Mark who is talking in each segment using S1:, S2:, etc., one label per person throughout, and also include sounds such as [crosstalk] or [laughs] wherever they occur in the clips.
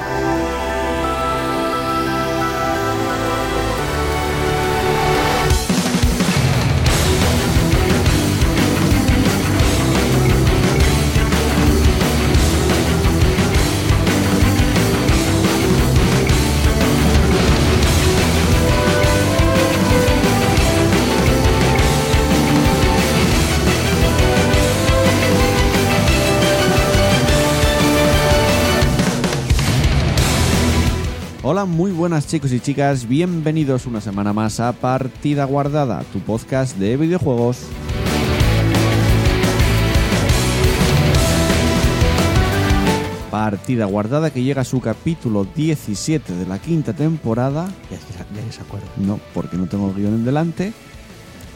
S1: Hola, muy buenas chicos y chicas, bienvenidos una semana más a Partida Guardada, tu podcast de videojuegos. Partida Guardada que llega a su capítulo 17 de la quinta temporada.
S2: Ya, ya- ya ni se acuerda.
S1: No, porque no tengo el guión en delante.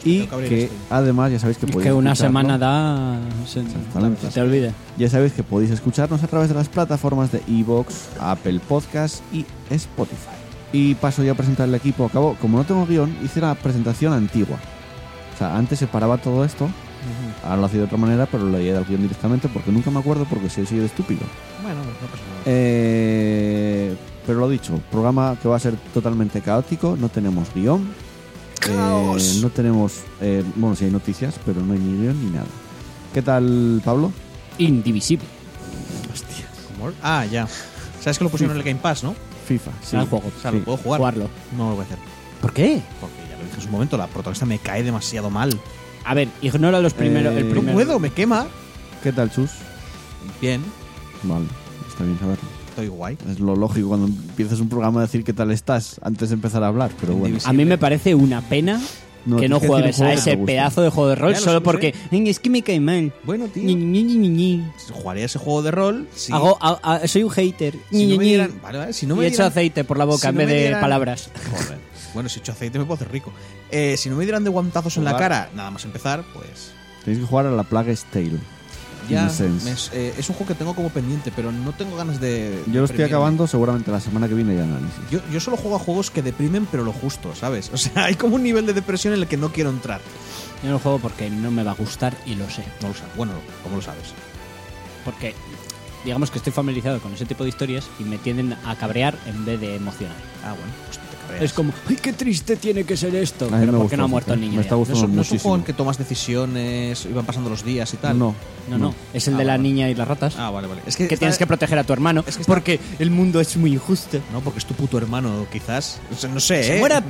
S1: Y
S2: Tengo que abrir
S1: que
S2: esto.
S1: además ya sabéis que
S3: Es
S1: podéis
S3: que una
S1: escucharlo.
S3: semana da. Se,
S1: Exactamente.
S3: se te olvida.
S1: Ya sabéis que podéis escucharnos a través de las plataformas de Evox, Apple Podcast y Spotify. Y paso ya a presentar el equipo. Acabo, como no tengo guión, hice la presentación antigua. O sea, antes separaba todo esto, ahora lo hacía de otra manera, pero lo he dado guión directamente porque nunca me acuerdo porque soy, soy de estúpido.
S2: Bueno, no pasa nada.
S1: Eh, pero lo dicho, programa que va a ser totalmente caótico, no tenemos guión. eh, no tenemos, eh, bueno, sí hay noticias, pero no hay ni guión ni nada. ¿Qué tal, Pablo?
S3: Indivisible.
S2: Como- Ah, ya. Sabes que lo pusieron en el Game Pass, ¿no? O
S1: FIFA, sí.
S3: Era el juego.
S2: sea,
S1: Sí.
S2: lo puedo jugar.
S3: Jugarlo.
S2: No lo voy a hacer.
S3: ¿Por qué?
S2: Porque ya lo dije en su momento, la protagonista me cae demasiado mal.
S3: A ver, ignora los primeros.
S1: Eh,
S3: el
S1: no
S2: No
S3: primero.
S2: puedo, me quema.
S1: ¿Qué tal, Chus?
S2: Bien,
S1: Vale, está bien saberlo.
S2: estoy guay.
S1: Es lo lógico cuando empiezas un programa decir qué tal estás antes de empezar a hablar, pero bueno.
S3: A mí me parece una pena
S1: No,
S3: que no
S1: tienes que
S3: juegues
S1: decir un
S3: a
S1: juego que
S3: ese
S1: te guste.
S3: pedazo de juego de rol
S2: Ya lo
S3: solo
S2: sé,
S3: porque. "Ay, Es que me cae mal.
S2: Bueno,
S3: Ñi, ñi, ñi, ñi, ñi.
S2: Jugaría ese juego de rol si,
S3: Hago, a- a- soy un hater.
S2: si
S3: Ñi,
S2: no
S3: ñi,
S2: me
S3: ñi.
S2: dieran... Vale, vale, si no me
S3: y echo
S2: dieran-
S3: aceite por la boca
S2: si
S3: en
S2: no
S3: vez
S2: me
S3: de
S2: dieran-
S3: palabras.
S2: Joder. Bueno, si echo aceite me puedo hacer rico. Eh, si no me dieran de guantazos en la
S1: Jugar.
S2: cara, nada más empezar, pues...
S1: Tienes que jugar a la Plague Tale.
S2: Ya,
S1: In a sense.
S2: me es, eh, es un juego que tengo como pendiente, pero no tengo ganas de... de
S1: Yo lo estoy
S2: deprimirme.
S1: acabando seguramente la semana que viene ya análisis.
S2: Yo, yo solo juego a juegos que deprimen, pero lo justo, ¿sabes? O sea, hay como un nivel de depresión en el que no quiero entrar.
S3: Yo no juego porque no me va a gustar y lo sé.
S2: No lo sabes. Bueno, ¿cómo lo sabes?
S3: Porque digamos que estoy familiarizado con ese tipo de historias y me tienden a cabrear en vez de emocionar.
S2: Ah, bueno, pues te cabreas.
S3: Es como, ¡ay, qué triste tiene que ser esto!
S1: A mí
S3: Pero
S1: me
S3: ¿por qué
S1: gusta
S3: no ha
S1: mucho,
S3: muerto el
S1: me
S3: niño?
S1: está
S3: ya?
S2: no es, un- no es un
S1: muchísimo.
S2: juego en que tomas decisiones, iban pasando los días y tal.
S1: No.
S3: No, no, es el
S2: Ah,
S3: de la
S2: vale.
S3: niña y las ratas.
S2: Ah, vale, vale. Es que,
S3: que
S2: está-
S3: tienes que proteger a tu hermano
S2: es que está-
S3: porque el mundo es muy injusto.
S2: No, porque es tu puto hermano, quizás. O sea, no sé,
S3: Se
S2: ¿eh?
S3: muera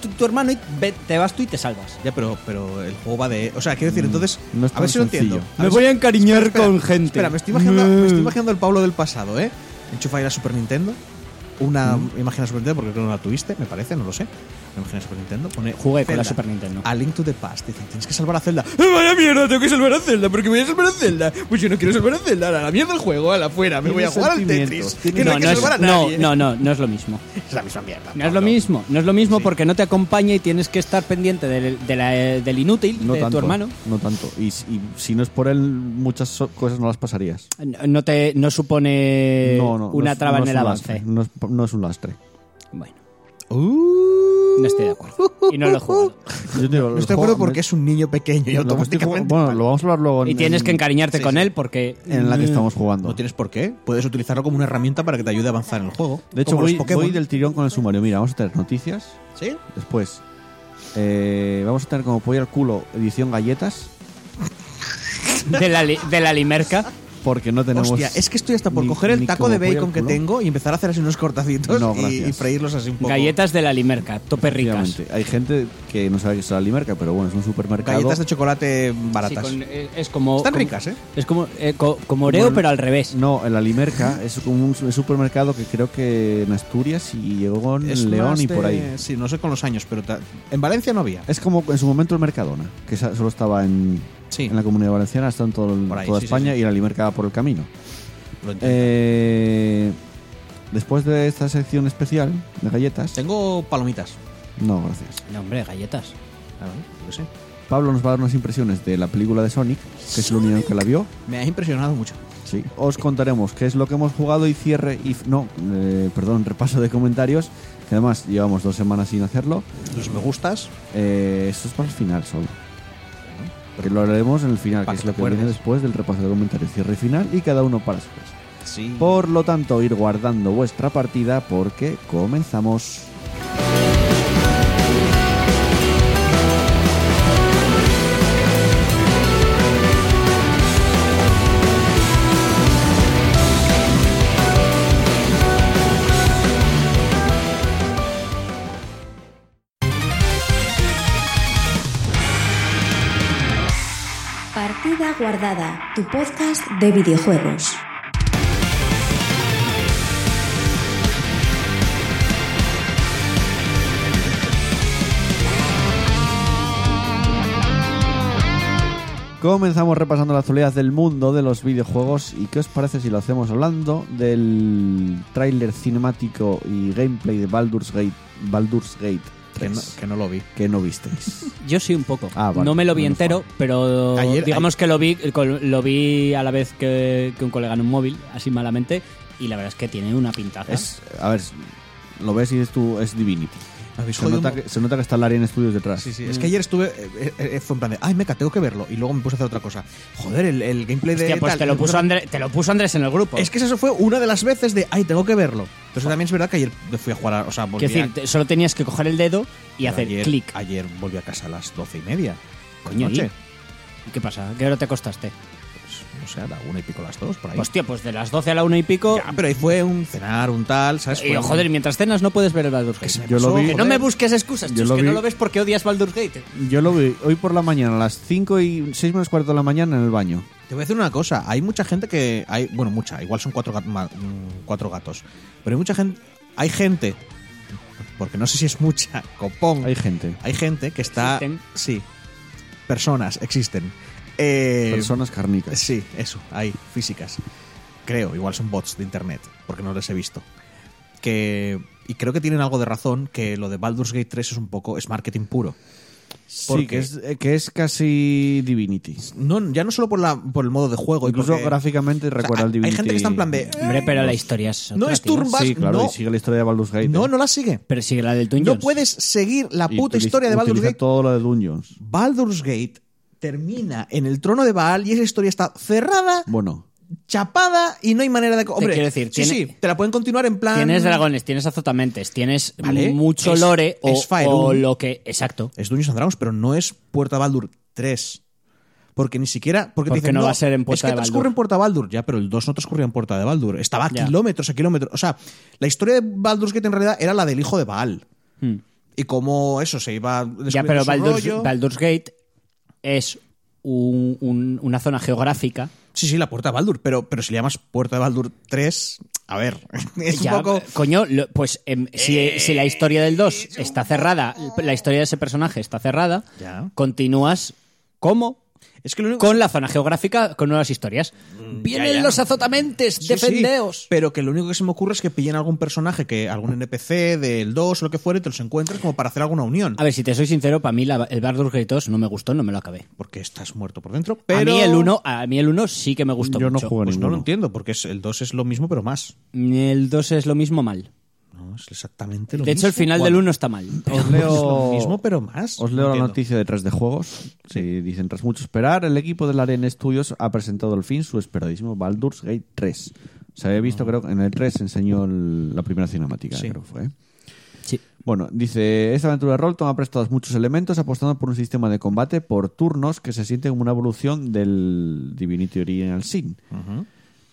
S3: tu, tu hermano y ve- te vas tú y te salvas.
S2: Ya, pero, pero el juego va de. O sea, quiero
S3: Mm,
S2: decir, entonces.
S1: no es
S2: a ver
S1: tan
S2: si lo entiendo.
S1: sencillo.
S2: A ver si-
S3: encariñar
S2: [laughs]
S3: Mm.
S2: Espera, Espera, me estoy imaginando, me estoy imaginando el Pablo del pasado, ¿eh? Enchufa ahí la Super Nintendo. Una
S3: Mm.
S2: imagen de Super Nintendo, porque creo que no la tuviste, me parece, no lo sé. Una imagen de Super Nintendo. Pone
S3: Jugué con la
S2: Zelda,
S3: Super Nintendo.
S2: A Link to the Past. Dicen, tienes que salvar a Zelda. ¡Ah, ¡Vaya mierda! Tengo que salvar a Zelda. ¿Por qué voy a salvar a Zelda? Pues yo no quiero salvar a Zelda. A la mierda el juego, a la fuera. Me voy a
S1: Tiene
S2: jugar al
S1: sentimientos,
S2: Tetris.
S1: tiene-
S2: Que no,
S3: no,
S2: hay que
S3: no,
S2: salvar a
S3: es, no,
S2: nadie.
S3: no, no, no es lo mismo.
S2: Es la misma mierda.
S3: No es lo
S2: Pablo.
S3: mismo, no es lo mismo
S2: Sí.
S3: porque no te acompaña y tienes que estar pendiente del, de la- del inútil,
S1: No
S3: de
S1: tanto.
S3: tu hermano.
S1: No tanto. Y, si- y si no es por él, muchas so- cosas no las pasarías.
S3: No, te, no supone
S1: no, no, no
S3: una
S1: es-
S3: traba
S1: no
S3: en
S1: es
S3: el
S1: un
S3: avance.
S1: lastre, No es, no es un lastre.
S3: Bueno,
S2: Uh,
S3: no estoy de acuerdo. Y no lo he jugado.
S1: [laughs] Yo te digo,
S2: no
S1: el juego
S2: estoy de acuerdo
S1: me-
S2: porque es un niño pequeño
S1: lo que
S2: y
S1: estoy jugando-
S2: automáticamente.
S1: Bueno, lo vamos a hablar luego en,
S3: Y tienes que
S1: en-
S3: encariñarte
S2: Sí,
S3: con
S2: sí.
S3: él porque... mm,
S1: en la que estamos jugando.
S2: No tienes por qué. Puedes utilizarlo como una herramienta para que te ayude a avanzar en el juego.
S1: De hecho,
S2: Como
S1: voy,
S2: los Pokémon.
S1: voy del tirón con el sumario. Mira, vamos a tener noticias.
S2: ¿Sí?
S1: Después, eh, vamos a tener como pollo al culo edición galletas,
S3: De la, li- de la
S2: [laughs]
S3: limerca.
S1: porque no tenemos.
S2: Hostia, es que estoy hasta por
S1: ni-
S2: coger el
S1: ni
S2: taco
S1: como
S2: de
S1: pollo al
S2: bacon que
S1: culo.
S2: tengo y empezar a hacer así unos cortacitos
S1: No,
S2: y- y,
S1: gracias.
S2: freírlos así un poco.
S3: Galletas de la limerca, tope ricas.
S1: Efectivamente. Hay gente que no sabe que es la limerca, pero bueno, es un supermercado.
S2: Galletas de chocolate
S3: Sí,
S2: baratas.
S3: con- eh, es como...
S2: Están
S3: como-
S2: ricas, ¿eh?
S3: Es como, eh, co- como Oreo,
S1: Bueno,
S3: pero al revés.
S1: No, en la limerca es como un su- supermercado que creo que en Asturias y llegó en
S2: Es
S1: León
S2: más
S1: y por
S2: de-
S1: ahí.
S2: Sí, no sé con los años, pero ta- en Valencia no había.
S1: Es como en su momento el Mercadona, que sa- solo estaba en,
S2: Sí,
S1: en la comunidad valenciana, está en todo el-
S2: Por ahí,
S1: toda
S2: sí, sí,
S1: España
S2: sí.
S1: y la limerca va por el camino.
S2: lo entiendo.
S1: Eh, después de esta sección especial de galletas.
S2: Tengo palomitas.
S1: No, gracias.
S3: No, hombre, galletas.
S2: Claro, yo sé.
S1: Pablo nos va a dar unas impresiones de la película de Sonic, que es el único que la vio.
S2: Me ha impresionado mucho.
S1: Sí. Os contaremos qué es lo que hemos jugado y cierre y no, eh, perdón, repaso de comentarios. Que además llevamos dos semanas sin hacerlo.
S2: Los me gustas.
S1: Eh, esto es para el final solo. que lo haremos en el final,
S2: Pa'
S1: que
S2: que
S1: es
S2: te
S1: lo que
S2: acuerdes.
S1: viene después del repaso de comentarios, cierre y final, y cada uno para su casa.
S2: Sí.
S1: Por lo tanto, ir guardando vuestra partida porque comenzamos.
S4: Partida guardada, tu podcast de videojuegos.
S1: Comenzamos repasando la actualidad del mundo de los videojuegos y qué os parece si lo hacemos hablando del tráiler cinemático y gameplay de Baldur's Gate, Baldur's Gate
S2: que,
S1: 3,
S2: no, que no lo vi.
S1: que no visteis.
S2: [laughs]
S3: Yo sí un poco.
S1: Ah, vale.
S3: no me lo vi
S1: Menos
S3: entero, pero
S2: Ayer- eh,
S3: digamos que lo vi col- lo vi a la vez que, que un colega en un móvil, así malamente, y la verdad es que tiene una pintaza.
S1: es, a ver, lo ves y es, tu, es Divinity.
S2: Habéis
S1: Se
S2: jodido
S1: nota,
S2: un mo-
S1: que, se nota que está Larian Studios detrás.
S2: Sí, sí.
S3: Mm.
S2: Es que ayer estuve. eh, eh, eh, fue en plan de. Ay, meca, tengo que verlo. Y luego me puse a hacer otra cosa. Joder, el, el gameplay de.
S3: Hostia, pues
S2: tal,
S3: te lo,
S2: me
S3: puso
S2: a-
S3: André- te lo puso Andrés en el grupo.
S2: Es que eso fue una de las veces de. Ay, tengo que verlo. Entonces también es verdad que ayer me fui a jugar. a- o sea, volví
S3: Quiero
S2: a-
S3: decir, te- solo tenías que coger el dedo y
S2: pero
S3: hacer
S2: ayer-
S3: clic.
S2: Ayer volví a casa a las doce y media.
S3: Coño,
S2: Noche.
S3: ¿y ¿Qué pasa? ¿Qué hora te acostaste?
S2: Pues, no sé, a la una y pico, las dos, por ahí.
S3: Hostia, pues de las 12 a la 1 y pico.
S2: Ya, pero ahí fue un cenar, un tal, ¿sabes?
S3: y,
S2: Fue un-
S3: joder, mientras cenas no puedes ver el Baldur's
S2: que
S3: Gate.
S2: se me
S1: Yo lo
S2: pasó,
S1: vi.
S3: Que no
S2: joder.
S3: me busques excusas,
S1: Yo
S3: chus,
S1: lo
S3: que
S1: vi-
S3: no lo ves porque odias Baldur's Gate.
S1: Yo lo vi hoy por la mañana, a las 5 y 6 menos cuarto de la mañana en el baño.
S2: Te voy a decir una cosa, hay mucha gente que hay, bueno, mucha, igual son cuatro, gat- ma- mm, cuatro gatos, pero hay mucha gente, hay gente, porque no sé si es mucha, copón,
S1: Hay
S2: hay,
S1: gente.
S2: gente que está,
S3: Existen.
S2: sí, personas existen, eh,
S1: Personas carnicas.
S2: sí, eso, hay físicas, creo, igual son bots de internet, porque no les he visto, que y creo que tienen algo de razón que lo de Baldur's Gate 3 es un poco es marketing puro.
S1: Sí,
S2: porque-
S1: que es, eh, que es casi Divinity.
S2: No, ya no solo por la por el modo de juego, y
S1: Incluso
S2: porque-
S1: gráficamente
S2: o sea,
S1: recuerda al
S2: hay-
S1: Divinity.
S2: Hay gente que está en plan de "Eh,
S3: Hombre, pero la historia es.
S2: No
S3: otra,
S2: es
S3: tío.
S2: turn based,
S1: Sí, claro,
S2: no.
S1: y sigue la historia de Baldur's Gate.
S2: No,
S1: ¿eh?
S2: no la sigue.
S3: Pero sigue la del Dungeons.
S2: No puedes seguir la
S1: Y
S2: puta
S1: utiliza-
S2: historia de Baldur's
S1: utiliza
S2: Gate.
S1: todo lo de Dungeons.
S2: Baldur's Gate termina en el trono de Baal y esa historia está cerrada,
S1: Bueno,
S2: chapada y no hay manera de. Hombre,
S3: quiero decir,
S2: sí,
S3: tiene-
S2: sí, te la pueden continuar en plan.
S3: Tienes dragones, tienes azotamentes, tienes
S2: Vale,
S3: mucho
S2: es-
S3: lore o,
S2: es Fire
S3: o
S2: Emblem.
S3: lo que. Exacto.
S2: Es Dungeons and Dragons, pero no es Puerta Baldur 3. Porque ni siquiera. Porque, te
S3: Porque
S2: dicen,
S3: no va a ser en Puerta
S2: es que
S3: de Baldur".
S2: transcurre en Puerta Baldur. Ya, pero el 2 no transcurría en Puerta de Baldur. Estaba a
S3: Ya.
S2: kilómetros, a kilómetros. O sea, la historia de Baldur's Gate en realidad era la del hijo de Baal.
S3: Hmm.
S2: Y cómo eso se
S3: Ya,
S2: iba. descubriendo
S3: pero
S2: su rollo.
S3: Baldur's, Baldur's Gate es un- un- una zona geográfica.
S2: Sí, sí, la puerta de Baldur, pero, pero si le llamas puerta de Baldur 3, a ver, [laughs] es
S3: Ya,
S2: un poco... Eh,
S3: Coño, lo- pues em, si, si la historia del 2 está cerrada, la historia de ese personaje está cerrada,
S2: Ya.
S3: continúas. ¿Cómo?
S2: Es que lo único...
S3: Con la zona geográfica, con nuevas historias. ¡Vienen
S2: ya.
S3: los azotamentes!
S2: Sí, sí,
S3: ¡Defendeos!
S2: pero que lo único que se me ocurre es que pillen algún personaje, que algún NPC del 2 o lo que fuera, y te los encuentres como para hacer alguna unión.
S3: A ver, si te soy sincero, para mí la- el Baldur's Gate 2 no me gustó, no me lo acabé.
S2: Porque estás muerto por dentro, pero...
S3: A mí el 1, a mí el 1 sí que me gustó
S1: yo no
S3: mucho.
S1: juego
S2: Pues no
S1: ninguno.
S2: lo entiendo, porque es, el 2 es lo mismo, pero más.
S3: El 2 es lo mismo mal.
S2: No, es exactamente lo
S3: De
S2: mismo.
S3: hecho, el final del 1 está mal.
S1: Os
S2: Es lo
S1: leo,
S2: mismo, pero más.
S1: os leo
S2: No
S1: la
S2: entiendo.
S1: noticia detrás de juegos. Sí, dicen, tras mucho esperar, el equipo del Arena Studios ha presentado al fin su esperadísimo Baldur's Gate 3. Se había visto, creo, en el 3 se enseñó el- la primera cinemática,
S2: Ah. Sí.
S1: creo que fue. ¿eh?
S3: Sí.
S1: Bueno, dice, esta aventura de rol toma prestados muchos elementos apostando por un sistema de combate por turnos que se siente como una evolución del Divinity Original Sin.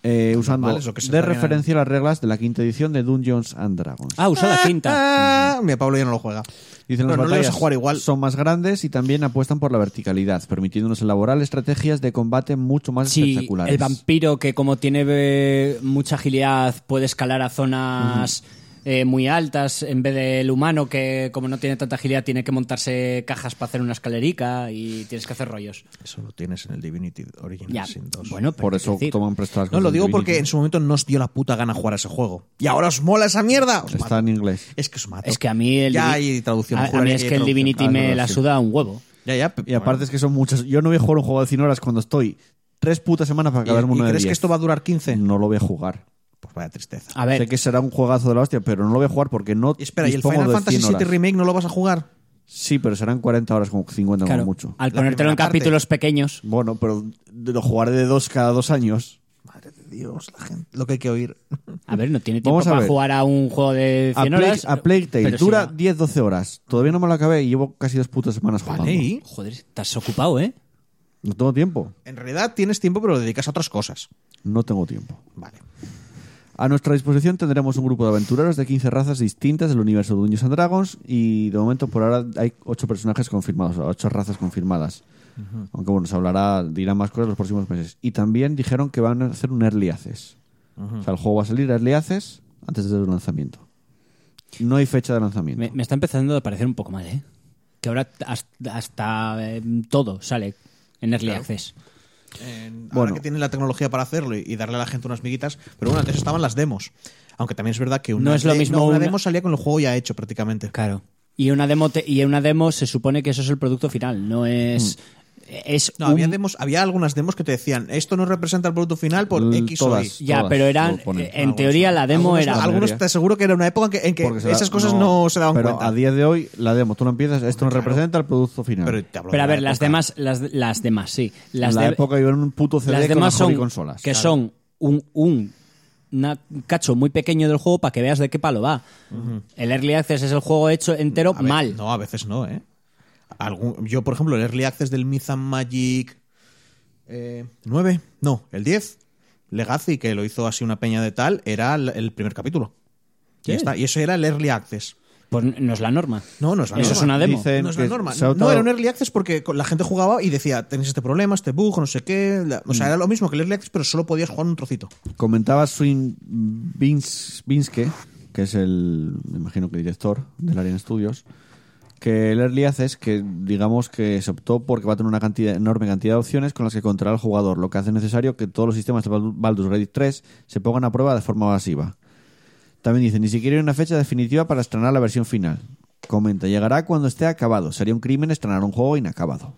S1: Eh, usando
S2: normal, es lo que se
S1: de
S2: traía-
S1: referencia las reglas de la quinta edición de Dungeons and Dragons.
S3: Ah, usó [laughs] la cinta.
S2: Ah, mira, Pablo ya no lo juega.
S1: Dicen las
S2: Bueno, no le vas
S1: batallas
S2: a jugar igual.
S1: son más grandes y también apuestan por la verticalidad, permitiéndonos elaborar estrategias de combate mucho más
S3: Sí,
S1: espectaculares.
S3: el vampiro que como tiene eh, mucha agilidad puede escalar a zonas eh, muy altas en vez del humano que como no tiene tanta agilidad tiene que montarse cajas para hacer una escalerica y tienes que hacer rollos.
S2: Eso lo tienes en el Divinity Original
S3: Ya.
S2: Sin 2.
S3: Bueno, pero
S1: Por
S3: ¿qué
S1: eso
S3: decir?
S1: toman prestadas.
S2: No,
S1: cosas
S2: lo
S1: de
S2: digo porque en
S1: Divinity.
S2: su momento no os dio la puta gana jugar a ese juego. Y ahora os mola esa mierda. Os
S1: está
S2: mato.
S1: en inglés.
S2: Es que os mato.
S3: Es que a mí el
S2: Ya
S3: Divi-
S2: hay traducción.
S3: a- a mí
S2: juraría
S3: es
S2: hay
S3: que el
S2: traducción.
S3: Divinity
S1: claro,
S3: me
S1: claro,
S3: la
S1: sí.
S3: suda un huevo.
S2: Ya, ya.
S1: Y aparte es que son muchas. Yo no voy a jugar un juego de 100 horas cuando estoy tres putas semanas para acabarme
S2: ¿Y,
S1: uno de
S2: crees que
S1: 10.
S2: esto va a durar 15?
S1: No lo voy a jugar.
S2: Mm. Pues vaya tristeza.
S3: A ver,
S1: Sé que será un juegazo de la hostia, pero no lo voy a jugar porque no
S2: Y espera, ¿y el
S1: dispongo
S2: Final
S1: de
S2: Fantasy
S1: 100
S2: VII
S1: horas.
S2: Remake no lo vas a jugar?
S1: Sí, pero serán 40 horas como 50
S3: Claro,
S1: como mucho.
S3: al
S2: La
S3: ponértelo en
S2: primera parte.
S3: capítulos pequeños.
S1: Bueno, pero de lo jugar de dos cada dos años.
S2: Madre de Dios, la gente. Lo que hay que oír. [laughs]
S3: A ver, no tiene tiempo
S1: Vamos a
S3: para
S1: ver.
S3: jugar a un juego de
S1: A
S3: 100
S1: Plague,
S3: horas.
S1: a Plague Tale
S3: pero sí,
S1: dura
S3: no.
S1: 10-12 horas. Todavía no me lo acabé y llevo casi dos putas semanas jugando.
S2: Vale, y
S3: Joder, estás ocupado, ¿eh?
S1: No tengo tiempo.
S2: en realidad tienes tiempo, pero lo dedicas a otras cosas.
S1: No tengo tiempo.
S2: Vale.
S1: A nuestra disposición tendremos un grupo de aventureros de 15 razas distintas del universo de Dungeons and Dragons y de momento por ahora hay 8 personajes confirmados, 8 razas confirmadas. Aunque bueno, se hablará, dirán más cosas los próximos meses. Y también dijeron que van a hacer un early access. O sea, el juego va a salir early access antes de su lanzamiento. No hay fecha de lanzamiento.
S3: Me, me está empezando a parecer un poco mal, ¿eh? Que ahora hasta, hasta, eh, todo sale en Early Access.
S2: En-
S1: Bueno.
S2: Ahora que tienen la tecnología para hacerlo y, y darle a la gente unas miguitas. Pero bueno, antes estaban las demos. Aunque también es verdad que una,
S3: No es lo
S2: de-
S3: mismo
S2: no, una
S3: una-
S2: demo salía con el juego ya hecho prácticamente.
S3: Claro. Y una demo te- y una demo se supone que eso es el producto final, no es es
S2: Mm. No,
S3: un-
S2: había, demos, había algunas demos que te decían, esto no representa el producto final por
S1: L-
S2: X o
S1: todas.
S2: Y.
S3: ya,
S1: todas
S3: pero
S1: lo
S3: eran
S1: ponen.
S3: eh, en teoría la demo
S2: algunos,
S3: era
S2: Algunos te aseguro que era una época en que, en que
S1: Porque se da-
S2: esas cosas no, se daban
S1: pero
S2: cuenta.
S1: a día de hoy, la demo, tú la empiezas, esto no
S2: Claro.
S1: representa el producto final.
S2: Pero, te hablo
S3: Pero a
S2: de la
S3: ver, las
S2: época.
S3: demás las, las demás sí, las
S1: la
S3: de-
S1: época iba en un puto CD
S3: las
S1: con
S3: demás
S1: las hobby
S3: son
S1: consolas.
S3: que son un, un una- un cacho muy pequeño del juego para que veas de qué palo va. El Early Access es el juego hecho entero
S2: A ve-
S3: mal.
S2: No, a veces no, ¿eh? Algún- yo, por ejemplo, el Early Access del Myth and Magic eh, 9, no, el 10, Legacy, que lo hizo así una peña de tal, era el, el primer capítulo.
S3: Sí.
S2: Y, ya está, y eso era el Early Access.
S3: Pues no es la norma.
S2: No, no es la
S3: Eso
S2: norma.
S3: es una demo.
S1: Dicen
S2: No es la
S1: que
S2: norma.
S1: se ha
S2: No,
S1: notado-
S2: era un early access porque con- la gente jugaba y decía, tenéis este problema, este bug, no sé qué. la- O sea,
S1: Mm.
S2: era lo mismo que el early access, pero solo podías jugar un trocito.
S1: Comentaba Swin Vins- Vinske, que es el, me imagino que director del Arian Studios, que el Early Access, que digamos que se optó porque va a tener una cantidad, enorme cantidad de opciones con las que controlar al jugador, lo que hace necesario que todos los sistemas de Baldur- Baldur's Gate 3 se pongan a prueba de forma masiva. También dice, ni siquiera hay una fecha definitiva para estrenar la versión final. Comenta, llegará cuando esté acabado. Sería un crimen estrenar un juego inacabado.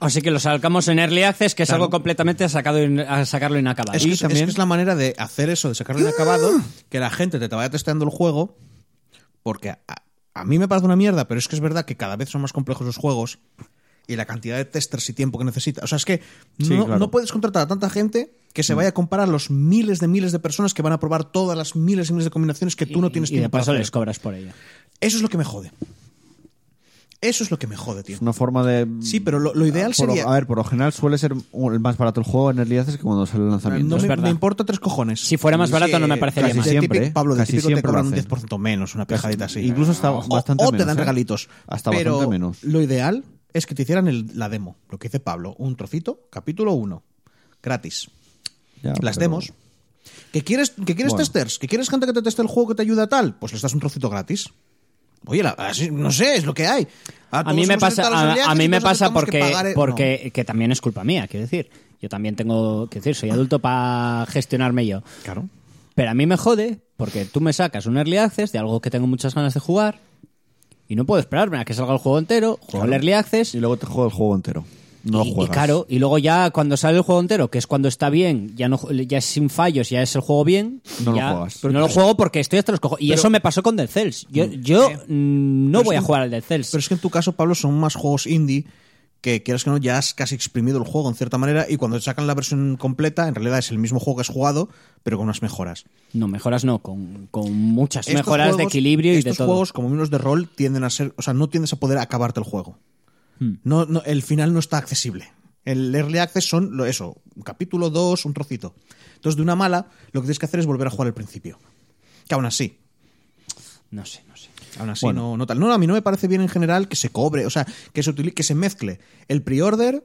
S3: Así que lo sacamos en Early Access, que es algo completamente sacado in- a sacarlo inacabado.
S2: Es, que, es- es que es la manera de hacer eso, de sacarlo inacabado, que la gente te vaya testeando el juego, porque a, a mí me parece una mierda, pero es que es verdad que cada vez son más complejos los juegos y la cantidad de testers y tiempo que necesitas. O sea, es que no,
S1: Sí, claro.
S2: no puedes contratar a tanta gente que
S3: Mm.
S2: se vaya a comparar los miles de miles de personas que van a probar todas las miles y miles de combinaciones que tú no tienes
S3: y, y
S2: tiempo
S3: de paso
S2: para
S3: les
S2: hacer.
S3: cobras por ello.
S2: Eso es lo que me jode. Eso es lo que me jode, tío.
S1: Es una forma de...
S2: Sí, pero lo, lo ideal
S1: Ah, por lo-
S2: sería...
S1: a ver, por lo general suele ser un- el más barato el juego en Early Access que cuando sale el lanzamiento.
S2: Ah, No
S3: es
S2: me,
S3: verdad.
S2: me importa tres cojones.
S3: Si fuera más barato, no me parecería
S2: casi
S3: mal.
S2: siempre, ¿eh?
S1: Siempre,
S2: Pablo, de
S1: casi
S2: típico te
S1: siempre lo
S2: cobran un
S1: hacen.
S2: 10% menos, una pejadita así.
S1: Incluso está
S2: o,
S1: bastante
S2: o te
S1: menos,
S2: dan
S1: ¿eh?
S2: regalitos.
S1: Hasta
S2: pero
S1: bastante menos.
S2: Lo ideal es que te hicieran el- la demo, lo que dice Pablo, un trocito, capítulo 1, gratis.
S1: Ya,
S2: Las
S1: Ah, pero-
S2: demos. ¿Que quieres, que quieres
S1: Bueno.
S2: testers? ¿Que quieres gente que te teste el juego que te ayuda a tal? Pues les das un trocito gratis. Oye, la- así- no sé, es lo que hay.
S3: A mí me pasa, a, a mí me pasa porque,
S2: eh? porque
S3: porque que también es culpa mía, quiero decir. Yo también tengo, quiero decir, soy adulto para gestionarme yo.
S2: Claro.
S3: Pero a mí me jode porque tú me sacas un Early Access de algo que tengo muchas ganas de jugar y no puedo esperarme a que salga el juego entero, juego el Early Access
S1: Y luego te juego el juego entero. No
S3: y, y
S1: juegas.
S3: claro, y luego ya cuando sale el juego entero, que es cuando está bien, ya no ya es sin fallos, ya es el juego bien,
S1: No lo
S3: ya-
S1: juegas.
S3: No lo juego porque estoy hasta los cojones. Y eso me pasó con Dead Cells. Yo, yo mm, no
S2: Eh, Pero
S3: voy
S2: es
S3: a
S2: que-
S3: jugar al Dead Cells.
S2: Pero es que en tu caso, Pablo, son más juegos indie que quieras que no, ya has casi exprimido el juego en cierta manera y cuando sacan la versión completa, en realidad es el mismo juego que has jugado, pero con unas mejoras.
S3: No, mejoras no, con, con muchas
S2: Estos
S3: mejoras de
S2: juegos-
S3: equilibrio y de
S2: estos
S3: todo.
S2: juegos, como unos de rol, tienden a ser, o sea, no tiendes a poder acabarte el juego.
S3: Hmm.
S2: No, no, el final no está accesible. El early access son lo- eso, un capítulo, dos, un trocito. Entonces, de una mala, lo que tienes que hacer es volver a jugar al principio. Que aún así,
S3: No sé, no sé.
S2: Aún así, no, no tal. No, a mí no me parece bien en general que se cobre, o sea, que se utilice, que se mezcle el pre-order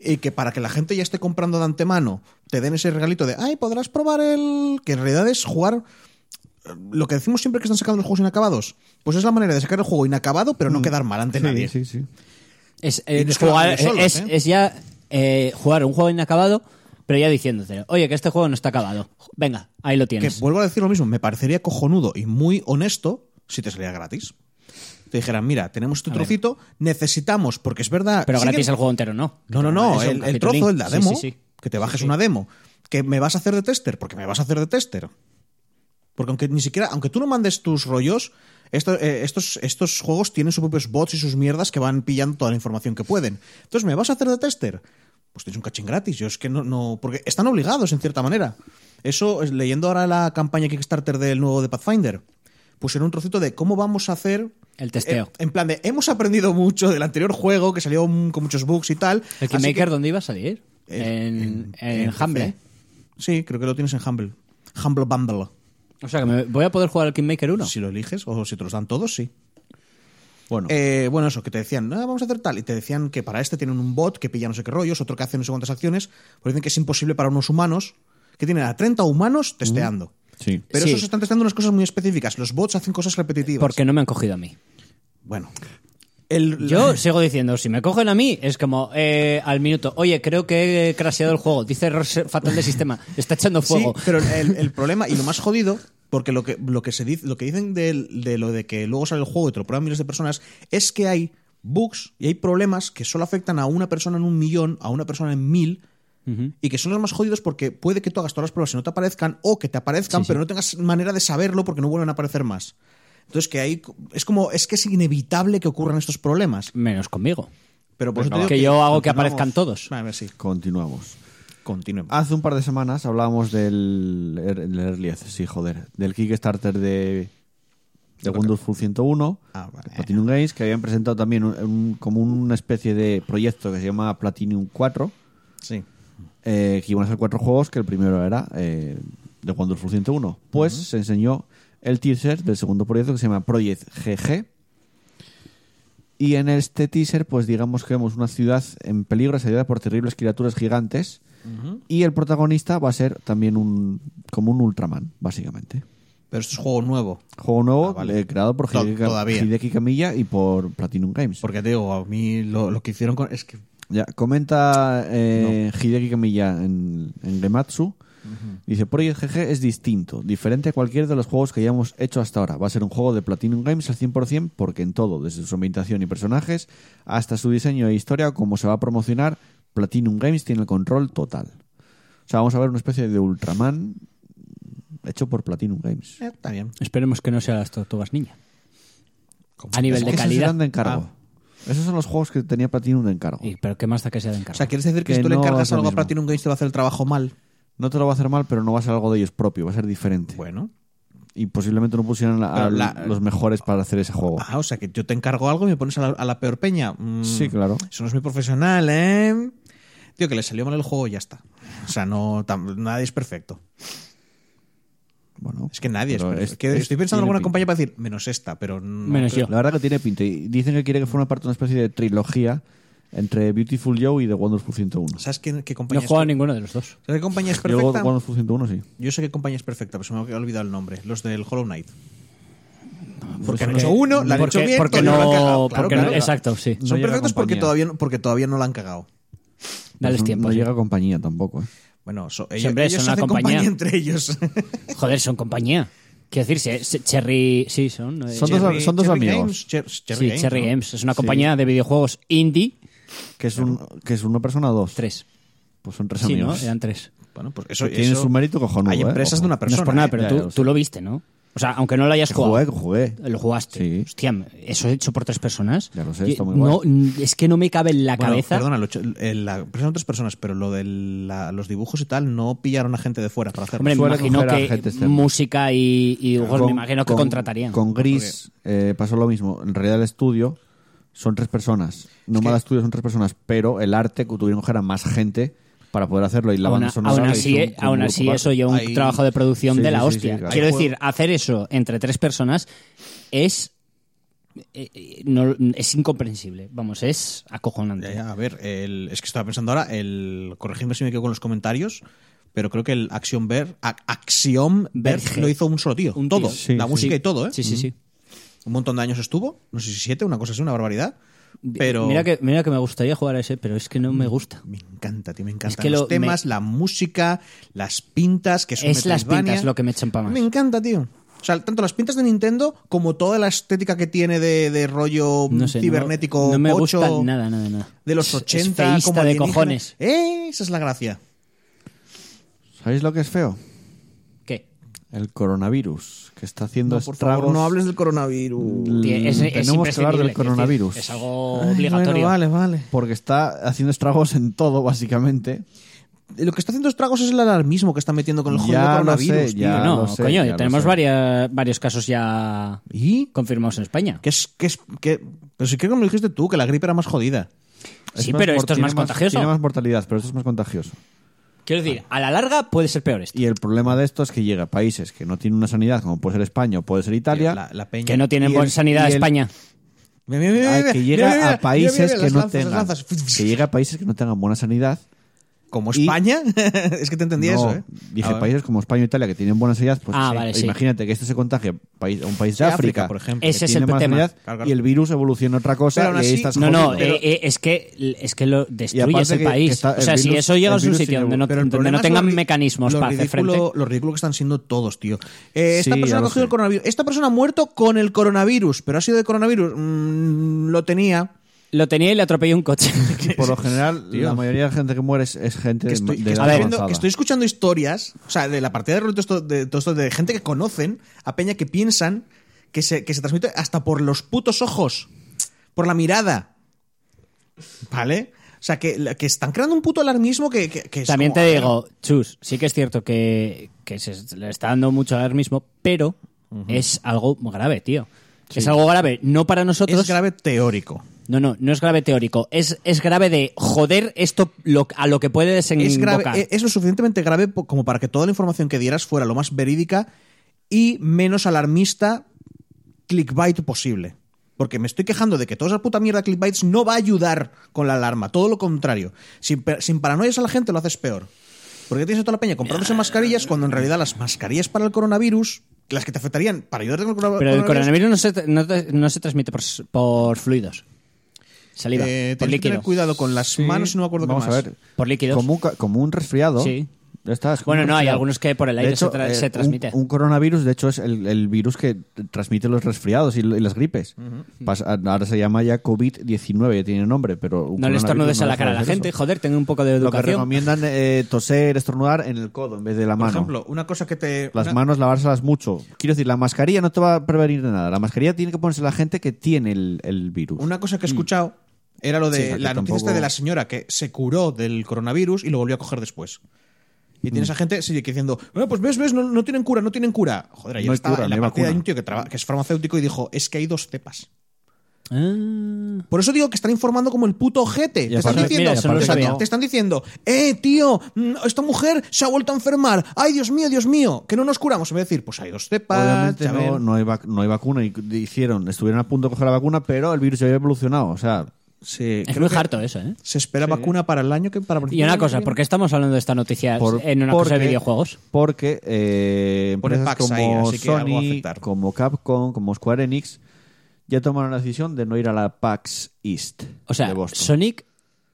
S2: y que para que la gente ya esté comprando de antemano te den ese regalito de, ay, podrás probar el. que en realidad es jugar. eh, Lo que decimos siempre que están sacando los juegos inacabados, pues es la manera de sacar el juego inacabado, pero no quedar mal ante
S1: Mm. Sí,
S2: nadie.
S1: sí, sí.
S3: Es, eh,
S2: no es que
S3: jugar-
S2: hagan ellos solos,
S3: es-
S2: ¿eh?
S3: es ya eh, jugar un juego inacabado, pero ya diciéndote, oye, que este juego no está acabado. Venga, ahí lo
S2: Que
S3: tienes.
S2: vuelvo a decir lo mismo, me parecería cojonudo y muy honesto si te saliera gratis. Te dijeran, mira, tenemos tu
S3: A ver.
S2: trocito, necesitamos, porque es verdad.
S3: Pero
S2: sí que-
S3: gratis el juego entero, no.
S2: No, no, no,
S3: Eso,
S2: el,
S3: un
S2: el
S3: capitulín.
S2: trozo, el de la
S3: Sí,
S2: demo.
S3: sí, sí.
S2: Que te bajes una demo. Que me vas a hacer de tester, porque me vas a hacer de tester. Porque aunque ni siquiera, aunque tú no mandes tus rollos, esto- eh, estos, estos juegos tienen sus propios bots y sus mierdas que van pillando toda la información que pueden. Entonces, ¿me vas a hacer de tester? Pues tienes un cachín gratis. Yo es que no, no. Porque están obligados, en cierta manera. Eso, es- leyendo ahora la campaña Kickstarter del nuevo de Pathfinder, pusieron un trocito de cómo vamos a hacer.
S3: El testeo.
S2: Eh, En, plan de, hemos aprendido mucho del anterior juego que salió mm, con muchos bugs y tal.
S3: ¿El
S2: así eh, que-
S3: Kingmaker dónde iba a salir? En, en, Humble.
S2: PC. Sí, creo que lo tienes en Humble. Humble Bumble.
S3: O sea, que me voy a poder jugar al Kingmaker 1.
S2: Si lo eliges o si te los dan todos, sí.
S1: Bueno,
S2: Eh, bueno, eso, que te decían, "Ah, vamos a hacer tal. Y te decían que para este tienen un bot que pilla no sé qué rollos, otro que hace no sé cuántas acciones. Pero dicen que es imposible para unos humanos, que tienen a 30 humanos testeando.
S1: sí.
S2: Pero
S3: Mm. Sí.
S2: esos están testeando unas cosas muy específicas. Los bots hacen cosas repetitivas.
S3: Porque no me han cogido a mí.
S2: Bueno. El,
S3: Yo sigo diciendo, si me cogen a mí, es como eh, al minuto, oye, creo que he crasheado el juego, dice error fatal del sistema, [laughs] está echando fuego.
S2: Sí, pero el,
S3: [laughs]
S2: el problema y lo más jodido, porque lo que, lo que, se dice, lo que dicen del- de, lo de que luego sale el juego y te lo prueban miles de personas, es que hay bugs y hay problemas que solo afectan a una persona en un millón, a una persona en mil. Y que son los más jodidos porque puede que tú hagas todas las pruebas y no te aparezcan, o que te aparezcan, pero no tengas manera de saberlo porque no vuelven a aparecer más. Entonces, que ahí es como, es que es inevitable que ocurran estos problemas.
S3: Menos conmigo.
S2: Pero por eso te digo
S3: que yo hago que
S1: continuamos.
S3: aparezcan todos. Ah.
S2: A ver, sí,
S1: Continuamos.
S2: continuemos.
S1: Hace un par de semanas hablábamos del er- el Early Access, sí, joder, del Kickstarter de, de Wonderful 101,
S2: Ah, vale.
S1: de Platinum Games, que habían presentado también un- un- como una especie de proyecto que se llama Platinum 4,
S2: Sí.
S1: eh, que iban a ser cuatro juegos, que el primero era eh, de Wonderful 101. Pues se enseñó el teaser del segundo proyecto que se llama Project GG. Y en este teaser, pues digamos que vemos una ciudad en peligro, asediada por terribles criaturas gigantes. Y el protagonista va a ser también un como un Ultraman, básicamente.
S2: Pero esto es juego nuevo.
S1: Juego nuevo
S2: Ah, vale.
S1: eh, creado por
S2: To-
S1: Hideki, Ka-
S2: todavía.
S1: Hideki Kamiya y por Platinum Games.
S2: Porque te digo, a mí lo, lo que hicieron con. Es que. eh,
S1: Ya, comenta eh, Hideki Kamiya en, en Gematsu. Dice, Project GG es distinto, diferente a cualquier de los juegos que hayamos hecho hasta ahora. Va a ser un juego de Platinum Games al 100% porque en todo, desde su ambientación y personajes hasta su diseño e historia o cómo se va a promocionar, Platinum Games tiene el control total. O sea, vamos a ver una especie de Ultraman hecho por Platinum Games.
S2: eh, está bien.
S3: Esperemos que no sea las tortugas niña. A nivel
S1: Es
S3: de
S1: que esos
S3: calidad.
S1: eran de encargo. Esos son los juegos que tenía Platinum de encargo.
S3: Y- pero qué más da que sea de
S2: O
S3: encargo.
S2: sea, ¿quieres decir
S1: Que
S2: que, si tú le
S1: no
S2: encargas
S1: es lo
S2: algo a
S1: mismo.
S2: Platinum Games te va a hacer el trabajo mal?
S1: No te lo va a hacer mal, pero no va a ser algo de ellos propio, va a ser diferente.
S2: Bueno.
S1: y posiblemente no pusieran a- a
S2: Pero la-
S1: los mejores para hacer ese juego.
S2: Ah, o sea, que yo te encargo algo y me pones a la, a la peor peña. Mm,
S1: Sí, claro.
S2: Eso no es muy profesional, ¿eh? Tío, que le salió mal el juego y ya está. O sea, no, tam- nadie es perfecto.
S1: Bueno,
S2: Es que nadie
S1: pero
S2: es perfecto.
S1: es-
S2: Que
S1: es-
S2: estoy pensando en
S1: tiene
S2: alguna
S1: pinta.
S2: compañía para decir, menos esta, pero. no
S3: Menos
S2: creo-
S3: yo.
S1: La verdad que tiene pinta. Y dicen que quiere que forme parte de una especie de trilogía entre Beautiful Joe y The Wonderful 101.
S2: ¿Sabes qué, qué compañía
S3: no
S2: es
S3: juego a ninguno de los dos. [laughs]
S2: ¿Sabes qué compañía es
S1: Yo
S2: perfecta?
S1: The Wonderful 101 sí.
S2: Yo sé qué compañía es perfecta, pero se me ha olvidado el nombre. Los del Hollow Knight. Porque han
S3: Porque-
S2: hecho uno, la han
S3: porque-
S2: hecho bien,
S3: porque
S2: todavía
S3: no-
S2: la han cagado. Claro,
S3: porque no-
S2: claro.
S3: exacto, sí.
S1: No
S2: Son
S1: llega
S2: perfectos porque
S1: compañía.
S2: todavía, no- porque todavía no la han cagado.
S3: Dales
S1: Pues No-
S3: tiempo.
S1: No
S3: sí.
S1: llega compañía tampoco. ¿eh?
S2: Bueno, so- ellos,
S3: Siempre
S2: ellos
S3: son
S2: se
S3: una
S2: hacen compañía.
S3: compañía.
S2: entre [laughs] ellos.
S3: Joder, son compañía. Quiero decir, se- se- Cherry. Sí, son. eh,
S1: Son dos-
S2: Cherry-
S1: son dos
S2: Cherry
S1: amigos.
S2: Games, Cher- Cherry
S3: sí,
S2: Games,
S3: Cherry
S2: ¿no?
S3: Games. Es una compañía de videojuegos indie.
S1: Que es, un, que es una persona o dos.
S3: Tres.
S1: Pues son tres
S3: Sí, ¿no?
S1: amigos.
S3: Eran tres.
S2: Bueno, pues eso,
S1: Tiene
S2: eso-
S1: su mérito cojonudo,
S2: Hay
S1: ¿eh?
S2: empresas
S1: Ojo.
S2: de una
S1: No
S3: No
S2: persona.
S3: es por nada,
S2: ¿eh?
S3: pero
S1: ya,
S3: tú,
S1: ya lo
S3: tú
S1: sé.
S3: lo viste, ¿no? O sea, aunque no lo hayas
S1: Que
S3: jugado.
S1: jugué, que jugué.
S3: Lo jugaste.
S1: Sí.
S3: Hostia, eso hecho por tres personas.
S1: Ya lo sé,
S3: Y-
S1: está muy
S3: no,
S1: guay.
S3: n- Es que no me cabe en la
S2: Bueno,
S3: cabeza.
S2: Perdona, lo hecho- eh, la empresa son tres personas, pero lo de la- los dibujos y tal no pillaron a gente de fuera para hacerlo.
S3: Hombre, me
S1: Suele
S3: imagino
S1: coger a
S3: que
S1: gente externa.
S3: música y, y dibujos, me
S1: Con-
S3: imagino que
S1: con-
S3: contratarían.
S1: Con Gris eh, pasó lo mismo. En realidad el estudio son tres personas. No
S2: que-
S1: Nomada Studios son tres personas, pero el arte que tuvieron que coger a más gente para poder hacerlo y la
S3: aún,
S1: banda sonora.
S3: aún
S1: la
S3: así,
S1: hizo
S3: eh,
S1: un- un
S3: aún
S1: grupo
S3: así
S1: aparte.
S3: eso lleva un
S2: Hay-
S3: trabajo de producción
S1: Sí,
S3: de
S1: sí,
S3: la
S1: sí, sí,
S3: hostia.
S1: claro.
S3: Quiero
S2: Hay juego-
S3: decir, hacer eso entre tres personas es... eh, eh, no- es incomprensible, vamos, es acojonante.
S2: Ya, ya, a ver, el- es que estaba pensando ahora, el, corregidme si me equivoco con los comentarios, pero creo que el Axiom Ver, A- Axiom Verge
S3: Verge.
S2: lo hizo un solo tío.
S3: Un tío.
S2: todo,
S1: Sí,
S2: la
S1: sí.
S2: música y todo, ¿eh?
S3: Sí, sí, sí.
S2: Un montón de años estuvo, no sé si siete, una cosa así, una barbaridad. Pero Mm.
S3: Mira, que, mira que me gustaría jugar a ese, pero es que no me gusta.
S2: me encanta, tío, me encantan
S3: que
S2: los
S3: lo-
S2: temas, la música, las pintas, que son
S3: Es las
S2: Metroidvania.
S3: pintas lo que me echan pa' más.
S2: Me encanta, tío. O sea, tanto las pintas de Nintendo como toda la estética que tiene de, de rollo
S3: No sé, no-
S2: cibernético
S3: no, me
S2: pocho,
S3: gusta nada, nada, nada.
S2: De los
S3: Es- es
S2: 80,
S3: feísta
S2: como
S3: de
S2: alienígena.
S3: cojones.
S2: Eh, esa es la gracia.
S1: ¿Sabéis lo que es feo?
S3: ¿Qué?
S1: El coronavirus, que está haciendo
S2: No, por favor,
S1: estragos.
S2: no hables del coronavirus.
S1: L-
S3: Tie- es- es
S1: tenemos que hablar
S3: imprescindible,
S1: del
S3: quiero decir,
S1: coronavirus.
S3: Es algo
S2: Ay,
S3: obligatorio.
S2: bueno, vale, vale.
S1: Porque está haciendo estragos en todo, básicamente.
S2: Lo que está haciendo estragos es el alarmismo que está metiendo con el jodido
S1: Ya lo
S2: coronavirus.
S1: sé,
S2: tío.
S1: ya.
S3: no,
S1: lo sé,
S3: coño,
S1: ya lo
S3: tenemos
S1: sé.
S3: varias- varios casos ya
S2: ¿Y?
S3: confirmados en España.
S2: ¿Qué es, qué es, qué? Pero si creo que me lo dijiste tú, que la gripe era más jodida.
S1: Es
S3: Sí,
S1: más
S3: pero
S1: mor-
S3: esto es
S1: tiene
S3: más contagioso.
S1: Tiene más mortalidad, pero esto es más contagioso.
S3: Quiero decir, a la larga puede ser peor esto.
S1: Y el problema de esto es que llega a países que no tienen una sanidad, como puede ser España o puede ser Italia,
S2: La, la peña.
S3: Que no tienen
S1: y
S3: buena
S1: el-
S3: sanidad
S1: y el-
S3: España.
S2: Mira, mira, mira,
S1: a-
S2: mira,
S1: que
S2: mira,
S1: llega
S2: mira, mira,
S1: a países
S2: mira, mira,
S1: que
S2: las
S1: no
S2: lanzas, las
S1: tengan
S2: lanzas.
S1: que llega a países que no tengan buena sanidad.
S2: Como
S1: Y-
S2: España. [laughs] es que te entendí
S1: No,
S2: eso, ¿eh?
S1: Dije
S2: Ah, vale.
S1: países como España o Italia que tienen buena sanidad, pues
S3: Ah,
S1: sí.
S3: vale, sí.
S1: imagínate que esto se contagia a país- a un país de
S2: Sí,
S1: África,
S2: África, por ejemplo.
S1: que
S3: Ese es
S1: tiene
S3: el
S1: más
S3: tema.
S1: sanidad,
S2: Claro, claro.
S1: Y el virus evoluciona a otra cosa
S2: Pero aún
S1: y ahí
S2: así-
S1: estás
S3: No, no,
S1: jodido.
S2: pero-
S3: eh, eh, es que es que lo destruyes
S1: aparte
S3: el
S1: que-
S3: país.
S1: que está-
S3: o sea,
S1: el
S3: si
S1: virus-
S3: eso llega a
S1: el
S3: un
S1: virus
S3: sitio
S1: tiene-
S3: donde no,
S2: Pero el
S3: donde
S2: problema
S3: no
S2: es
S3: tengan
S2: lo ri-
S3: mecanismos
S2: lo
S3: para hacer
S2: ridículo-
S3: frente.
S2: Lo ridículo que están siendo todos, tío. Eh, esta
S1: Sí, ya
S2: persona ha
S1: lo
S2: cogido
S1: sé.
S2: el coronavirus. Esta persona ha muerto con el coronavirus, pero ha sido de coronavirus. Mm, lo tenía.
S3: Lo tenía y le atropelló un coche.
S1: Por lo general,
S2: eh, Tío.
S1: la mayoría de la gente que muere es, es gente
S2: Que estoy,
S1: de
S2: que
S1: edad
S2: estoy viendo-
S1: avanzada.
S2: que estoy escuchando historias, o sea, de la partida de todo esto, de, todo esto, de gente que conocen, a peña que piensan, que se, que se transmite hasta por los putos ojos, por la mirada. ¿Vale? O sea, que, la- que están creando un puto alarmismo que, que, que es
S3: También
S2: como,
S3: te
S2: a ver,
S3: digo, Chus, sí que es cierto que, que se le está dando mucho alarmismo, pero es algo grave, tío. Es algo grave, no para nosotros.
S2: Es grave teórico.
S3: No, no, no es grave teórico. Es, es grave de joder esto lo- a lo que puede desembocar.
S2: es grave, e- es lo suficientemente grave po- como para que toda la información que dieras fuera lo más verídica y menos alarmista clickbait posible. Porque me estoy quejando de que toda esa puta mierda de clickbaits no va a ayudar con la alarma, todo lo contrario. Sin, pe- sin paranoias a la gente lo haces peor. Porque tienes a toda la peña comprándose mascarillas cuando en realidad las mascarillas para el coronavirus, las que te afectarían para ayudarte con el corona-
S3: Pero el
S2: coronavirus,
S3: coronavirus no se, tra- no, te- no se transmite por, s- por fluidos. Saliva,
S2: eh,
S3: por
S2: tienes que tener
S3: líquido.
S2: cuidado con las
S1: Sí,
S2: manos y no me acuerdo qué
S1: vamos
S2: más.
S1: a ver.
S3: Por líquidos.
S1: Como un, ca- como un resfriado.
S3: Sí.
S1: Ya está, es como
S3: Bueno,
S1: un
S3: no, hay
S1: resfriado.
S3: algunos que por el
S1: De
S3: aire
S1: hecho,
S3: se, tra-
S1: eh,
S3: se
S1: un-
S3: transmite.
S1: Un, coronavirus, de hecho, es el, el virus que transmite los resfriados y, y las gripes. Pas- ahora se llama ya COVID-19, ya tiene nombre, pero... un
S3: no le
S1: coronavirus
S3: estornudes a la
S1: deja
S3: cara a
S1: de
S3: la
S1: hacer
S3: gente.
S1: eso.
S3: Joder, tengo un poco de
S1: Lo que
S3: educación.
S1: recomiendan eh, toser, estornudar en el codo en vez de la
S2: Por
S1: mano.
S2: ejemplo, una cosa que te...
S1: Las
S2: una-
S1: manos lavárselas mucho. Quiero decir, la mascarilla no te va a prevenir de nada. La mascarilla tiene que ponerse la gente que tiene el, el virus.
S2: Una cosa que he escuchado era lo
S1: Pues, mm. Sí,
S2: de
S1: porque
S2: la noticia
S1: tampoco-
S2: esta de la señora que se curó del coronavirus y lo volvió a coger después. Y
S1: Mm.
S2: tienes a gente sigue diciendo, "Ah, pues ves, ves, no, no tienen cura, no tienen cura. Joder, ayer
S1: No hay
S2: estaba
S1: cura,
S2: en
S1: no
S2: la
S1: hay
S2: partida
S1: vacuna.
S2: hay un tío que, traba- que es farmacéutico y dijo, es que hay dos cepas.
S3: Ah.
S2: Por eso digo que están informando como el puto ojete. Te están,
S1: aparte-
S2: diciendo,
S3: Mira, eso no lo
S2: te-
S3: sabía.
S2: te están diciendo, eh, tío, mm, esta mujer se ha vuelto a enfermar. Ay, Dios mío, Dios mío, que no nos curamos. En vez de decir, pues hay dos cepas.
S1: Obviamente
S2: chaval".
S1: no, no, hay vac- no hay vacuna y hicieron, estuvieron a punto de coger la vacuna, pero el virus ya había evolucionado. O sea, [laughs]
S2: Sí,
S3: Es
S2: creo
S3: muy
S2: que
S3: harto eso, ¿eh?
S2: Se espera vacuna para el año que para
S3: Y una cosa, ¿por qué estamos hablando de esta noticia
S1: por-
S3: en una cosa de
S1: porque-
S3: videojuegos?
S1: Porque eh,
S2: Pone
S1: empresas
S2: Pax ahí,
S1: como
S2: así que algo va a
S1: Sony,
S2: afectar.
S1: como Capcom, como Square Enix ya tomaron la decisión de no ir a la PAX East
S3: O sea,
S1: de Boston.
S3: Sonic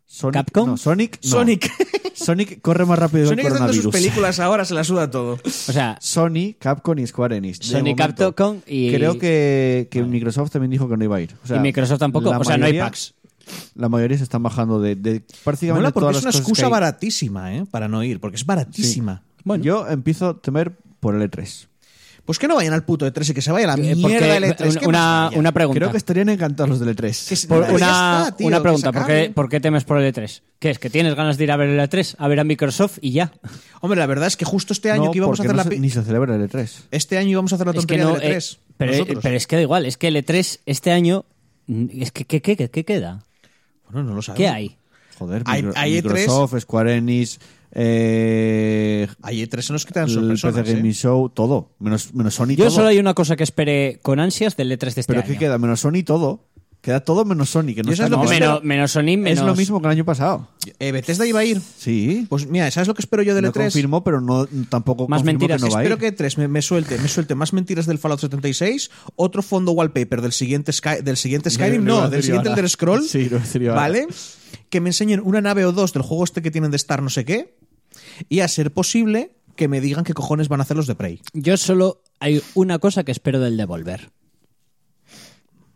S1: Sonic,
S3: Capcom.
S1: no, Sonic, no. [laughs]
S2: Sonic.
S1: Sonic corre más rápido
S2: Sonic
S1: que el
S2: está haciendo
S1: coronavirus.
S2: sus películas ahora, se la suda todo.
S3: O sea,
S1: Sony, Capcom y Square Enix. De
S3: Sony,
S1: momento.
S3: Capcom y- Ah.
S1: Creo que, que Microsoft también dijo que no iba a ir. O sea,
S3: y Microsoft tampoco.
S1: la
S3: O sea, no hay
S1: mayoría-
S3: packs.
S1: La mayoría se están bajando de, de prácticamente
S2: Mola porque
S1: todas
S2: es una
S1: las cosas que
S2: excusa
S1: hay.
S2: baratísima, ¿eh? Para no ir, porque es baratísima.
S1: Yo empiezo a temer por el E E3.
S2: Pues que no vayan al puto E3 y que se vaya a la
S3: Eh,
S2: mierda
S3: porque-
S1: E
S2: del E E3. ¿qué
S3: una,
S2: más da ya?
S3: una pregunta.
S1: Creo que este estarían encantados los del E3.
S2: Que se-
S3: Por-
S2: Pues ya
S3: una,
S2: está, tío,
S3: una
S2: que
S3: pregunta,
S2: se
S3: ¿por qué,
S2: acabe.
S3: por qué temes por el E3? ¿Qué es? ¿Que tienes ganas de ir a ver el E3? A ver a Microsoft y ya.
S2: Hombre, la verdad es que justo este año
S1: No,
S2: que íbamos a
S1: porque
S2: hacer
S1: no
S2: la...
S1: se-
S2: pi-
S1: ni se celebra el E E3.
S2: Este año íbamos a hacer la
S3: Es que
S2: tontería
S3: no.
S2: del
S3: eh,
S2: E3.
S3: pero,
S2: nosotros.
S3: pero es que da igual, es que el E3 este año. mm, Es que, ¿qué, qué, qué- qué queda?
S2: Bueno, no lo sabemos.
S3: ¿Qué hay?
S1: Joder,
S2: Hay-
S1: Micro-
S2: hay E E3.
S1: Microsoft, Square Enix, eh,
S2: Hay E E3 en los que te dan
S1: el PC
S2: sorpresas, ¿eh?
S1: Gaming Show, todo. Menos, menos Sony
S3: Yo
S1: todo.
S3: solo hay una cosa que esperé con ansias del E3 de este
S1: Pero
S3: año.
S1: ¿qué queda? Menos Sony todo. Queda todo menos Sony. Que no
S2: Y eso
S1: está
S2: es lo
S3: No,
S1: nada.
S2: que
S3: menos, menos Sony, menos.
S1: Es lo mismo que el año pasado.
S2: Eh, Bethesda iba a ir.
S1: Sí.
S2: Pues mira, ¿sabes lo que espero yo del
S1: no
S2: E3?
S1: confirmó, pero no tampoco
S3: Más
S1: confirmó
S3: mentiras,
S1: que no va a ir.
S2: Pues Espero que tres me, me suelte, me suelte más mentiras del Fallout 76, otro fondo wallpaper del siguiente Sky- del siguiente Skyrim,
S1: lo iba a
S2: no, del
S1: decir yo
S2: siguiente
S1: ahora.
S2: Elder
S1: [laughs]
S2: Scroll,
S1: Sí, lo iba a decir yo ahora.
S2: ¿vale? Que me enseñen una nave o dos del juego este que tienen de Star no sé qué y a ser posible que me digan qué cojones van a hacer los de Prey.
S3: Yo solo hay una cosa que espero del Devolver.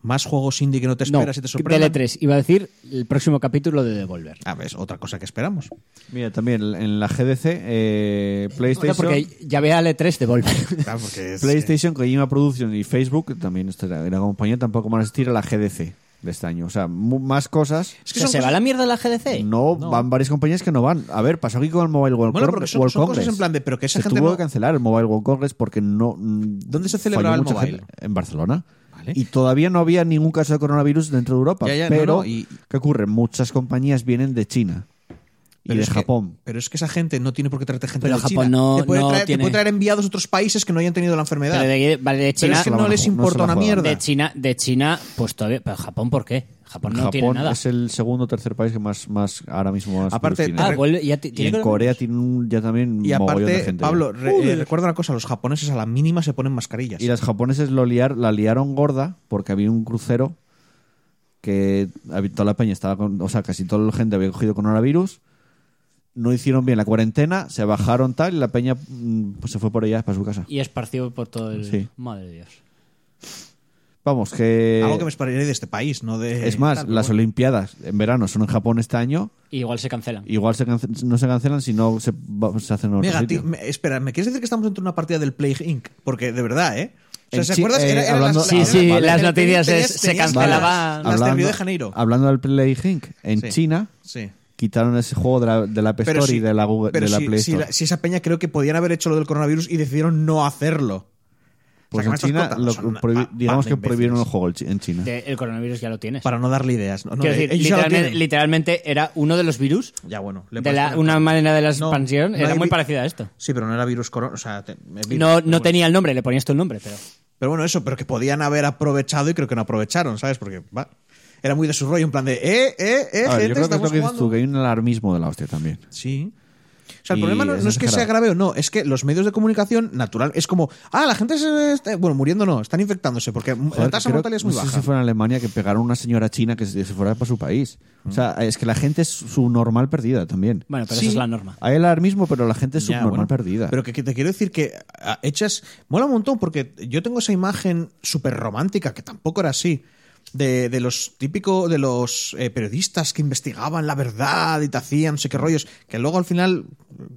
S2: Más juegos indie que no te
S3: No,
S2: esperas y
S3: Tele
S2: te sorprenden.
S3: 3. Iba a decir el próximo capítulo de Devolver.
S2: A ver, es Ah, otra cosa que esperamos.
S1: Mira, también en la GDC, eh,
S3: Joder,
S1: PlayStation,
S3: porque ya ve a L3 Devolver.
S2: Claro, porque es-
S1: [laughs] PlayStation, Kojima Productions y Facebook, también esta- la compañía, tampoco van a asistir a la GDC de este año. O sea, mu- más cosas.
S3: O
S2: [laughs] Es que
S3: sea,
S2: son
S3: ¿Se va
S2: cosas-
S3: la mierda la GDC?
S1: No, van varias compañías que no van. A ver, pasó aquí con el Mobile World,
S2: Bueno,
S1: Cong-
S2: porque son-
S1: World
S2: son cosas
S1: Congress.
S2: en plan de, pero que esa
S1: se
S2: gente
S1: tuvo
S2: no-
S1: que cancelar el Mobile World Congress porque no. mm,
S2: ¿Dónde se celebraba el Mobile?
S1: en Barcelona.
S2: Vale.
S1: Y todavía no había ningún caso de coronavirus dentro de Europa.
S2: Ya, ya, no,
S1: pero,
S2: no, y-
S1: ¿qué ocurre? Muchas compañías vienen de China y
S2: pero
S1: de
S2: es que-
S1: Japón.
S2: pero es que esa gente no tiene por qué traerte gente
S3: Pero
S2: de
S3: Japón
S2: China.
S3: no-
S2: te, puede
S3: no
S2: traer, te
S3: tiene-
S2: puede traer enviados de otros países que no hayan tenido la enfermedad.
S3: Pero de, vale, de
S2: Pero
S3: China,
S2: es que
S1: Se la
S2: no
S1: van a
S2: les
S1: ju- no se
S2: importa
S1: la
S2: una
S1: juegan.
S2: mierda.
S3: de China, de China, pues todavía. Pero Japón, ¿por qué? Japón no tiene
S1: Japón
S3: nada.
S1: es el segundo o tercer país que más, más ahora mismo más
S2: Aparte,
S1: virus
S3: Ah,
S1: tiene.
S2: re-
S3: vuelve- ya ti-
S1: y
S3: tiene
S1: en
S3: que-
S1: Corea tiene un, ya también
S2: Y
S1: mogollón de
S2: aparte,
S1: gente.
S2: Pablo, re- eh, recuerda una cosa, los japoneses a la mínima se ponen mascarillas.
S1: Y las japoneses lo liar, la liaron gorda porque había un crucero que hab- toda la peña estaba con, o sea, casi toda la gente había cogido coronavirus. No hicieron bien la cuarentena, se bajaron tal y la peña mm, pues, se fue por allá para su casa.
S3: Y esparcido por todo el.
S1: Sí.
S3: Madre de Dios.
S1: Vamos, que,
S2: Algo que me esperaría de este país, no de...
S1: es más,
S2: tal, pero
S1: las
S2: bueno.
S1: Olimpiadas en verano son en Japón este año.
S3: Y igual se cancelan.
S1: Igual se cance- no se cancelan si no se, va- se hacen en otro
S2: Mira,
S1: sitio.
S2: ti- me- espera, ¿me quieres decir que estamos dentro de una partida del Plague Inc? Porque de verdad, ¿eh? O sea,
S1: En
S2: ¿se
S1: Chi-
S2: acuerdas?
S1: eh,
S2: Era- era
S1: hablando-
S2: las-
S1: Sí, sí,
S2: era-
S3: las
S2: era-
S3: noticias
S2: tenías-
S3: es- se
S2: tenías
S3: Vale.
S2: las-
S3: cancelaban.
S2: Las de
S1: Hablando-
S2: Río de Janeiro.
S1: Hablando del Play Inc, en
S2: Sí.
S1: China
S2: Sí.
S1: quitaron ese juego de la, de la App Store
S2: si-
S1: y de la, Google,
S2: pero
S1: de la
S2: si,
S1: Play
S2: si
S1: Store.
S2: la- si esa peña creo que podían haber hecho lo del coronavirus y decidieron no hacerlo.
S1: Pues
S2: O sea, que me
S1: en
S2: estás
S1: China,
S2: contando,
S1: lo-
S2: son una
S1: prohibi-
S2: pa-
S1: digamos
S2: panda
S1: que
S2: de
S1: prohibieron el
S2: imbéciles.
S1: juego el chi- en China.
S3: Te- el coronavirus ya lo tienes.
S2: Para no darle ideas. No, no,
S3: Quiero decir,
S2: ellos ya lo
S3: literalmente,
S2: tienen.
S3: literalmente era uno de los virus.
S2: Ya, bueno. le
S3: De la-
S2: pasaron.
S3: una manera de la
S2: No,
S3: expansión
S2: no
S3: era
S2: hay
S3: muy
S2: vi-
S3: parecida a esto.
S2: Sí, pero no era virus corona. O sea, te- el virus,
S3: No,
S2: pero bueno.
S3: no tenía el nombre, le ponías tú el nombre, pero.
S2: Pero bueno, eso, pero que podían haber aprovechado y creo que no aprovecharon, ¿sabes? Porque va, era muy de su rollo, en plan de, eh, eh, eh,
S1: A ver,
S2: gente,
S1: yo creo que es
S2: estamos
S1: lo que dices
S2: jugando.
S1: tú, que hay un alarmismo de la hostia también.
S2: Sí. O sea, el
S1: Y
S2: problema no no
S1: es
S2: es, que sea
S1: exagerado.
S2: grave o no, es que los medios de comunicación natural es como, ah, la gente se está, bueno, muriendo no, están infectándose porque Pues la
S1: Joder,
S2: tasa
S1: creo-
S2: mortal es muy
S1: no sé
S2: baja.
S1: si fue en Alemania que pegaron a una señora china que se se fuera para su país. O sea, es que la gente es subnormal perdida también.
S3: Bueno, pero
S2: Mm. Sí.
S3: esa es la norma.
S1: Hay alarmismo, pero la gente es
S2: Ya,
S1: subnormal
S2: bueno.
S1: perdida.
S2: Pero que, que te quiero decir que a- echas. Mola un montón porque yo tengo esa imagen súper romántica, que tampoco era así, de, de los típicos, de los eh, periodistas que investigaban la verdad y te hacían no sé qué rollos, que luego al final.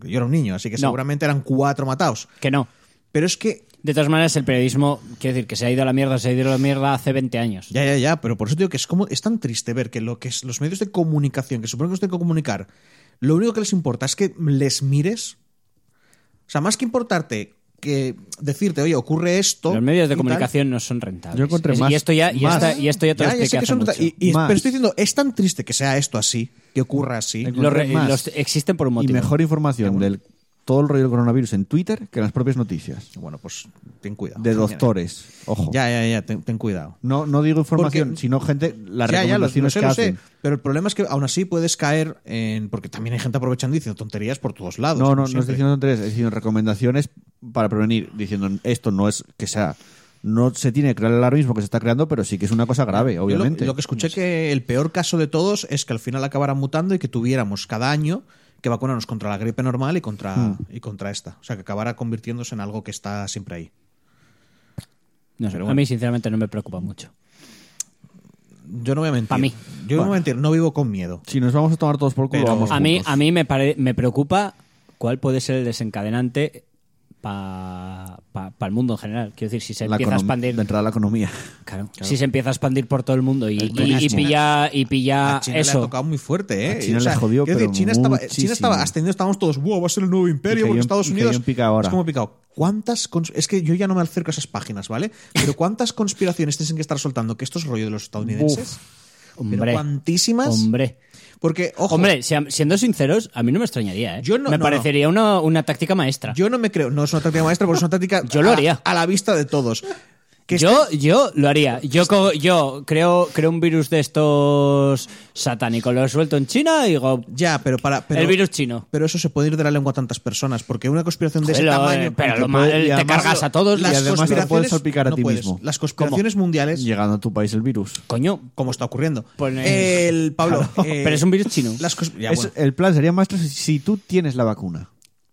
S2: Yo era un niño, así que
S3: No.
S2: seguramente eran cuatro matados.
S3: Que no.
S2: Pero es que.
S3: De todas maneras, el periodismo, quiero decir, que se ha ido a la mierda, se ha ido a la mierda hace 20 años.
S2: Ya, ya, ya, pero por eso digo que es como. Es tan triste ver que lo que es los medios de comunicación, que supongo que nos tienen que comunicar, lo único que les importa es que les mires. O sea, más que importarte que decirte, oye, ocurre esto.
S3: Los medios de
S2: y tal,
S3: comunicación no son rentables.
S1: Yo encontré
S3: Es-
S1: más-
S3: y esto ya, y
S1: más.
S3: esta- y esto ya te lo
S2: Ya, ya sé
S3: expliqué
S2: que
S3: hace
S2: son
S3: mucho.
S2: bruta- y- y-
S1: Más.
S2: pero estoy diciendo, es tan triste que sea esto así, que ocurra así.
S1: Encontré
S3: Los re-
S1: más
S3: los- existen por un
S1: y
S3: motivo.
S1: mejor información del todo el rollo del coronavirus en Twitter que en las propias noticias.
S2: Bueno, pues ten cuidado.
S1: De
S2: Mira.
S1: doctores. Ojo.
S2: Ya, ya, ya, ten, ten cuidado.
S1: No, no digo información,
S2: Porque-
S1: sino gente, las
S2: ya, ya, lo, lo
S1: recomendaciones
S2: sé,
S1: que
S2: lo sé.
S1: hacen.
S2: Pero el problema es que aún así puedes caer en. Porque también hay gente aprovechando y diciendo tonterías por todos lados.
S1: No,
S2: como
S1: no, no
S2: siempre.
S1: es diciendo tonterías, es diciendo recomendaciones para prevenir, diciendo esto no es que sea, no se tiene que crear el alarmismo que se está creando, pero sí que es una cosa grave,
S2: Yo lo-
S1: obviamente.
S2: Lo, que escuché que el peor caso de todos es que al final acabara mutando y que tuviéramos cada año que vacunarnos contra la gripe normal y contra,
S1: Hmm.
S2: y contra esta. O sea, que acabara convirtiéndose en algo que está siempre ahí.
S3: No sé,
S2: Pero
S3: A
S2: bueno.
S3: mí, sinceramente, no me preocupa mucho.
S2: Yo no voy a mentir.
S3: Pa' mí.
S2: Yo no voy a mentir, no vivo con miedo.
S1: Si nos vamos a tomar todos por culo,
S2: Pero-
S1: vamos
S3: A mí,
S1: juntos.
S3: a mí me, pare- me preocupa cuál puede ser el desencadenante para el mundo en general. Quiero decir, si se
S1: La
S3: empieza a
S1: econom-
S3: expandir.
S1: de entrada a la economía.
S3: Claro, Si se empieza a expandir por todo el mundo y, y- y
S1: turismo.
S3: pilla, y
S2: A
S3: pilla
S2: China le ha
S3: Ah, eso.
S2: tocado muy fuerte, ¿eh?
S1: A China le jodió,
S2: quiero
S1: pero
S2: China estaba, China
S1: muchísimo.
S2: estaba ascendiendo, estábamos todos, wow, va a ser el nuevo
S1: Y
S2: imperio,
S1: cayó
S2: porque
S1: en-
S2: Estados
S1: y cayó
S2: Unidos.
S1: en pica ahora.
S2: Es como picado. ¿Cuántas cons- es que yo ya no me acerco a esas páginas, ¿vale? Pero ¿cuántas conspiraciones tienen que estar soltando? Que esto es rollo de los estadounidenses.
S3: Hombre.
S2: Pero cuantísimas.
S3: Hombre.
S2: Porque, ojo,
S3: Hombre, sea- siendo sinceros, a mí no me extrañaría, ¿eh?
S2: Yo no-
S3: me
S2: no,
S3: parecería Una, una táctica maestra. Yo,
S2: yo no me creo. No es una táctica maestra, porque es una táctica
S3: [laughs] Yo lo
S2: a-
S3: haría.
S2: A, la vista de todos. Que
S3: yo, lo haría. Yo, co- yo creo, creo un virus de estos satánicos. Lo he suelto en China y digo.
S2: Ya, pero para. pero-
S3: el virus chino.
S2: Pero eso se puede ir de la lengua a tantas personas, porque una conspiración de ese
S3: Joder, eh,
S2: tamaño.
S3: pero lo
S1: puede-
S3: mal-
S1: y
S3: te
S1: además
S3: cargas
S1: lo-
S3: a todos.
S1: y además
S2: las
S1: te lo
S2: conspiraciones
S1: puedes salpicar a
S2: no
S1: ti
S2: puedes.
S1: mismo.
S2: Las conspiraciones mundiales,
S1: Llegando a tu país el virus.
S3: Coño,
S2: como está ocurriendo.
S3: Pues, eh, [laughs]
S2: el Pablo. eh,
S3: pero es un virus chino.
S2: Las cos- ya,
S1: Es-
S2: bueno.
S1: El plan sería más si, si tú tienes la vacuna.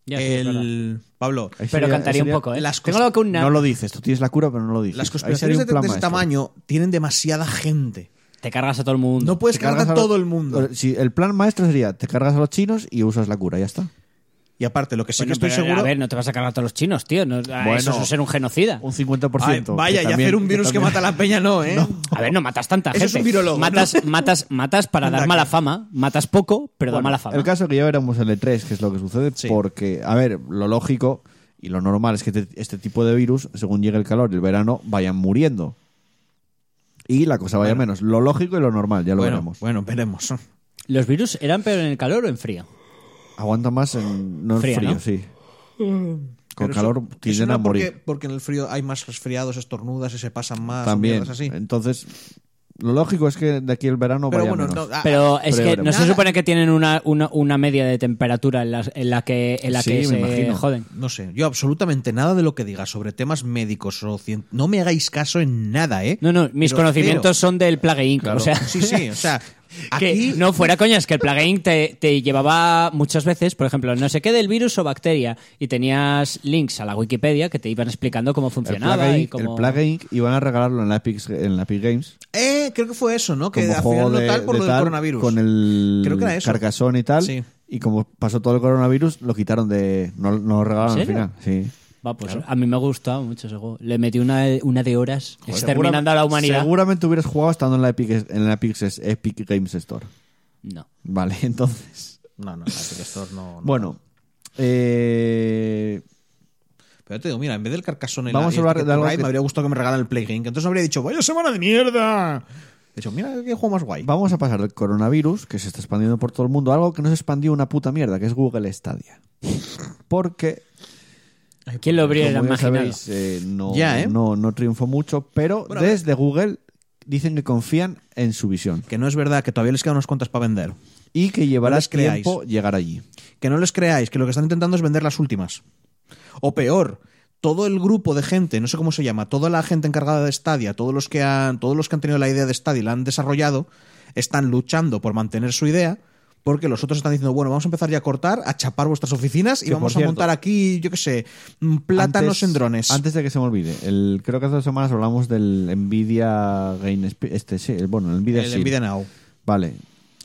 S3: Ya, sí, es
S2: el... Pablo,
S1: Ahí
S3: Pero
S1: sería-
S3: cantaría un
S1: sería-
S3: poco, ¿eh?
S2: las
S3: Tengo
S2: cos-
S3: la columna.
S1: No lo dices, tú tienes la cura, pero no lo dices.
S2: las
S1: Ahí sería
S2: conspiraciones
S1: un
S2: de,
S1: plan
S2: de ese
S1: maestro.
S2: tamaño tienen demasiada gente.
S3: Te cargas a todo el mundo.
S2: No puedes
S1: Te cargas
S2: cargar a
S1: a lo-
S2: todo el mundo.
S1: Sí, el plan maestro sería, te cargas a los chinos y usas la cura, ya está.
S2: Y aparte, lo que sí
S3: Bueno,
S2: que estoy
S3: pero,
S2: seguro...
S3: A ver, no te vas a cargar a todos los chinos, tío. No- a
S1: Bueno.
S3: eso es ser un genocida.
S1: Un 50%. que
S2: Ay, vaya, y
S1: también-
S2: hacer un virus que,
S1: también-
S2: [laughs] mata a la peña no,
S1: [laughs]
S2: ¿eh?
S3: A ver, no matas tanta
S2: Eso
S3: gente.
S2: es un virólogo,
S3: matas,
S2: ¿no?
S3: matas, matas para dar mala fama. Matas poco, pero da
S1: Bueno,
S3: mala fama.
S1: El caso que ya veremos el E3, que es lo que sucede,
S2: Sí.
S1: porque, a ver, lo lógico y lo normal es que te- este tipo de virus, según llegue el calor y el verano, vayan muriendo. Y la cosa vaya menos. Lo lógico y lo normal, ya lo
S2: Bueno,
S1: veremos.
S2: bueno, veremos.
S3: ¿Los virus eran peor en el calor o en frío?
S1: Aguanta más en no en
S3: Fría,
S1: frío,
S3: ¿no?
S1: sí. Con
S2: Mm. Pero
S1: calor
S2: eso- eso
S1: tienden
S2: no
S1: a
S2: porque-
S1: morir.
S2: Porque, en el frío hay más resfriados, estornudas y se pasan más. o
S1: También.
S2: mierdas así.
S1: Entonces, lo lógico es que de aquí el verano
S2: Pero
S1: vaya
S2: bueno,
S1: menos.
S2: no, ah,
S3: Pero
S2: ah,
S3: es
S1: pero
S3: que no se
S2: nada.
S3: supone que tienen una, una, una media de temperatura en la, en la que, en la
S1: Sí,
S3: que
S1: me
S3: se
S1: imagino.
S3: joden.
S2: No sé, yo absolutamente nada de lo que diga sobre temas médicos o cien- No me hagáis caso en nada, ¿eh?
S3: No, no, mis
S2: Pero
S3: conocimientos
S2: cero.
S3: son del Plague Inc. O sea, [laughs]
S2: Sí, sí, o sea,
S3: que
S2: aquí...
S3: no fuera coñas, que el Plague Inc. Te, te llevaba muchas veces, por ejemplo, no sé qué del virus o bacteria, y tenías links a la Wikipedia que te iban explicando cómo
S1: El
S3: funcionaba
S1: Plague,
S3: y
S1: Inc,
S3: cómo...
S1: el Plague Inc. iban a regalarlo en la Epic, en la Epic Games.
S2: Eh, creo que fue eso, ¿no? Que
S1: como
S2: al
S1: juego
S2: final no
S1: de-
S2: tal por
S1: de
S2: lo del
S1: tal,
S2: coronavirus.
S1: Con el
S2: Creo que era eso.
S1: carcasón y tal.
S2: Sí.
S1: Y como pasó todo el coronavirus, lo quitaron de. No, no lo regalaron
S3: ¿En
S1: al
S3: serio?
S1: final. Sí.
S3: Va, pues a mí me ha gustado mucho ese juego. Le metí una, una de horas exterminando a la humanidad.
S1: Seguramente hubieras jugado estando en la Epic, en la Epic, Epic Games Store.
S3: No.
S1: Vale, [laughs] entonces.
S2: No, no, Epic Store no... no.
S1: Bueno. eh,
S2: Pero te digo, mira, en vez del carcasón en este
S1: Vamos a hablar de algo que-
S2: me habría gustado que me regalaran el Play Game, que entonces habría dicho, vaya semana de mierda. He dicho, mira, qué juego más guay.
S1: vamos a pasar del coronavirus, que se está expandiendo por todo el mundo, a algo que no se expandió una puta mierda, que es Google Stadia. Porque
S3: ¿Quién lo
S2: pues,
S3: habría
S1: Como ya
S3: imaginado?
S1: sabéis, eh, no,
S2: Ya, ¿eh?
S1: no, no triunfó mucho, pero
S2: Bueno, a ver.
S1: desde Google dicen que confían en su visión
S2: Que no es verdad, que todavía les quedan unas cuantas para vender.
S1: y que llevará
S2: No les creáis.
S1: tiempo llegar allí.
S2: Que no les creáis, que lo que están intentando es vender las últimas. O peor, todo el grupo de gente, no sé cómo se llama, toda la gente encargada de Stadia, todos los que han, todos los que han tenido la idea de Stadia y la han desarrollado, están luchando por mantener su idea, porque los otros están diciendo, bueno, vamos a empezar ya a cortar, a chapar vuestras oficinas y
S1: Que, por
S2: vamos a
S1: cierto,
S2: montar aquí, yo qué sé, mm, plátanos
S1: Antes-
S2: en drones.
S1: Antes de que se me olvide, el, creo que hace dos semanas hablamos del Nvidia Game Sp- este sí, el, bueno, el Nvidia
S2: el
S1: Shield.
S2: Nvidia Now.
S1: Vale,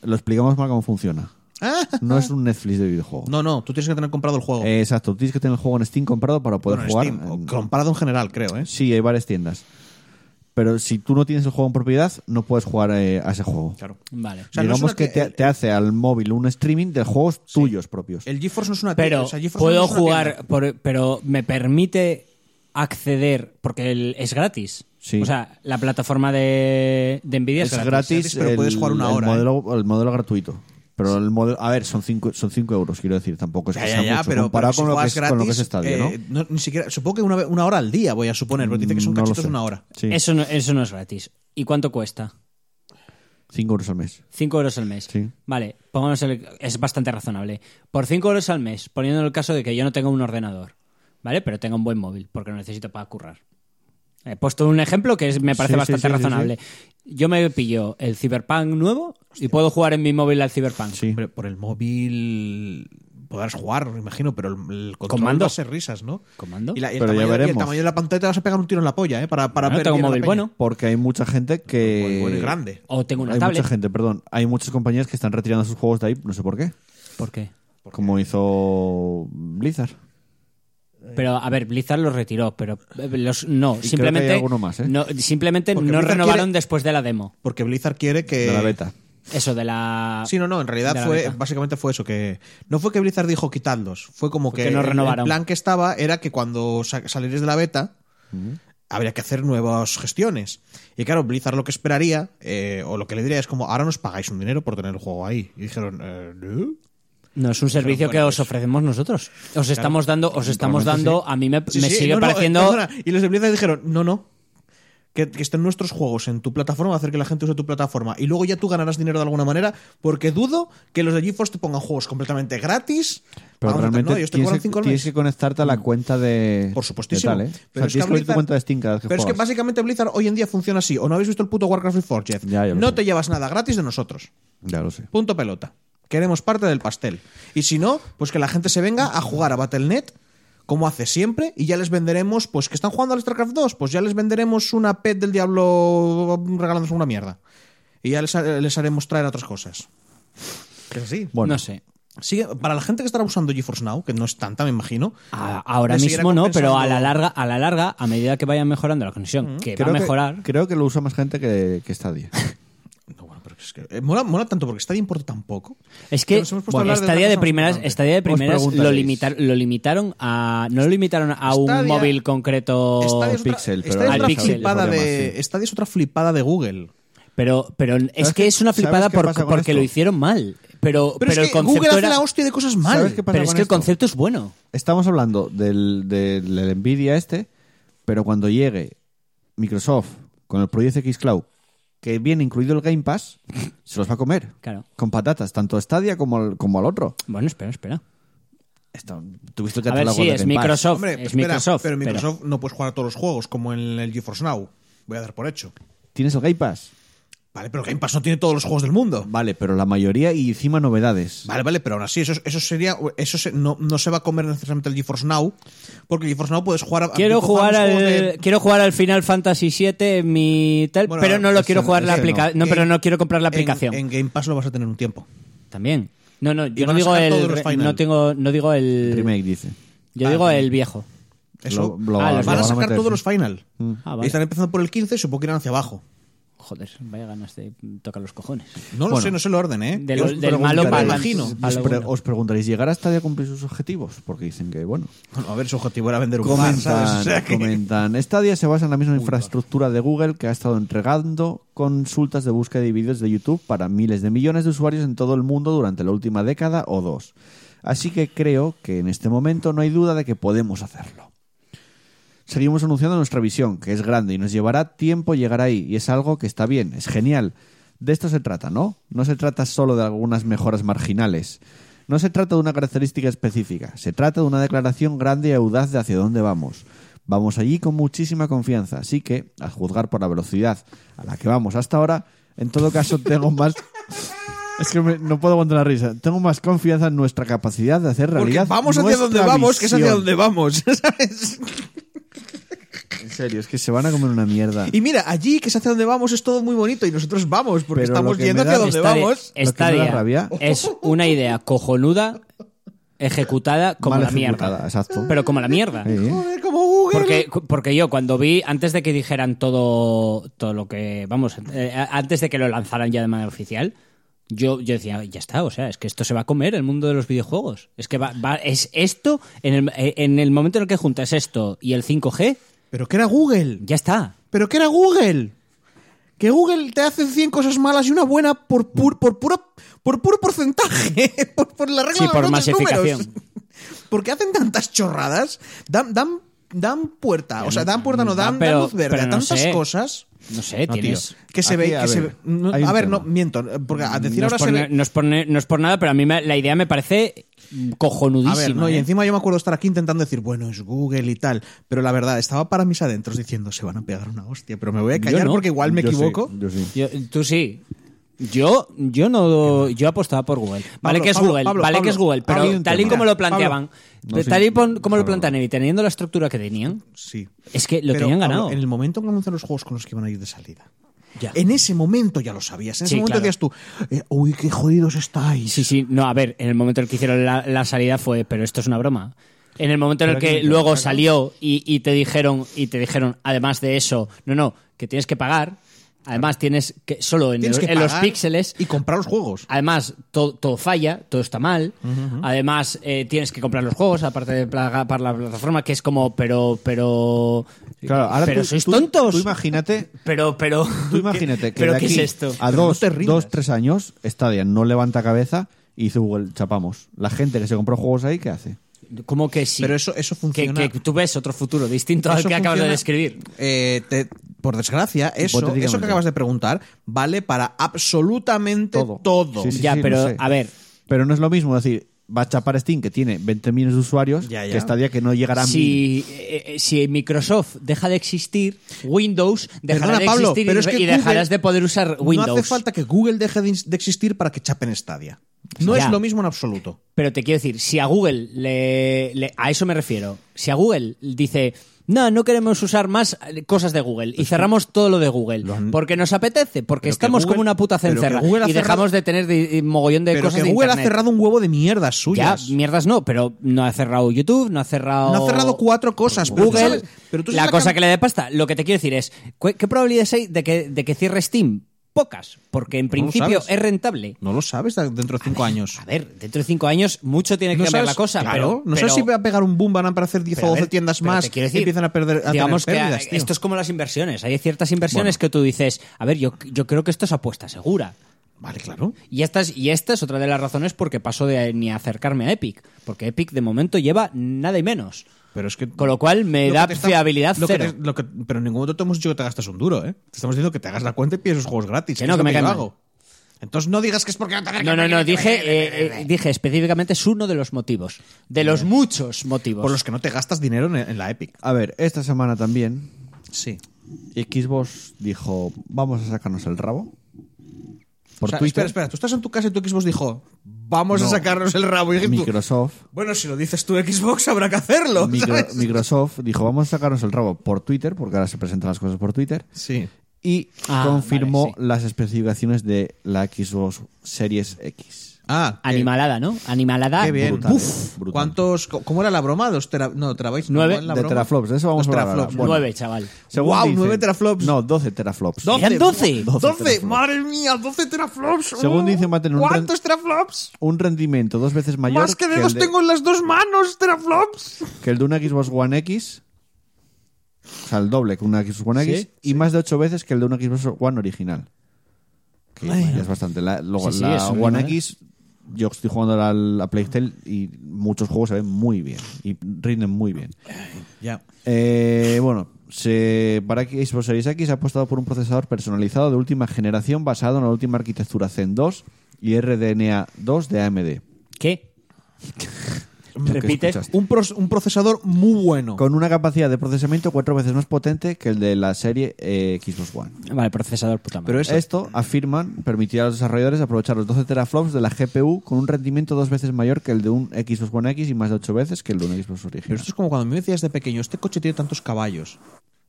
S1: lo explicamos mal cómo funciona.
S2: Ah,
S1: No es un Netflix de videojuegos.
S2: No, no, tú tienes que tener comprado el juego.
S1: Eh, exacto, tienes que tener el juego en Steam comprado para poder
S2: Bueno, en
S1: jugar.
S2: Steam, o
S1: en-
S2: comprado en general, creo, ¿eh?
S1: Sí, hay varias tiendas. Pero si tú no tienes el juego en propiedad, no puedes jugar eh, a ese juego.
S2: Claro.
S3: Vale.
S2: sea, no
S1: Digamos
S2: es una
S1: que,
S2: que-
S1: te, te hace al móvil un streaming de juegos tuyos propios.
S2: El GeForce no es una
S3: Pero
S2: o sea, GeForce no
S3: puedo
S2: es una tienda.
S3: jugar, por- pero me permite acceder, porque el- es gratis.
S1: Sí.
S3: O sea, la plataforma de, de Nvidia
S1: es
S3: es,
S1: gratis,
S2: gratis, pero puedes jugar una
S1: el
S2: hora, ¿eh?
S1: Modelo, El modelo gratuito. Pero el modelo, a ver, son 5 son cinco euros, quiero decir, tampoco es
S2: Ya,
S1: Pues que
S2: ya,
S1: sea
S2: ya,
S1: mucho
S2: pero
S1: comparado
S2: pero si
S1: con, lo que
S2: juegas
S1: es, con lo que es
S2: gratis,
S1: Stadia, ¿no?
S2: eh, ni siquiera, supongo que una, una hora al día, voy a suponer, porque dice que son
S1: No lo
S2: cachitos
S1: sé.
S2: de una hora.
S1: Sí,
S3: Eso, no, eso no es gratis. ¿Y cuánto cuesta?
S1: 5 euros al mes.
S3: 5 euros al mes.
S1: Sí.
S3: Vale, pongamos el- es bastante razonable. Por 5 euros al mes, poniendo el caso de que yo no tenga un ordenador, ¿vale? Pero tenga un buen móvil, porque lo necesito para currar. He puesto un ejemplo que es- me parece
S1: Sí, sí,
S3: bastante
S1: sí, sí,
S3: razonable. Yo me pillo el Cyberpunk nuevo y puedo jugar en mi móvil al Cyberpunk.
S1: Sí.
S2: Hombre, por el móvil podrás jugar, me imagino, pero el, el control
S3: Comando.
S2: va a ser risas, ¿no?
S3: Comando.
S2: Y, la- y el
S1: Pero ya
S2: tamaño, y el
S1: veremos.
S2: tamaño de la pantalla te vas a pegar un tiro en la polla, ¿eh? Para, para
S3: Bueno,
S2: ver
S3: tengo un
S2: bien la
S3: móvil
S2: peña.
S3: bueno.
S1: Porque hay mucha gente que.
S2: Muy bueno y pues, grande.
S3: O tengo una
S1: hay
S3: tablet.
S1: mucha gente, perdón. Hay muchas compañías que están retirando sus juegos de ahí, no sé por qué.
S3: ¿Por qué?
S1: Como hizo Blizzard.
S3: Pero, a ver, Blizzard los retiró, pero eh, los, no,
S1: que
S3: simplemente
S1: hay alguno más, ¿eh?
S3: no, simplemente
S2: Porque
S3: no
S2: Blizzard
S3: renovaron
S2: quiere-
S3: después de la demo.
S2: Porque Blizzard quiere que...
S1: De la beta.
S3: Eso de la...
S2: Sí, no, no, en
S3: De
S2: realidad
S3: la
S2: fue,
S3: beta.
S2: básicamente fue eso, que no fue que Blizzard dijo quitadlos, fue como
S3: Fue
S2: que,
S3: que no
S2: el- el
S3: renovaron.
S2: plan que estaba era que cuando sa- salierais de la beta habría que hacer nuevas gestiones. Y claro, Blizzard lo que esperaría, eh, o lo que le diría es como, ahora nos pagáis un dinero por tener el juego ahí. Y dijeron, eh, ¿no?
S3: No es un servicio
S2: bueno,
S3: que
S2: pues-
S3: os ofrecemos nosotros. Os estamos dando, os estamos dando, a mí me,
S2: Sí,
S3: me
S2: sí,
S3: sigue
S2: no, no, eh,
S3: pareciendo...
S2: perdona. Y los de Blizzard dijeron, no, no. Que, que estén nuestros juegos en tu plataforma, hacer que la gente use tu plataforma. Y luego ya tú ganarás dinero de alguna manera, porque dudo que los de GeForce te pongan juegos completamente gratis.
S1: Pero
S2: Vamos a tener-
S1: realmente
S2: no, ellos te
S1: tienes,
S2: cobran
S1: que-
S2: cinco al
S1: tienes
S2: mes.
S1: que conectarte a la cuenta de.
S2: Por supuestísimo.
S1: de tal, ¿eh? O sea,
S2: Pero,
S1: tienes
S2: es que,
S1: que abrir tu
S2: Blizzard-
S1: cuenta de Steam cada vez que
S2: pero es que
S1: juegas.
S2: básicamente Blizzard hoy en día funciona así. ¿O no habéis visto el puto Warcraft Reforged?
S1: Ya, ya lo
S2: no
S1: sé.
S2: te llevas nada gratis de nosotros.
S1: Ya lo sé.
S2: Punto pelota. Queremos parte del pastel. Y si no, pues que la gente se venga a jugar a Battle.net como hace siempre y ya les venderemos, pues que están jugando al StarCraft 2, pues ya les venderemos una pet del diablo regalándose una mierda. Y ya les, ha- les haremos traer otras cosas. Es así.
S1: Bueno.
S3: No sé.
S2: Sigue- para la gente que estará usando GeForce Now, que no es tanta, me imagino.
S3: A- ahora
S2: le seguirá
S3: mismo no, pero a la
S2: compensando-
S3: larga, a la larga, a medida que vaya mejorando la
S2: Mm,
S3: conexión, que Eh, va a mejorar.
S1: Que, creo que lo usa más gente que, que
S3: [laughs]
S1: Stadia.
S2: No, bueno, pero es que eh, mola, mola tanto porque Stadia importa tan poco.
S3: Es que
S2: nos hemos puesto a
S3: bueno,
S2: hablar de
S3: esta,
S2: otra
S3: día de
S2: cosa
S3: primeras,
S2: importante.
S3: esta día de
S1: Os
S3: primeras lo,
S1: preguntaréis.
S3: limitar, lo limitaron a. No lo limitaron a un
S2: Stadia-
S3: móvil concreto.
S2: Stadia
S1: es Pixel, pero
S2: Stadia es
S3: al
S2: otra
S3: Oh, Pixel.
S2: flipada
S1: Podría
S2: de,
S1: más, sí.
S2: Stadia es otra flipada de Google.
S3: Pero, pero es que
S1: qué-
S3: es una
S1: sabes
S3: flipada
S1: qué
S3: por-
S1: pasa con
S3: porque
S1: esto?
S3: lo hicieron mal. Pero,
S2: Pero,
S3: pero
S2: es
S3: el
S2: que Google
S3: concepto
S2: hace
S3: era.
S2: la hostia de cosas mal.
S1: ¿Sabes qué pasa
S3: Pero es
S1: con
S3: que el
S1: esto?
S3: concepto es bueno.
S1: Estamos hablando del, del, del Nvidia este, pero cuando llegue Microsoft con el proyecto X Cloud, que viene incluido el Game
S3: [laughs]
S1: Pass, se los va a comer.
S3: Claro.
S1: Con patatas, tanto a Stadia como al, como al otro.
S3: Bueno, espera, espera.
S1: Esto, tuviste que
S3: A ver,
S1: hacer algo
S3: sí,
S1: del
S3: es
S1: Game Pass.
S3: Microsoft.
S2: Hombre,
S3: es
S2: espera,
S3: Microsoft.
S2: pero
S3: pero-
S2: Microsoft no puedes jugar a todos los juegos como en el GeForce Now. Voy a dar por hecho.
S1: Tienes el Game Pass.
S2: Vale, pero Game Pass no tiene todos los juegos del mundo.
S1: Vale, pero la mayoría y encima novedades.
S2: Vale, vale, pero aún así, eso, eso sería. Eso se- no, no se va a comer necesariamente el GeForce Now, porque el GeForce Now puedes jugar a.
S3: Quiero
S2: a-
S3: jugar,
S2: los
S3: al,
S2: juegos de-
S3: quiero jugar al Final Fantasy VII en mi tal,
S2: Bueno,
S3: pero no lo
S1: ese
S3: quiero
S1: no,
S3: jugar la
S1: ese no.
S3: aplicación. No. pero
S2: En-
S3: no quiero comprar la
S2: en-
S3: aplicación.
S2: En, Game Pass lo vas a tener un tiempo.
S3: También. No, no, yo no
S2: van a
S3: digo
S2: sacar todos los
S3: el.
S2: Final.
S3: No, tengo, no digo el.
S1: Remake, dice.
S3: Yo
S2: Ah,
S3: digo
S2: vale.
S3: el viejo.
S2: Eso.
S1: Lo- lo-
S3: Ah,
S1: lo
S3: los
S2: van a
S1: meter,
S2: sacar todos
S1: sí. Mm.
S2: los final.
S3: Ah,
S2: Y
S3: vale.
S2: están empezando por el 15, supongo que irán hacia abajo.
S3: Joder, vaya ganas de tocar los cojones.
S2: No lo
S1: Bueno.
S2: sé, no sé el orden, ¿eh?
S3: De
S2: Yo
S3: lo-
S2: os
S3: del malo
S2: preguntaré.
S3: para
S2: Me
S3: el
S2: imagino.
S3: antes.
S1: Os,
S3: Palo
S1: pre-
S3: bueno.
S1: os preguntaréis, ¿llegará Stadia a cumplir sus objetivos? Porque dicen que, bueno.
S2: Bueno, a ver, su objetivo era vender un bar, ¿sabes?
S1: Comentan,
S2: O sea que-
S1: comentan. Stadia se basa en la misma infraestructura de Google que ha estado entregando consultas de búsqueda y vídeos de YouTube para miles de millones de usuarios en todo el mundo durante la última década o dos. Así que creo que en este momento no hay duda de que podemos hacerlo. Seguimos anunciando nuestra visión, que es grande y nos llevará tiempo llegar ahí, y es algo que está bien, es genial. De esto se trata, ¿no? No se trata solo de algunas mejoras marginales. No se trata de una característica específica, se trata de una declaración grande y audaz de hacia dónde vamos. Vamos allí con muchísima confianza, así que, a juzgar por la velocidad a la que vamos hasta ahora, en todo
S2: [laughs]
S1: caso tengo más... Es que me- no puedo aguantar la risa. Tengo más confianza en nuestra capacidad de hacer
S2: Porque
S1: realidad.
S2: vamos hacia donde
S1: nuestra
S2: vamos, que es hacia
S1: visión.
S2: donde vamos, [laughs] ¿sabes?
S1: En serio, es que se van a comer una mierda.
S2: Y mira, allí, que es hacia donde vamos, es todo muy bonito y nosotros vamos, porque
S1: Pero
S2: estamos
S1: lo que
S2: yendo
S1: me
S2: hacia
S1: da-
S2: donde
S3: Stadia-
S2: vamos.
S1: Lo que me da
S3: Stadia
S1: rabia-
S3: es una idea cojonuda ejecutada como
S1: Mal
S3: la mierda.
S1: ejecutada, exacto.
S3: Pero como la mierda.
S1: Sí.
S2: Joder, como Google.
S3: Porque, porque yo cuando vi, antes de que dijeran todo, todo lo que, vamos, eh, a- antes de que lo lanzaran ya de manera oficial, yo, yo decía, ya está, o sea, es que esto se va a comer el mundo de los videojuegos. Es que va, va- es esto, en el, eh, en el momento en el que juntas esto y el 5G,
S2: Pero que era Google.
S3: ya está.
S2: Pero que era Google. Que Google te hace 100 cosas malas y una buena por, pur- por, puro, por puro porcentaje. [laughs] Por, por la regla
S3: Sí,
S2: de los
S3: por
S2: grandes
S3: masificación.
S2: números. [laughs] Porque hacen tantas chorradas. Dan, dan, dan puerta. O sea, dan puerta, no, dan,
S3: Ah, pero-
S2: dan luz verde.
S3: pero
S2: a
S3: no
S2: tantas
S3: sé.
S2: cosas.
S3: No sé,
S1: No,
S3: tienes...
S1: tío.
S2: Pues, Que se
S1: Aquí,
S2: ve.
S1: a
S2: que se
S1: ver,
S2: ve- no,
S1: hay un
S2: a ver, no,
S1: tema.
S2: miento. eh, Porque a decir
S3: no,
S2: ahora
S3: es por,
S2: se
S3: na-
S2: ve.
S3: no es por na- no es por nada, pero a mí me- la idea me parece cojonudísima.
S2: A ver, no, y
S3: ¿eh?
S2: encima yo me acuerdo estar aquí intentando decir, bueno, es Google y tal, pero la verdad, estaba para mis adentros diciendo, se van a pegar una hostia, pero me voy a
S3: Yo
S2: callar
S3: no.
S2: porque igual me
S1: Yo sí,
S2: equivoco.
S1: yo sí.
S3: Yo- tú sí. Yo, yo no yo apostaba por Google. Vale que es
S2: Pablo,
S3: Google,
S2: Pablo,
S3: vale
S2: Pablo,
S3: que es Google, pero
S1: Pablo,
S3: tal y
S1: mira,
S3: como lo planteaban,
S1: No,
S3: de
S1: sí,
S3: tal y pon-
S1: sí,
S3: como lo
S1: Pablo.
S3: plantean y teniendo la estructura que tenían,
S2: Sí.
S3: es que Eh, lo
S2: Pero,
S3: tenían
S2: Pablo,
S3: ganado.
S2: en el momento en que anuncian los juegos con los que iban a ir de salida.
S3: Ya.
S2: En ese momento ya lo sabías. En ese
S3: Sí,
S2: momento
S3: claro.
S2: decías tú, eh, uy, qué jodidos estáis.
S3: Sí, sí, no, a ver, en el momento en el que hicieron la, la salida fue, pero esto es una broma. En el momento en el
S1: Pero aquí
S3: que
S1: no te
S3: luego
S1: pagan.
S3: salió y, y te dijeron, y te dijeron, además de eso, no, no, que tienes que pagar, además tienes que, solo en,
S2: Tienes
S3: el-
S2: que
S3: en los
S2: pagar
S3: píxeles, Ah,
S2: Y comprar los juegos.
S3: Además, to- todo falla, todo está mal. Además, eh, tienes que comprar los juegos, aparte de plaga- para la plataforma, que es como, pero, pero.
S1: Claro, ahora
S3: pero
S1: tú-
S3: sois
S1: tú-
S3: tontos.
S1: Tú imagínate,
S3: pero, pero.
S1: tú imagínate que
S3: ¿Pero
S1: de
S3: [laughs] qué
S1: aquí
S3: es esto?
S1: a
S2: Pero no
S1: dos,
S2: te rindas.
S1: dos, tres años, Stadia no levanta cabeza y dice Google, chapamos. La gente que se compró juegos ahí, ¿qué hace?
S3: ¿Cómo que sí?
S2: Pero eso- eso
S3: Que-
S2: funciona-
S3: Que, tú ves otro futuro distinto al
S2: Eso
S3: que acabas de
S2: funciona,
S3: describir.
S2: eh, te- por desgracia, eso,
S1: Hipotéticamente.
S2: eso que acabas de preguntar vale para absolutamente
S1: Todo.
S2: todo.
S1: Sí, sí,
S3: ya,
S1: sí,
S3: pero,
S1: lo sé.
S3: a ver.
S1: Pero no es lo mismo decir, va a chapar Steam, que tiene 20 millones de usuarios,
S2: Ya, ya.
S1: que está día que no llegará a mil.
S3: Si, eh, eh, si Microsoft deja de existir, Windows dejará
S2: Perdona,
S3: de
S2: Pablo,
S3: existir y
S2: pero
S3: de-
S2: es
S3: y,
S2: que
S3: dejarás
S2: Google-
S3: de poder usar Windows.
S2: No hace falta que Google deje de, de existir para que chapen Stadia. No
S3: Ya.
S2: es lo mismo en absoluto.
S3: Pero te quiero decir, si a Google le, le- A eso me refiero. Si a Google dice. No, no queremos usar más eh, cosas de Google y cerramos todo lo de Google.
S2: Pues han-
S3: Porque nos apetece, porque
S2: Pero que
S3: estamos
S2: Google-
S3: como una puta
S2: pero que
S3: cencerra
S2: Google ha
S3: y dejamos
S2: cerrado-
S3: de tener de- de mogollón de
S2: Pero
S3: cosas
S2: que
S3: de
S2: Google ha
S3: Internet.
S2: cerrado un huevo de mierdas
S3: Ya,
S2: suyas.
S3: mierdas no, pero no ha cerrado YouTube, no ha cerrado.
S2: no ha cerrado cuatro cosas. pero tú
S3: Google,
S2: sabes- pero tú
S3: la
S2: sabes
S3: cosa
S2: can-
S3: que le dé pasta. Lo que te quiero decir es, ¿cu- ¿qué probabilidades hay de que, de que cierre Steam? Pocas, porque en principio
S2: sabes.
S3: es rentable.
S2: No lo sabes da- dentro de cinco años.
S3: A ver, dentro de cinco años mucho tiene que
S2: no
S3: cambiar
S2: sabes,
S3: la cosa,
S2: claro,
S3: pero...
S2: no
S3: pero-
S2: sabes si va a pegar un boom, van a aparecer 10 o
S3: pero a
S2: 12
S3: ver,
S2: tiendas
S3: pero
S2: más
S3: te
S2: y
S3: quiero decir,
S2: empiezan a perder a
S3: digamos
S2: tener pérdidas,
S3: que
S2: tío.
S3: esto es como las inversiones. Hay ciertas inversiones
S2: Bueno.
S3: que tú dices, a ver, yo, yo creo que esto es apuesta segura.
S2: Vale, claro.
S3: Y esta, es, y esta es otra de las razones por qué paso de ni acercarme a Epic. Porque Epic de momento lleva nada y menos.
S2: Pero es que
S3: Con lo cual me
S2: Lo
S3: da
S2: que te está-
S3: fiabilidad
S2: lo que
S3: cero.
S2: te- lo que- pero en ningún momento te hemos dicho que te gastas un duro, ¿eh? Te estamos diciendo que te hagas la cuenta y pides los juegos gratis.
S3: Que
S2: es
S3: no, que
S2: lo
S3: me
S2: yo
S3: cae mal.
S2: hago. Entonces no digas Ah, que es porque no te
S3: No, no, no, dije, eh, eh, dije específicamente es uno de los motivos. De los muchos motivos.
S2: Por los que no te gastas dinero en, en la Epic.
S1: A ver, esta semana también
S2: Sí.
S1: Xbox dijo, vamos a sacarnos el rabo.
S2: Por
S1: Por Twitter,
S2: Espera, espera, tú estás en tu casa y tu Xbox dijo, vamos a
S1: No.
S2: sacarnos el rabo. Y dije tú,
S1: Microsoft
S2: bueno, si lo dices tú Xbox habrá que hacerlo.
S1: Micro-
S2: ¿sabes?
S1: Microsoft dijo vamos a sacarnos el rabo por Twitter, porque ahora se presentan las cosas por Twitter,
S2: Sí.
S1: y
S3: Ah,
S1: confirmó
S3: vale,
S1: las especificaciones de la Xbox Series X.
S2: Ah, que-
S3: Animalada, ¿no? Animalada.
S2: Qué bien.
S1: Brutal,
S2: Uf,
S1: eh, brutal.
S2: ¿Cuántos? co- ¿Cómo era la broma? ¿Dos tera, no, terabytes? no,
S3: Nueve.
S2: ¿cuál es la
S1: de
S2: broma?
S1: teraflops, de eso vamos
S2: Dos
S1: a hablar ahora.
S2: teraflops.
S1: Bueno,
S3: Nueve, chaval.
S1: según
S2: Guau,
S1: dicen-
S2: nueve teraflops.
S1: No, 12 teraflops.
S2: ¿Doce?
S3: ¿Eran doce?
S1: Doce
S2: 12,
S1: teraflops.
S2: madre mía, 12 teraflops.
S1: Según dicen, va a tener un
S2: ¿Cuántos teraflops?
S1: Un rendimiento dos veces mayor
S2: Más que
S1: el
S2: dedos
S1: de-
S2: tengo en las dos manos, teraflops.
S1: que el de una Xbox One X. O sea, el doble que una Xbox One X.
S3: Sí,
S1: y más de ocho veces que el de una Xbox One original. Que bueno, es bastante. La, luego,
S3: Sí, sí,
S1: la
S3: es un
S1: One
S3: número.
S1: X, yo estoy jugando a la Playtale y muchos juegos se ven muy bien. Y rinden muy bien.
S2: Ya.
S1: Eh, bueno, se, para Xbox Series X ha apostado por un procesador personalizado de última generación basado en la última arquitectura Zen 2 y RDNA 2 de AMD.
S3: ¿Qué? Repite.
S1: escuchaste.
S2: Un, pros- un procesador muy bueno.
S1: Con una capacidad de procesamiento cuatro veces más potente que el de la serie eh, Xbox One.
S3: Vale, procesador puta madre.
S1: Pero esto, afirman, permitirá a los desarrolladores aprovechar los 12 teraflops de la GPU con un rendimiento dos veces mayor que el de un Xbox One X y más de ocho veces que el de un Xbox
S2: Pero
S1: original.
S2: esto es como cuando me decías de pequeño, este coche tiene tantos caballos.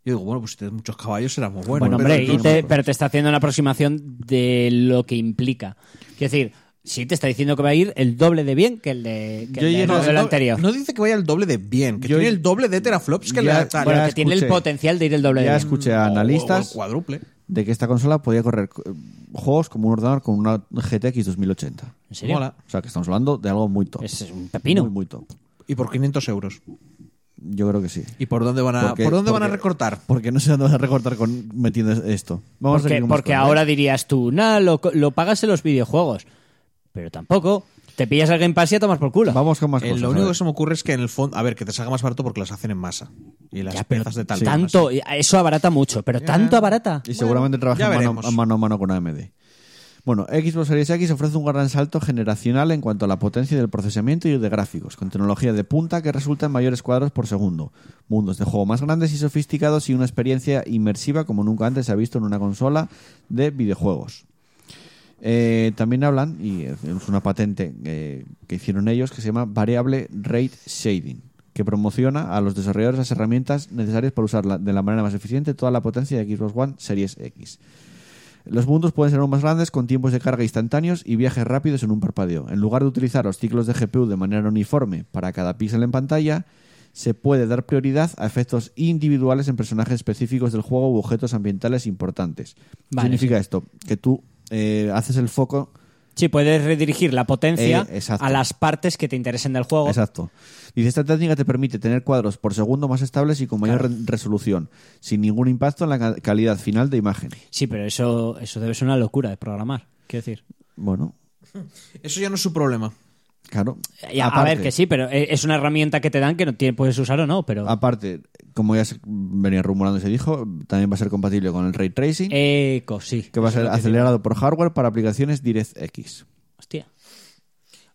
S2: Yo digo, bueno, pues si tienes muchos caballos será muy bueno.
S3: Bueno,
S2: Pero
S3: hombre,
S2: no-
S3: y te- pero te está haciendo una aproximación de lo que implica. Quiero decir, sí te está diciendo que va a ir el doble de bien que el de, que
S1: Yo
S3: el de-
S1: llegué
S3: no,
S1: a-
S3: del
S2: no-
S3: anterior.
S2: No dice que vaya el doble de bien, que
S1: Yo-
S2: tiene el doble de teraflops que
S1: Ya-
S2: la tal.
S3: bueno,
S1: ya
S3: que tiene el
S1: escuché.
S3: potencial de ir el doble de
S1: Ya
S3: bien.
S1: escuché
S2: O-
S1: a
S2: o el
S1: analistas
S2: cuádruple.
S1: de que esta consola podía correr eh, juegos como un ordenador con una GTX 2080.
S3: ¿En serio?
S2: Mola.
S1: O sea, que estamos hablando de algo muy top.
S3: Es un pepino.
S1: Muy, muy top.
S2: Y por 500 euros.
S1: Yo creo que sí.
S2: ¿Y por dónde van a,
S1: Porque-
S2: Ah, ¿por dónde van a
S1: porque-
S2: recortar?
S1: Porque no sé dónde van a recortar con, metiendo esto. Vamos a
S3: Porque,
S1: seguir con más
S3: porque
S1: cosas.
S3: ahora dirías tú, nada, lo, lo pagas en los videojuegos. Pero tampoco. Te pillas al Game Pass y a tomar por culo.
S1: Vamos con más
S2: Eh,
S1: cosas.
S2: lo
S1: a
S2: único
S1: ver.
S2: que se me ocurre es que en el fondo, a ver, que te salga más barato porque las hacen en masa. Y las
S3: Ya, pero
S2: piezas de tal.
S3: tanto, eso abarata mucho, pero tanto abarata.
S1: Y seguramente trabaja
S2: ya
S1: mano,
S2: veremos.
S1: mano a mano con AMD. Bueno, Xbox Series X ofrece un gran salto generacional en cuanto a la potencia del procesamiento y de gráficos, con tecnología de punta que resulta en mayores cuadros por segundo, mundos de juego más grandes y sofisticados y una experiencia inmersiva como nunca antes se ha visto en una consola de videojuegos. Eh, también hablan, y es una patente eh, que hicieron ellos, que se llama Variable Rate Shading, que promociona a los desarrolladores las herramientas necesarias para usar la- de la manera más eficiente toda la potencia de Xbox One Series X. Los mundos pueden ser aún más grandes con tiempos de carga instantáneos y viajes rápidos en un parpadeo. En lugar de utilizar los ciclos de GPU de manera uniforme para cada píxel en pantalla, se puede dar prioridad a efectos individuales en personajes específicos del juego u objetos ambientales importantes. ¿Qué
S3: Vale,
S1: significa esto? Que tú eh, haces el foco
S3: Sí, puedes redirigir la potencia
S1: Eh, exacto.
S3: a las partes que te interesen del juego.
S1: Exacto. Dice, esta técnica te permite tener cuadros por segundo más estables y con mayor re- resolución, sin ningún impacto en la ca- calidad final de imagen.
S3: Sí, pero eso, eso debe ser una locura de programar. Quiero decir.
S1: Bueno,
S2: Eso ya no es su problema.
S1: claro.
S3: Y a- a
S1: Aparte-
S3: ver, que sí, pero eh, es una herramienta que te dan que no tiene- puedes usar o no, pero.
S1: Aparte, como ya se- venía rumorando y se dijo, también va a ser compatible con el ray tracing,
S3: Eco, sí.
S1: que va a
S3: Eh, Eso
S1: ser
S3: es lo que
S1: acelerado por hardware para aplicaciones DirectX.
S3: digo. Hostia.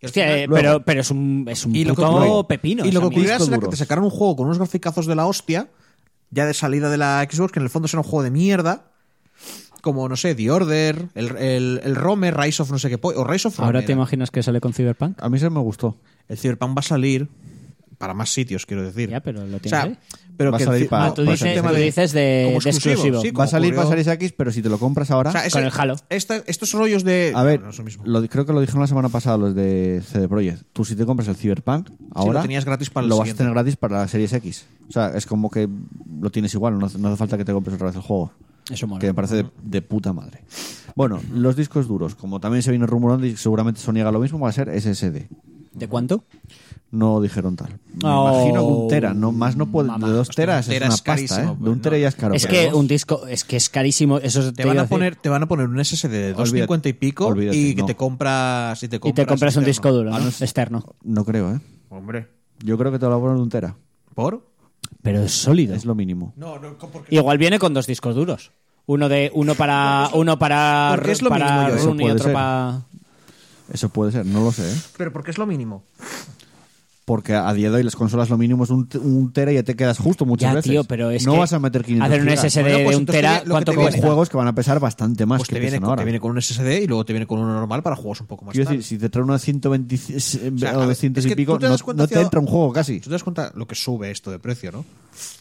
S2: Y al
S3: Hostia,
S2: final-
S3: eh,
S1: luego-
S3: pero, pero es un, es un puto
S1: luego-
S3: pepino.
S2: Y
S3: esa
S2: lo que
S3: mierda.
S2: ocurrió
S1: Discos
S2: era que
S1: duros.
S2: te sacaron un juego con unos graficazos de la hostia, ya de salida de la Xbox, que en el fondo era un juego de mierda. Como, no sé, The Order, el, el, el Rome, Rise of no sé qué, po- o Rise of
S3: Ahora
S2: Rome
S3: te
S2: era.
S3: imaginas que sale con Cyberpunk.
S1: A mí se me gustó.
S2: El Cyberpunk va a salir para más sitios, quiero decir.
S3: Ya, pero lo
S2: O
S3: tienes
S2: sea,
S3: ahí.
S2: pero
S1: Va
S2: que
S1: a salir
S2: el-
S1: para-
S3: Ah, tú
S1: pues
S2: es un
S1: el
S3: dices,
S2: tema
S3: tú dices de,
S2: como
S3: de exclusivo.
S2: sí, como
S1: Va a salir
S2: ocurrió-
S1: para Series X, pero si te lo compras ahora.
S2: O sea, es-
S3: Con el Halo.
S2: esta- estos rollos de.
S1: a ver,
S2: no, no es lo mismo.
S1: lo- creo que lo dijeron la semana pasada los de CD Projekt. Tú si te compras el Cyberpunk, ahora
S2: lo tenías gratis para el
S1: lo vas a
S2: siguiente.
S1: tener gratis para la Series X. O sea, es como que lo tienes igual, no, hace- no hace falta que te compres otra vez el juego.
S3: Eso mola.
S1: Que me parece de, de puta madre. Bueno, los discos duros, como también se viene rumorando y seguramente Sony haga lo mismo, va a ser SSD.
S3: ¿De cuánto?
S1: No dijeron tal. Me
S3: Oh,
S1: imagino que un tera, no, más no puede.
S3: mamá.
S1: de dos
S2: Hostia,
S1: teras
S2: pues un tera
S1: es una
S2: es
S1: pasta,
S2: carísimo, pues
S1: ¿eh? De un
S2: no.
S1: tera ya es caro.
S3: es
S1: pero
S3: que
S1: dos-
S3: un disco, es que es carísimo. Eso
S2: Te,
S3: iba
S2: van
S3: a
S2: a
S3: decir.
S2: poner, te van a poner un SSD de
S1: Olvídate.
S2: 250 y pico
S1: Olvídate,
S2: y que
S1: no.
S2: te compras y te
S3: Y
S2: compras,
S3: te compras un
S2: interno.
S3: disco duro,
S2: Ah,
S3: ¿no?
S2: no,
S3: Externo.
S1: No creo, ¿eh?
S2: Hombre.
S1: Yo creo que te lo van a poner un tera.
S2: ¿Por?
S3: Pero es sólido.
S1: Es lo mínimo.
S2: No, no, porque
S3: Igual viene con dos discos duros. Uno de uno para uno para
S2: Porque es lo
S3: para
S2: mismo, yo.
S3: Run
S1: Eso
S3: y
S1: puede
S3: otro
S1: ser.
S3: para
S1: Eso puede ser, no lo sé, ¿eh?
S2: Pero porque es lo mínimo.
S1: Porque a día de hoy las consolas lo mínimo es un, te- un tera y ya te quedas justo muchas
S3: Ya,
S1: veces.
S3: tío, pero es
S1: no
S3: que
S1: vas a meter 500
S3: hacer un
S1: gigas.
S3: SSD
S2: Bueno, pues
S3: de un
S2: entonces
S3: tera,
S2: lo que
S3: ¿cuánto
S2: te
S1: Con
S2: viene-
S3: cuesta?
S1: juegos que van a pesar bastante más
S2: Pues
S1: que
S2: te viene,
S1: pesan
S2: con-
S1: ahora.
S2: te viene con un SSD y luego te viene con uno normal para juegos un poco más
S1: Quiero
S2: tal.
S1: decir, si te trae unos 125
S2: sea,
S1: o
S2: a ver,
S1: 200
S2: es
S1: eh, y
S2: que
S1: pico,
S2: tú te
S1: no,
S2: das cuenta
S1: no
S2: hacia-
S1: te entra un juego casi.
S2: ¿Tú te das cuenta lo que sube esto de precio, no?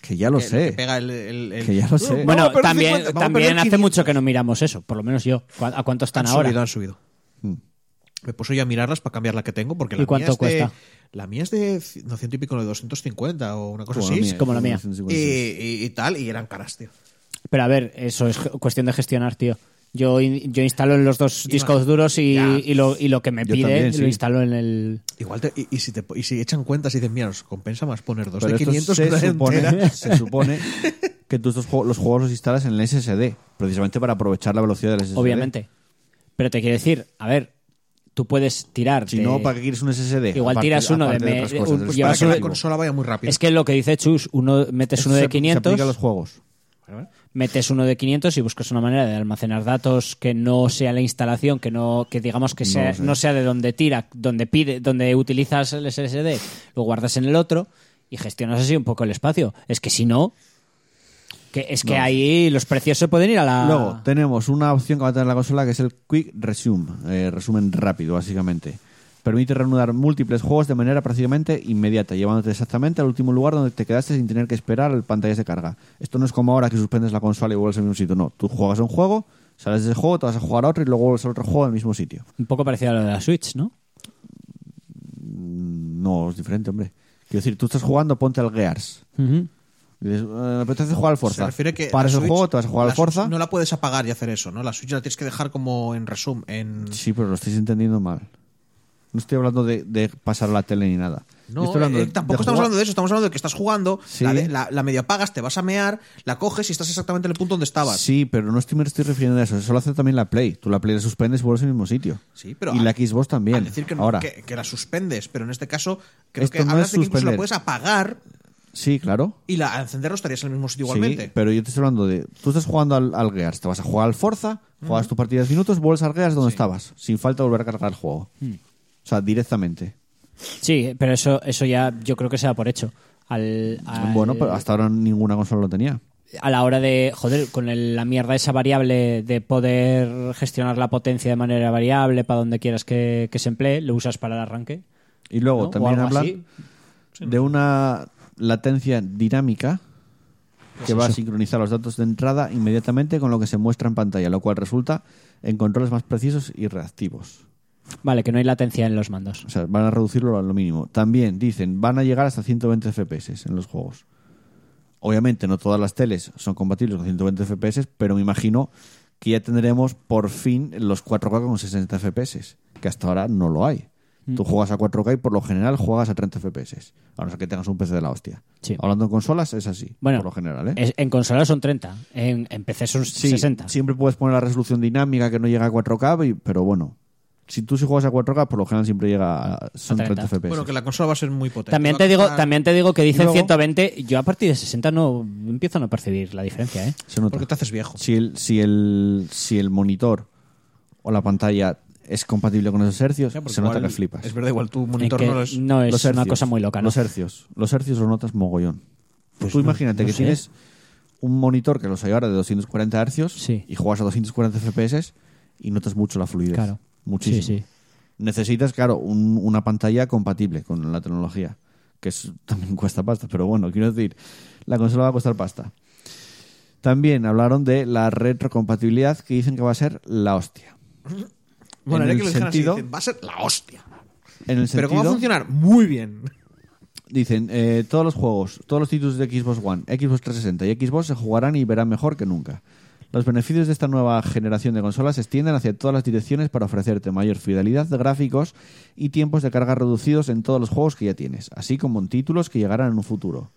S1: Que ya lo
S2: Que-
S1: sé.
S2: Que pega el... el- el-
S1: Que ya lo sé.
S2: Vamos a
S3: Bueno,
S2: perder
S3: también
S2: 50, vamos a perder
S3: también hace
S2: 500.
S3: mucho que no miramos eso, por lo menos yo. ¿Cu- ¿A cuánto están
S2: Han
S3: ahora?
S2: subido, han subido. Me puse yo a mirarlas para cambiar la que tengo porque la
S3: ¿Y cuánto
S2: mía es
S3: cuesta?
S2: De, la mía es de c- no, ciento y pico, no, de 250 o una cosa
S1: Como Pues la
S2: así.
S1: mía,
S3: como la mía.
S1: 156.
S2: Y, y- y tal, y eran caras, tío.
S3: Pero a ver, eso es ge- cuestión de gestionar, tío. Yo, in- yo instalo en los dos discos duros y,
S2: Ya.
S3: y lo, y lo que me
S1: Yo
S3: pide
S1: también, sí.
S3: lo instalo en el...
S2: Igual, te- y, y si te, y si echan cuentas y dicen, mira, nos compensa más poner dos
S1: Pero
S2: de
S1: esto
S2: 500 que una
S1: se supone,
S2: entera".
S1: [laughs] se
S2: [laughs]
S1: supone que tú estos juegos- los juegos los instalas en el SSD, precisamente para aprovechar la velocidad del SSD.
S3: Obviamente. Pero te quiero decir, a ver, tú puedes tirar...
S1: Si no, ¿para qué quieres un SSD?
S3: Este, Igual tiras uno de
S1: aparte
S3: me-
S1: otras
S3: de-
S1: cosas,
S3: un-
S1: del
S2: Pues
S3: llevas
S2: para que
S1: espacio
S3: uno-
S2: la
S1: activo.
S2: consola vaya muy rápido.
S3: Es que lo que dice Chus, uno metes
S1: Esto
S3: uno
S1: se-
S3: de
S1: se aplica a los
S3: 500,
S1: juegos.
S3: metes uno de 500 y buscas una manera de almacenar datos que no sea la instalación, que no que digamos que sea,
S1: lo sé.
S3: no sea de donde tira, donde pide, donde utilizas el SSD, lo guardas en el otro y gestionas así un poco el espacio. Es que si no que es que ahí los precios se pueden ir a la
S1: Luego tenemos una opción que va a tener la consola que es el Quick Resume, eh, resumen rápido básicamente. Permite reanudar múltiples juegos de manera prácticamente inmediata, llevándote exactamente al último lugar donde te quedaste sin tener que esperar el pantallas de carga. Esto no es como ahora que suspendes la consola y vuelves al mismo sitio, no. Tú juegas a un juego, sales de ese juego, te vas a jugar a otro y luego vuelves al otro juego al mismo sitio.
S3: un poco parecido a lo de la Switch, ¿no?
S1: No, es diferente, hombre. Quiero decir, tú estás jugando, ponte al Gears. Y dices, "Eh, me apetece jugar al Forza.
S2: Se refiere que
S1: Paras
S2: la
S1: el
S2: Switch-
S1: juego, te vas a jugar
S2: la
S1: al Forza.
S2: Switch No la puedes apagar y hacer eso, ¿no? La Switch la tienes que dejar como en resumen. En...
S1: Sí, pero lo estáis entendiendo mal. No estoy hablando de, de pasar a la tele ni nada.
S2: No,
S1: Yo estoy hablando
S2: eh,
S1: de-
S2: tampoco
S1: de
S2: estamos
S1: jugar-
S2: hablando de eso, estamos hablando de que estás jugando,
S1: Sí.
S2: la, de- la- la medio apagas, te vas a mear, la coges y estás exactamente en el punto donde estabas.
S1: Sí, pero no estoy, me estoy refiriendo a eso. Eso lo hace también la Play. Tú la Play la suspendes y vuelves al mismo sitio.
S2: Sí, pero
S1: y
S2: al-
S1: la Xbox también.
S2: Al decir que, no-
S1: Ahora,
S2: que- que la suspendes, pero en este caso creo
S1: Esto
S2: que
S1: no
S2: hablas
S1: es
S2: de que incluso la
S1: suspender.
S2: puedes apagar
S1: sí, claro.
S2: y la, al encenderlo estarías en el mismo sitio
S1: Sí,
S2: igualmente.
S1: pero yo te estoy hablando de... Tú estás jugando al, al Gears. Te vas a jugar al Forza, juegas tu partida de 10 minutos, vuelves al Gears donde estabas. Sin falta volver a cargar el juego.
S2: Hmm.
S1: O sea, directamente.
S3: Sí, pero eso eso ya yo creo que se da por hecho. Al,
S2: Ah,
S3: al-
S2: eh.
S1: Bueno, pero hasta ahora ninguna consola lo tenía.
S3: a la hora de, joder, con el- la mierda esa variable de poder gestionar la potencia de manera variable para donde quieras que, que se emplee, lo usas para el arranque.
S1: Y luego
S3: ¿no? O
S1: también
S3: algo
S1: hablan
S3: así.
S1: de una latencia dinámica que va a sincronizar los datos de entrada inmediatamente con lo que se muestra en pantalla, lo cual resulta en controles más precisos y reactivos.
S3: Vale, que no hay latencia en los mandos.
S1: O sea, van a reducirlo a lo mínimo. También dicen, van a llegar hasta 120 FPS en los juegos. Obviamente no todas las teles son compatibles con 120 FPS, pero me imagino que ya tendremos por fin los 4K con 60 FPS, que hasta ahora no lo hay.
S3: Mm.
S1: Tú juegas a 4K y por lo general juegas a 30 FPS, a no ser que tengas un PC de la hostia.
S3: Sí.
S1: Hablando en consolas es así,
S3: Bueno,
S1: por lo general. ¿eh?
S3: es- en consolas son 30, en, en PC son
S1: Sí,
S3: 60.
S1: Siempre puedes poner la resolución dinámica que no llega a 4K, y- pero bueno. Si tú si juegas a 4K, por lo general siempre llega a, son
S3: 30.
S1: 30 FPS.
S2: Bueno, que la consola va a ser muy potente.
S3: También
S2: Va
S3: te
S2: a
S3: digo,
S2: costar-
S3: también te digo que dicen
S1: luego-
S3: 120, yo a partir de 60 no empiezo a no percibir la diferencia, ¿eh?
S1: Se nota.
S2: Porque te haces viejo.
S1: Si el, si el, si el monitor o la pantalla es compatible con esos hercios,
S2: Ya, porque
S1: se nota
S2: igual-
S1: que flipas.
S2: Es verdad, igual tu
S3: Es
S2: monitor
S3: que
S2: no es.
S3: no es
S1: Los
S3: una
S1: hercios,
S3: cosa muy loca, ¿no?
S1: Los hercios. Los hercios los notas mogollón.
S3: Pues
S1: Tú
S3: no-
S1: imagínate
S3: no
S1: que
S3: sé.
S1: tienes un monitor que los hay ahora de 240 hercios
S3: Sí.
S1: y juegas a 240 FPS y notas mucho la fluidez.
S3: Claro.
S1: Muchísimo.
S3: Sí, sí.
S1: Necesitas, claro, un- una pantalla compatible con la tecnología, que es- [laughs] también cuesta pasta, pero bueno, quiero decir, la consola va a costar pasta. También hablaron de la retrocompatibilidad que dicen que va a ser la hostia.
S2: Bueno,
S1: en
S2: era
S1: el
S2: que lo dijeran así,
S1: sentido-
S2: dicen, va a ser la hostia.
S1: En el
S2: Pero ¿cómo va a
S1: sentido-
S2: funcionar? Muy bien. [laughs]
S1: Dicen, eh, todos los juegos, todos los títulos de Xbox One, Xbox 360 y Xbox se jugarán y verán mejor que nunca. Los beneficios de esta nueva generación de consolas se extienden hacia todas las direcciones para ofrecerte mayor fidelidad de gráficos y tiempos de carga reducidos en todos los juegos que ya tienes, así como en títulos que llegarán en un futuro.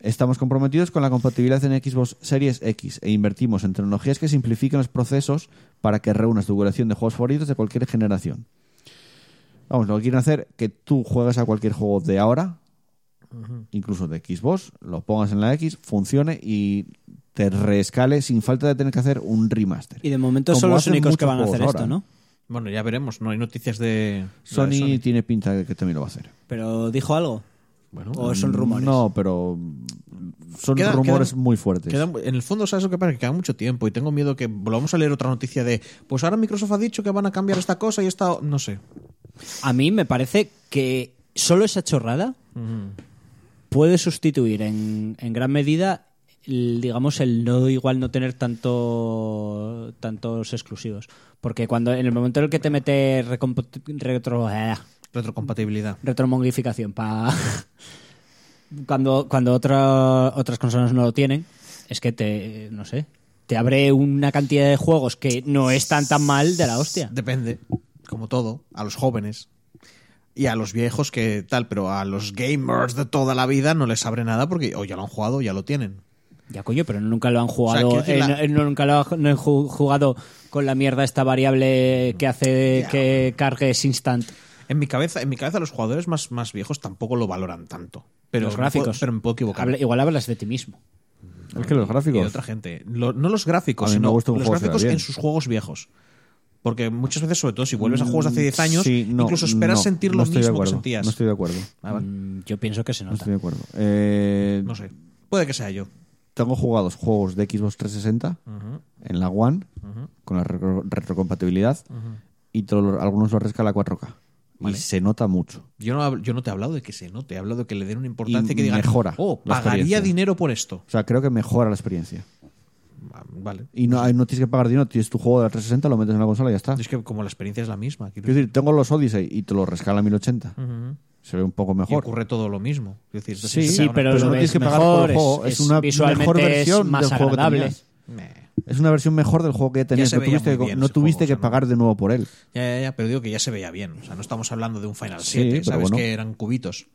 S1: Estamos comprometidos con la compatibilidad en Xbox Series X e invertimos en tecnologías que simplifiquen los procesos para que reúnas tu colección de juegos favoritos de cualquier generación. Vamos, lo que quieren hacer que tú juegues a cualquier juego de ahora, incluso de Xbox, lo pongas en la X, funcione y te reescale sin falta de tener que hacer un remaster.
S3: Y de momento
S1: Como
S3: son los
S1: hacen
S3: únicos que
S1: muchos
S3: van a hacer
S1: juegos
S3: esto,
S1: ahora.
S3: ¿no?
S2: Bueno, ya veremos. No hay noticias de.
S1: Sony,
S2: de
S1: tiene pinta de que también lo va a hacer.
S3: Pero dijo algo.
S2: Bueno,
S3: o son rumores.
S1: mm, No, pero mm, son
S2: Queda-
S1: rumores
S2: queda-
S1: muy fuertes.
S2: Queda- en el fondo, ¿sabes lo que pasa? Que queda mucho tiempo y tengo miedo que volvamos a leer otra noticia de. Pues ahora Microsoft ha dicho que van a cambiar esta cosa y esta. o-". No sé.
S3: A mí me parece que solo esa chorrada puede sustituir en, en gran medida, el, digamos, el no igual no tener tanto tantos exclusivos. Porque cuando en el momento en el que te metes recompo- retro, eh,
S2: Retrocompatibilidad.
S3: retromongificación pa [laughs] cuando cuando otra- otras consolas no lo tienen es que te no sé te abre una cantidad de juegos que no están tan mal de la hostia
S2: Depende, como todo, a los jóvenes y a los viejos que tal, pero a los gamers de toda la vida no les abre nada porque o ya lo han jugado o ya lo tienen.
S3: ya coño pero nunca lo han jugado
S2: quiero decir,
S3: eh,
S2: la-
S3: no- no, nunca lo han no han ju- jugado con la mierda esta variable que hace
S2: Ya.
S3: que cargues instant
S2: En mi cabeza, en mi cabeza los jugadores más, más viejos tampoco lo valoran tanto. Pero
S3: los
S2: me puedo-
S3: gráficos
S2: pero me puedo equivocar.
S3: Habla- igual hablas de ti mismo
S1: Es que los
S2: y
S1: gráficos.
S2: de otra gente. Lo- no los gráficos,
S1: A mí me
S2: sino
S1: gusta un
S2: los
S1: juego que se
S2: gráficos
S1: vea
S2: en
S1: bien.
S2: sus juegos viejos. Porque muchas veces, sobre todo si vuelves a juegos de hace 10 años,
S1: Mm, Sí, no,
S2: incluso esperas
S1: no,
S2: sentir
S1: no
S2: lo
S1: estoy de
S2: mismo que
S1: acuerdo,
S2: sentías.
S1: No estoy de acuerdo.
S2: Ah, vale.
S3: Mm, yo pienso que se
S1: No
S3: nota
S1: estoy de acuerdo. Eh,
S2: No sé. Puede que sea yo.
S1: tengo jugados juegos de Xbox 360 en la One con la retro- retrocompatibilidad y todos los- algunos los rescala a 4K. Y se nota mucho.
S2: Yo no, hab- yo no te he hablado de que se note, he hablado de que le den una importancia
S1: Y
S2: que digan,
S1: mejora
S2: oh,
S1: la
S2: pagaría
S1: experiencia".
S2: dinero por esto.
S1: O sea, creo que mejora la experiencia.
S2: Ah, Vale.
S1: Y no, no tienes que pagar dinero, tienes tu juego de la 360, lo metes en la consola y ya está.
S2: Es que como la experiencia es la misma, quiero
S1: Quiero
S2: decir,
S1: decir, tengo los Odyssey y te lo rescala a 1080.
S2: Ujú.
S1: Se ve un poco
S2: y
S1: mejor.
S2: ocurre todo lo mismo. Quiero decir, te
S1: Sí,
S2: sientes
S3: sí
S2: ahora-
S3: pero,
S1: pero
S3: lo
S1: no
S3: ves
S1: tienes que pagar por
S3: mejor
S1: el juego,
S3: es,
S1: es una
S3: visualmente
S1: mejor versión
S3: es más
S1: del juego que
S3: agradable
S1: tenías.
S2: Meh.
S1: Es una versión mejor del juego que ya tenías.
S2: se
S1: no
S2: veía
S1: tuviste,
S2: muy
S1: que,
S2: bien
S1: no
S2: ese
S1: tuviste
S2: juego, o sea,
S1: que
S2: no-
S1: pagar de nuevo por él.
S2: Ya, ya, ya, pero digo que ya se veía bien. O sea, no estamos hablando de un Final
S1: Sí,
S2: 7,
S1: pero
S2: ¿sabes?
S1: bueno.
S2: Que eran cubitos.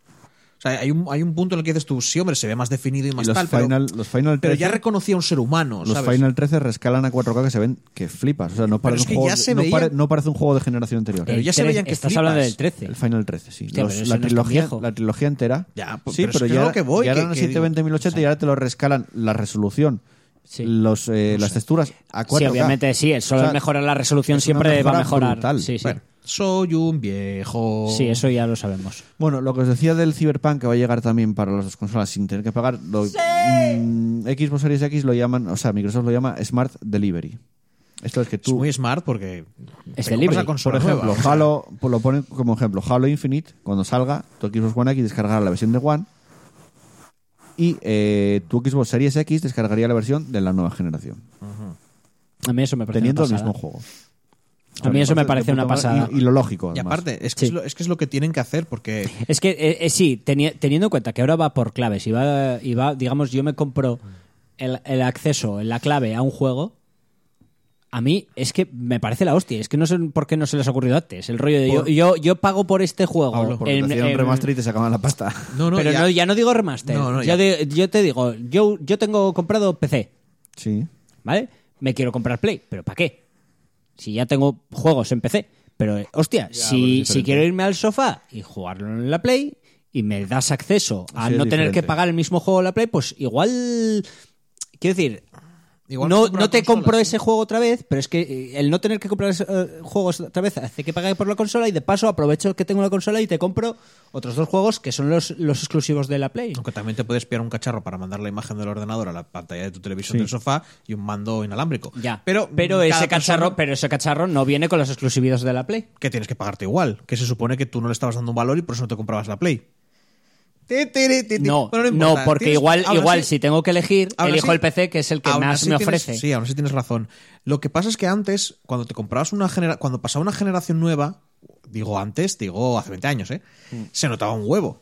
S2: O sea, hay un, hay un punto en el que dices tú, sí, hombre, se ve más definido y más
S1: Y los
S2: tal,
S1: Final-
S2: pero,
S1: los Final
S2: pero
S1: 13
S2: ya reconocía un ser humano,
S1: Los
S2: ¿sabes?
S1: Final 13 rescalan a 4K que se ven que flipas. O sea, no parece,
S2: es que
S1: un,
S2: ya
S1: juego,
S2: se
S1: no,
S2: veía- Eh,
S1: pare- no parece un juego de generación anterior.
S2: Pero
S3: El
S2: ya se
S3: tres-
S2: veillán que
S3: estás
S2: flipas.
S3: hablando del 13
S1: El Final 13, sí.
S3: Hostia,
S1: Los-
S3: pero ese
S1: la,
S3: no es tan
S1: trilogía,
S3: viejo.
S1: la trilogía entera.
S2: Ya, pues,
S1: sí,
S2: pero es
S1: pero
S2: que
S1: ya,
S2: es lo que voy,
S1: ya
S2: que-
S1: eran
S2: que
S1: 720 1080 y ahora te lo rescalan la resolución,
S3: Sí.
S1: los, eh, las texturas a 4K.
S3: Sí, obviamente sí, el solo
S1: O sea,
S3: mejorar la resolución
S1: es una
S3: siempre va a
S1: mejora
S3: mejorar.
S1: brutal.
S3: Sí, sí.
S2: Bueno, soy un viejo.
S3: Sí, eso ya lo sabemos.
S1: Bueno, lo que os decía del Cyberpunk que va a llegar también para las dos consolas sin tener que pagar, lo, mm, Xbox Series X lo llaman, o sea, Microsoft lo llama Smart Delivery. Esto es que
S2: Es
S1: tú
S2: muy smart porque.
S3: Es
S2: te compras
S3: delivery,
S2: la consola
S1: Por ejemplo,
S2: nueva, o sea,
S1: Halo, pues lo ponen como ejemplo, Halo Infinite, cuando salga, tu Xbox One X descargará la versión de One y eh, tu Xbox Series X descargaría la versión de la nueva generación,
S3: A mí eso me parece
S1: teniendo
S3: una
S1: el
S3: pasada.
S1: mismo juego.
S3: A mí eso me parece
S1: de
S3: una
S1: puta madre
S3: pasada.
S1: Y, y lo lógico.
S2: Y
S1: además.
S2: aparte, es que,
S3: Sí.
S2: es, lo, es que es lo que tienen que hacer porque.
S3: Es que eh, eh, sí, teni- teniendo en cuenta que ahora va por claves y va, y va digamos, yo me compro el, el acceso, la clave a un juego, a mí es que me parece la hostia. Es que no sé por qué no se les ha ocurrido antes. El rollo de
S1: Por-
S3: yo, yo, yo pago por este juego.
S1: Pablo, porque
S3: en-
S1: te hacían
S3: en-
S1: remaster y te sacaban la pasta.
S2: No, no,
S3: pero [laughs]
S2: ya-
S3: no, ya no digo remaster.
S2: No, no,
S3: yo,
S2: ya.
S3: de- yo te digo, yo, yo tengo comprado PC.
S1: Sí.
S3: ¿vale? Me quiero comprar Play, pero ¿para qué? Si ya tengo juegos en PC. Pero, eh, hostia,
S1: bueno, es
S3: si,
S1: diferente.
S3: si quiero irme al sofá y jugarlo en la Play y me das acceso a
S1: Sí, es
S3: no tener que
S1: diferente.
S3: pagar el mismo juego en la Play, pues igual... Quiero decir,
S2: Igual
S5: no,
S2: compro la
S5: no te
S2: consola,
S5: compro
S2: sí.
S5: ese juego otra vez, pero es que eh, el no tener que comprar ese, eh, juegos otra vez hace que pague por la consola y de paso aprovecho que tengo la consola y te compro otros dos juegos que son los, los exclusivos de la Play.
S2: Aunque también te puedes pillar un cacharro para mandar la imagen del ordenador a la pantalla de tu televisión
S1: Sí.
S2: del sofá y un mando inalámbrico.
S3: Ya.
S2: Pero, cada
S3: ese
S2: persona-
S3: cacharro, pero ese cacharro no viene con los exclusividades de la Play.
S2: que tienes que pagarte igual, que se supone que tú no le estabas dando un valor y por eso no te comprabas la Play. Ti, ti, ti, ti.
S3: No,
S2: Bueno,
S3: no,
S2: importa.
S3: porque
S2: Tienes-
S3: igual,
S2: aún
S3: igual
S2: así-
S3: si tengo que elegir,
S2: aún
S3: elijo
S2: así-
S3: el PC, que es el que
S2: aún
S3: más
S2: así
S3: me
S2: tienes-
S3: ofrece.
S2: sí, aún así tienes razón. Lo que pasa es que antes, cuando te comprabas una genera cuando pasaba una generación nueva, digo antes, digo hace 20 años, ¿eh?
S3: Mm.
S2: Se notaba un huevo.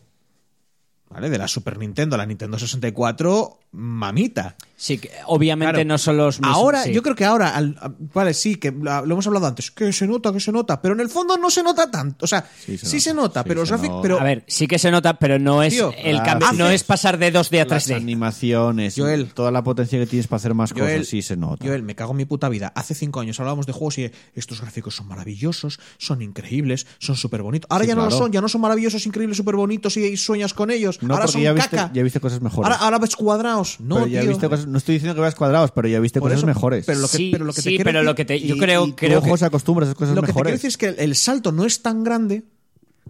S2: ¿Vale? De la Super Nintendo a la Nintendo 64, mamita.
S3: Sí, que obviamente
S2: Claro.
S3: no son los mismos.
S2: Ahora,
S3: sí.
S2: yo creo que ahora, al- a- vale, sí, que la- lo hemos hablado antes, que se nota, que se nota, pero en el fondo no se nota tanto. O sea, sí se nota,
S1: sí
S2: pero, los
S1: se
S2: gráficos-
S1: nota.
S2: pero
S3: A ver, sí que se nota, pero no es
S2: Tío,
S3: el
S1: las-
S3: cambio, no
S2: haces-
S3: es pasar de 2D a
S1: Las
S3: 3D.
S1: animaciones,
S2: Joel.
S1: toda la potencia que tienes para hacer más
S2: Joel,
S1: cosas, sí se nota.
S2: Joel, me cago en mi puta vida. Hace cinco años hablábamos de juegos y eh, estos gráficos son maravillosos, son increíbles, son súper bonitos. Ahora
S1: Sí,
S2: ya no lo
S1: claro.
S2: son, ya no son maravillosos, increíbles, súper bonitos y, y sueñas con ellos.
S1: No,
S2: ahora
S1: porque
S2: son
S1: ya viste,
S2: caca.
S1: ya viste cosas mejores.
S2: ahora, ahora ves cuadrados. No,
S1: Pero ya
S2: tío.
S1: viste cosas- no estoy diciendo que veas cuadrados, pero ya viste
S2: Por
S1: cosas
S2: eso,
S1: mejores.
S2: Pero lo que,
S3: Sí,
S2: pero lo que
S3: sí,
S2: te quiero
S3: pero lo
S2: decir-
S3: que te- yo
S1: Y-
S3: creo-
S1: y tu
S3: creo
S1: ojo
S3: que-
S1: se acostumbra a esas cosas
S2: lo que te quiero
S1: mejores.
S2: decir es que el, el salto no es tan grande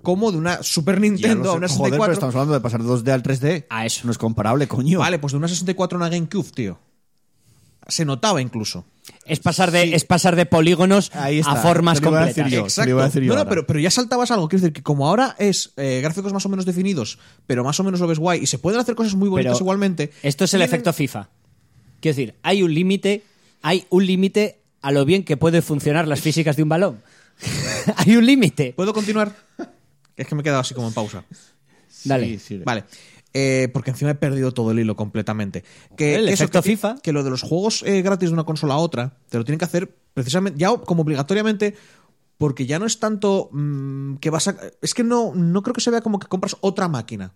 S2: como de una Super
S1: Ya lo
S2: Nintendo a
S1: sé.
S2: una
S1: Joder, pero
S2: 64.
S1: estamos hablando de pasar 2D al 3D.
S3: A eso.
S1: No es comparable, coño.
S2: Vale, pues de una 64 a una GameCube, tío. Se notaba incluso.
S3: Es pasar de, es pasar de polígonos
S1: Ahí está,
S3: a formas
S1: te lo iba a
S3: completas.
S1: decir yo. te lo iba a decir yo
S2: no, no,
S1: ahora.
S2: pero, pero ya saltabas algo. Quiero decir que como ahora es eh, gráficos más o menos definidos, pero más o menos lo ves guay y se pueden hacer cosas muy bonitas
S3: Pero
S2: igualmente.
S3: Esto es el
S2: tienen-
S3: efecto FIFA. Quiero decir, hay un límite, hay un límite a lo bien que pueden funcionar las físicas de un balón. [laughs] hay un límite.
S2: ¿Puedo continuar? [laughs] es que me he quedado así como en pausa.
S3: Dale.
S1: Sí, sigue.
S2: Vale. Eh, porque encima he perdido todo el hilo completamente. Que
S3: El
S2: que
S3: efecto
S2: que-
S3: FIFA.
S2: Que lo de los juegos eh, gratis de una consola a otra, te lo tienen que hacer precisamente, ya como obligatoriamente, porque ya no es tanto mm, que vas a... Es que no, no creo que se vea como que compras otra máquina.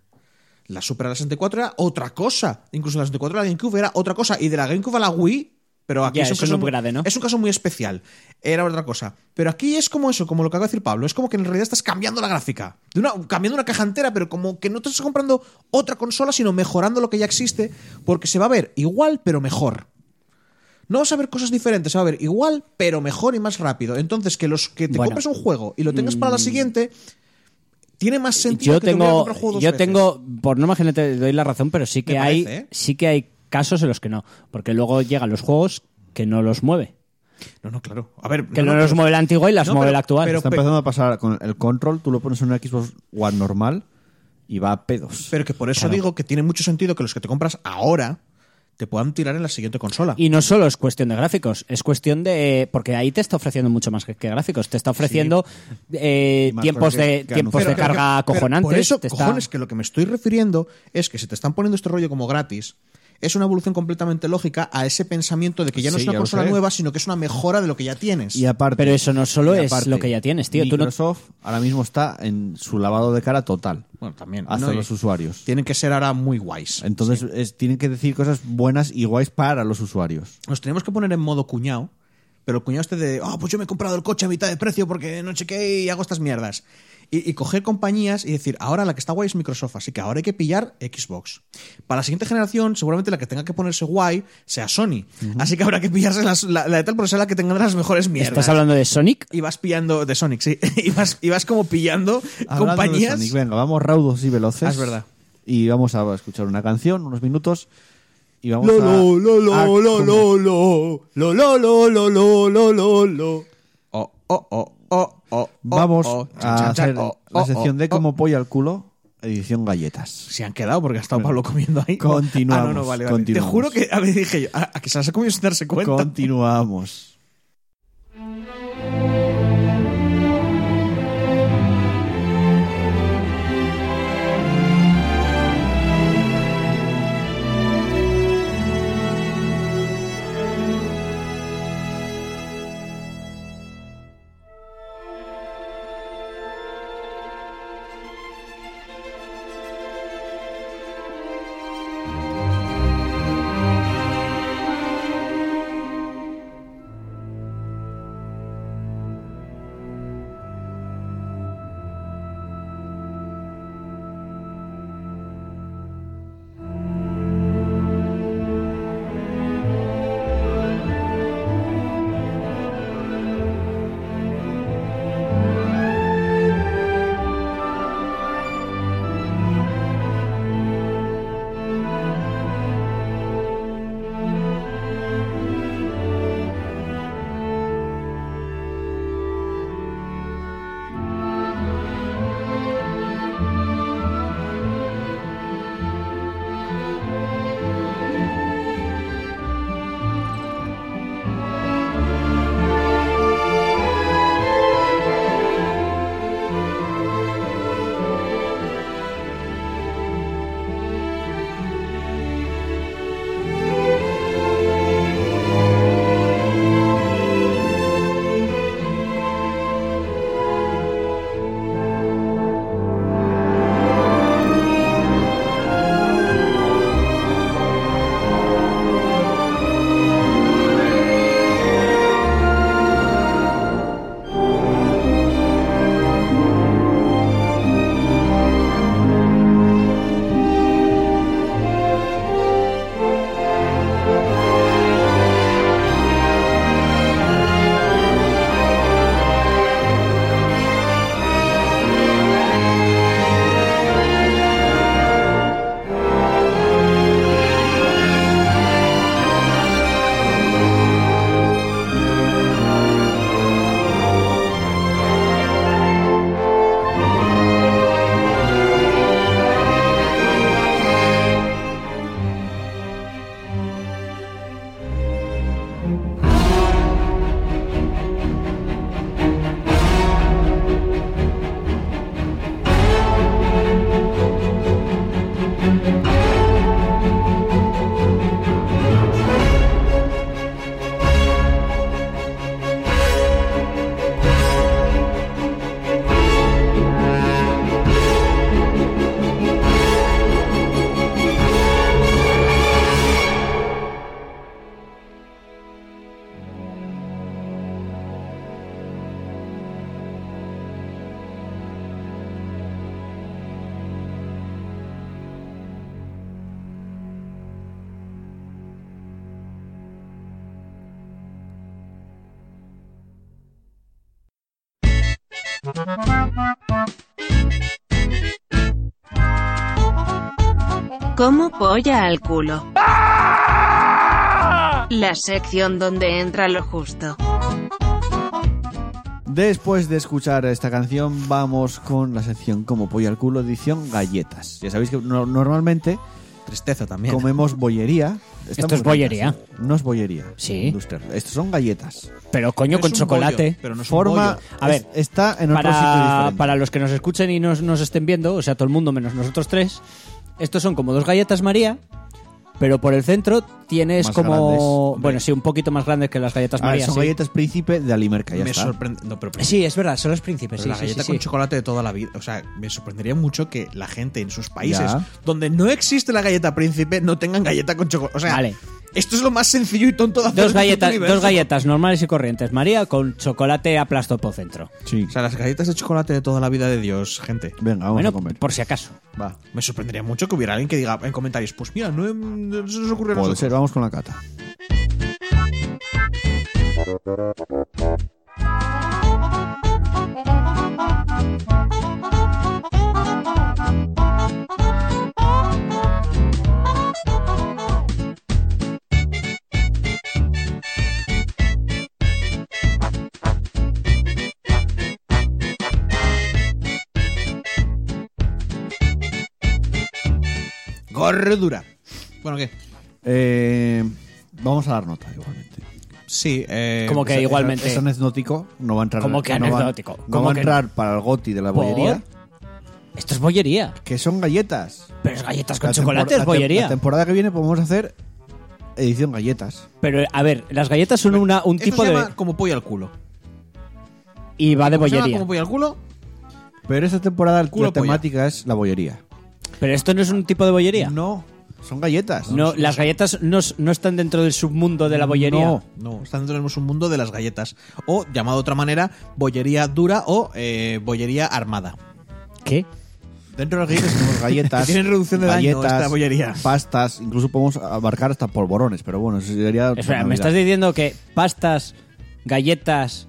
S2: La Super a la 64 era otra cosa. Incluso la 64 a la GameCube era otra cosa. Y de la GameCube a la Wii... Pero aquí
S3: Ya,
S2: es, un
S3: es un
S2: caso,
S3: upgrade, ¿no?
S2: es un caso muy especial. Era otra cosa. Pero aquí es como eso, como lo que acaba de decir Pablo. Es como que en realidad estás cambiando la gráfica. De una, cambiando una caja entera, pero como que no te estás comprando otra consola, sino mejorando lo que ya existe, porque se va a ver igual, pero mejor. No vas a ver cosas diferentes, se va a ver igual, pero mejor y más rápido. Entonces, que los que te
S3: Bueno. Mm.
S2: compres un juego y lo tengas para la siguiente, tiene más sentido
S3: yo
S2: que te hubiera
S3: tengo
S2: comprado el juego dos
S3: yo
S2: veces.
S3: tengo por no imagínate te doy la razón pero sí que
S2: Me
S3: hay
S2: parece, ¿eh?
S3: sí que hay casos en los que no porque luego llegan los juegos que no los mueve
S2: No, no, claro. A ver,
S3: que
S2: no,
S3: no,
S2: no,
S3: los
S2: pero-
S3: mueve la antigua y las
S2: No,
S3: mueve
S2: pero-
S3: la actual
S2: pero-
S1: Está empezando a pasar con el control, tú lo pones en un Xbox One normal y va a pedos.
S2: Pero que por eso digo que tiene mucho sentido que los que te compras ahora te puedan tirar en la siguiente consola.
S3: y no solo es cuestión de gráficos es cuestión de porque ahí te está ofreciendo mucho más que que gráficos te está ofreciendo eh,
S1: Y más
S3: tiempos
S1: cosas que-
S3: de
S1: que
S3: tiempos pues de
S1: anuncian.
S3: carga
S2: pero-
S3: acojonantes
S2: Por eso,
S3: te está-
S2: cojones, que lo que me estoy refiriendo es que si te están poniendo este rollo como gratis, es una evolución completamente lógica a ese pensamiento de que ya no
S1: Sí,
S2: es una
S1: ya lo
S2: consola
S1: sé.
S2: nueva, sino que es una mejora de lo que ya tienes.
S1: Y aparte,
S3: Pero eso no solo
S1: y
S3: es lo que ya tienes, tío. Tú no-
S1: Microsoft ahora mismo está en su lavado de cara total
S2: bueno, también.
S1: hacia
S2: ¿no? Y
S1: los usuarios.
S2: Tienen que ser ahora muy guays.
S1: Entonces es- tienen que decir cosas buenas y guays para los usuarios.
S2: Nos tenemos que poner en modo cuñado, pero el cuñado este de, ah, pues yo me he comprado el coche a mitad de precio porque no sé qué y hago estas mierdas. Y, y coger compañías y decir, ahora la que está guay es Microsoft, así que ahora hay que pillar Xbox. Para la siguiente generación, seguramente la que tenga que ponerse guay sea Sony. Así que habrá que pillarse las- la, la de tal, porque será la que tenga las mejores mierdas.
S3: estás hablando de Sonic
S2: Y vas pillando, de Sonic, sí. [laughs] y, vas, y vas como pillando
S1: Hablando de
S2: compañías.
S1: Sonic, venga, vamos raudos y veloces.
S2: Ah, es verdad.
S1: Y vamos a escuchar una canción, unos minutos. Y vamos a.
S5: Lolo,
S1: a-
S5: lolo, lolo, lolo, lolo, lolo, lolo, lolo.
S2: Oh, oh, oh, oh, oh,
S1: Vamos
S2: oh, chan,
S1: a
S2: chan, chan,
S1: hacer
S2: oh,
S1: la
S2: oh,
S1: sección de
S2: oh, oh.
S1: como pollo al culo, edición galletas.
S2: se han quedado porque ha estado Pablo comiendo ahí.
S1: Continuamos,
S2: Ah, no, no, vale, vale.
S1: continuamos.
S2: Te juro que a ver, dije yo, a, a que se las ha comido sin darse cuenta.
S1: Continuamos.
S6: Como polla al culo. La sección donde entra lo justo.
S1: Después de escuchar esta canción, vamos con la sección como pollo al culo, edición galletas. Ya sabéis que no- normalmente
S2: Tristeza también.
S1: comemos bollería. Están
S3: Esto es
S1: muy
S3: bollería.
S1: ricas. ¿eh? No es bollería.
S3: Sí.
S1: Duster. Estos son galletas.
S3: Pero coño,
S2: Es
S3: con
S2: un
S3: chocolate.
S2: bollo, pero no es un
S1: Forma.
S2: bollo.
S3: A ver,
S1: es- está en otro sitio
S3: para,
S1: diferente.
S3: para los que nos escuchen y nos, nos estén viendo, o sea, todo el mundo menos nosotros tres, estos son como dos galletas María, pero por el centro tienes
S1: Más
S3: como.
S1: grandes, hombre.
S3: bueno, sí, un poquito más grandes que las galletas
S1: Ah,
S3: María.
S1: son
S3: sí.
S1: galletas príncipe de Alimerca, ya
S2: me
S1: está.
S2: sorprende. No, pero, pero
S5: Sí, es verdad, son los príncipes. Sí,
S2: la
S5: sí,
S2: galleta
S5: sí,
S2: con
S5: sí.
S2: chocolate de toda la vida. O sea, me sorprendería mucho que la gente en sus países
S1: Ya.
S2: donde no existe la galleta príncipe no tengan galleta con chocolate. O sea,
S3: Vale.
S2: esto es lo más sencillo y tonto de hacer
S3: Dos
S2: en el
S3: galletas,
S2: universo.
S3: dos galletas normales y corrientes, María, con chocolate aplasto por centro.
S1: Sí.
S2: O sea, las galletas de chocolate de toda la vida de Dios, gente.
S1: Venga, vamos
S3: Bueno,
S1: a comer.
S3: por si acaso.
S1: Va.
S2: Me sorprendería mucho que hubiera alguien que diga en comentarios, pues mira, no, em- no se nos ocurre a
S1: Puede
S2: nosotros.
S1: ser, vamos con la cata.
S2: Gordura. Bueno, ¿qué?
S1: Eh, vamos a dar nota, igualmente.
S2: Sí, eh,
S3: Como que
S1: Es-
S3: igualmente.
S1: Es, es anecdótico, no va a entrar.
S3: ¿Cómo que
S1: no va-
S3: anecdótico?
S1: No
S3: ¿Cómo
S1: va a
S3: que
S1: entrar para el goti de la
S3: ¿Por?
S1: bollería.
S3: Esto es bollería.
S1: Que son galletas.
S3: Pero es galletas con
S1: La
S3: chocolate,
S1: tempor- la tem-
S3: es
S1: La
S3: bollería.
S1: temporada que viene podemos hacer edición galletas.
S3: Pero a ver, las galletas son una, un
S2: esto
S3: tipo
S2: se
S3: de.
S2: llama como pollo al culo.
S3: Y va de
S2: Se llama
S3: bollería.
S2: como pollo al culo.
S1: Pero esta temporada
S2: Culo
S1: la temática es la bollería.
S3: Pero esto no es un tipo de bollería.
S1: No, son galletas.
S3: No, las galletas no, s- no están dentro del submundo de la bollería.
S2: No, no, está dentro del un mundo de las galletas. O, llamado de otra manera, bollería dura o eh, bollería armada.
S3: ¿Qué?
S1: Dentro de las galletas tenemos galletas.
S2: [laughs] Que tienen reducción de daño
S1: galletas,
S2: esta bollería.
S1: Pastas, incluso podemos abarcar hasta polvorones, pero bueno, eso sería. otra
S3: Espera,
S1: Navidad.
S3: ¿me estás diciendo que pastas, galletas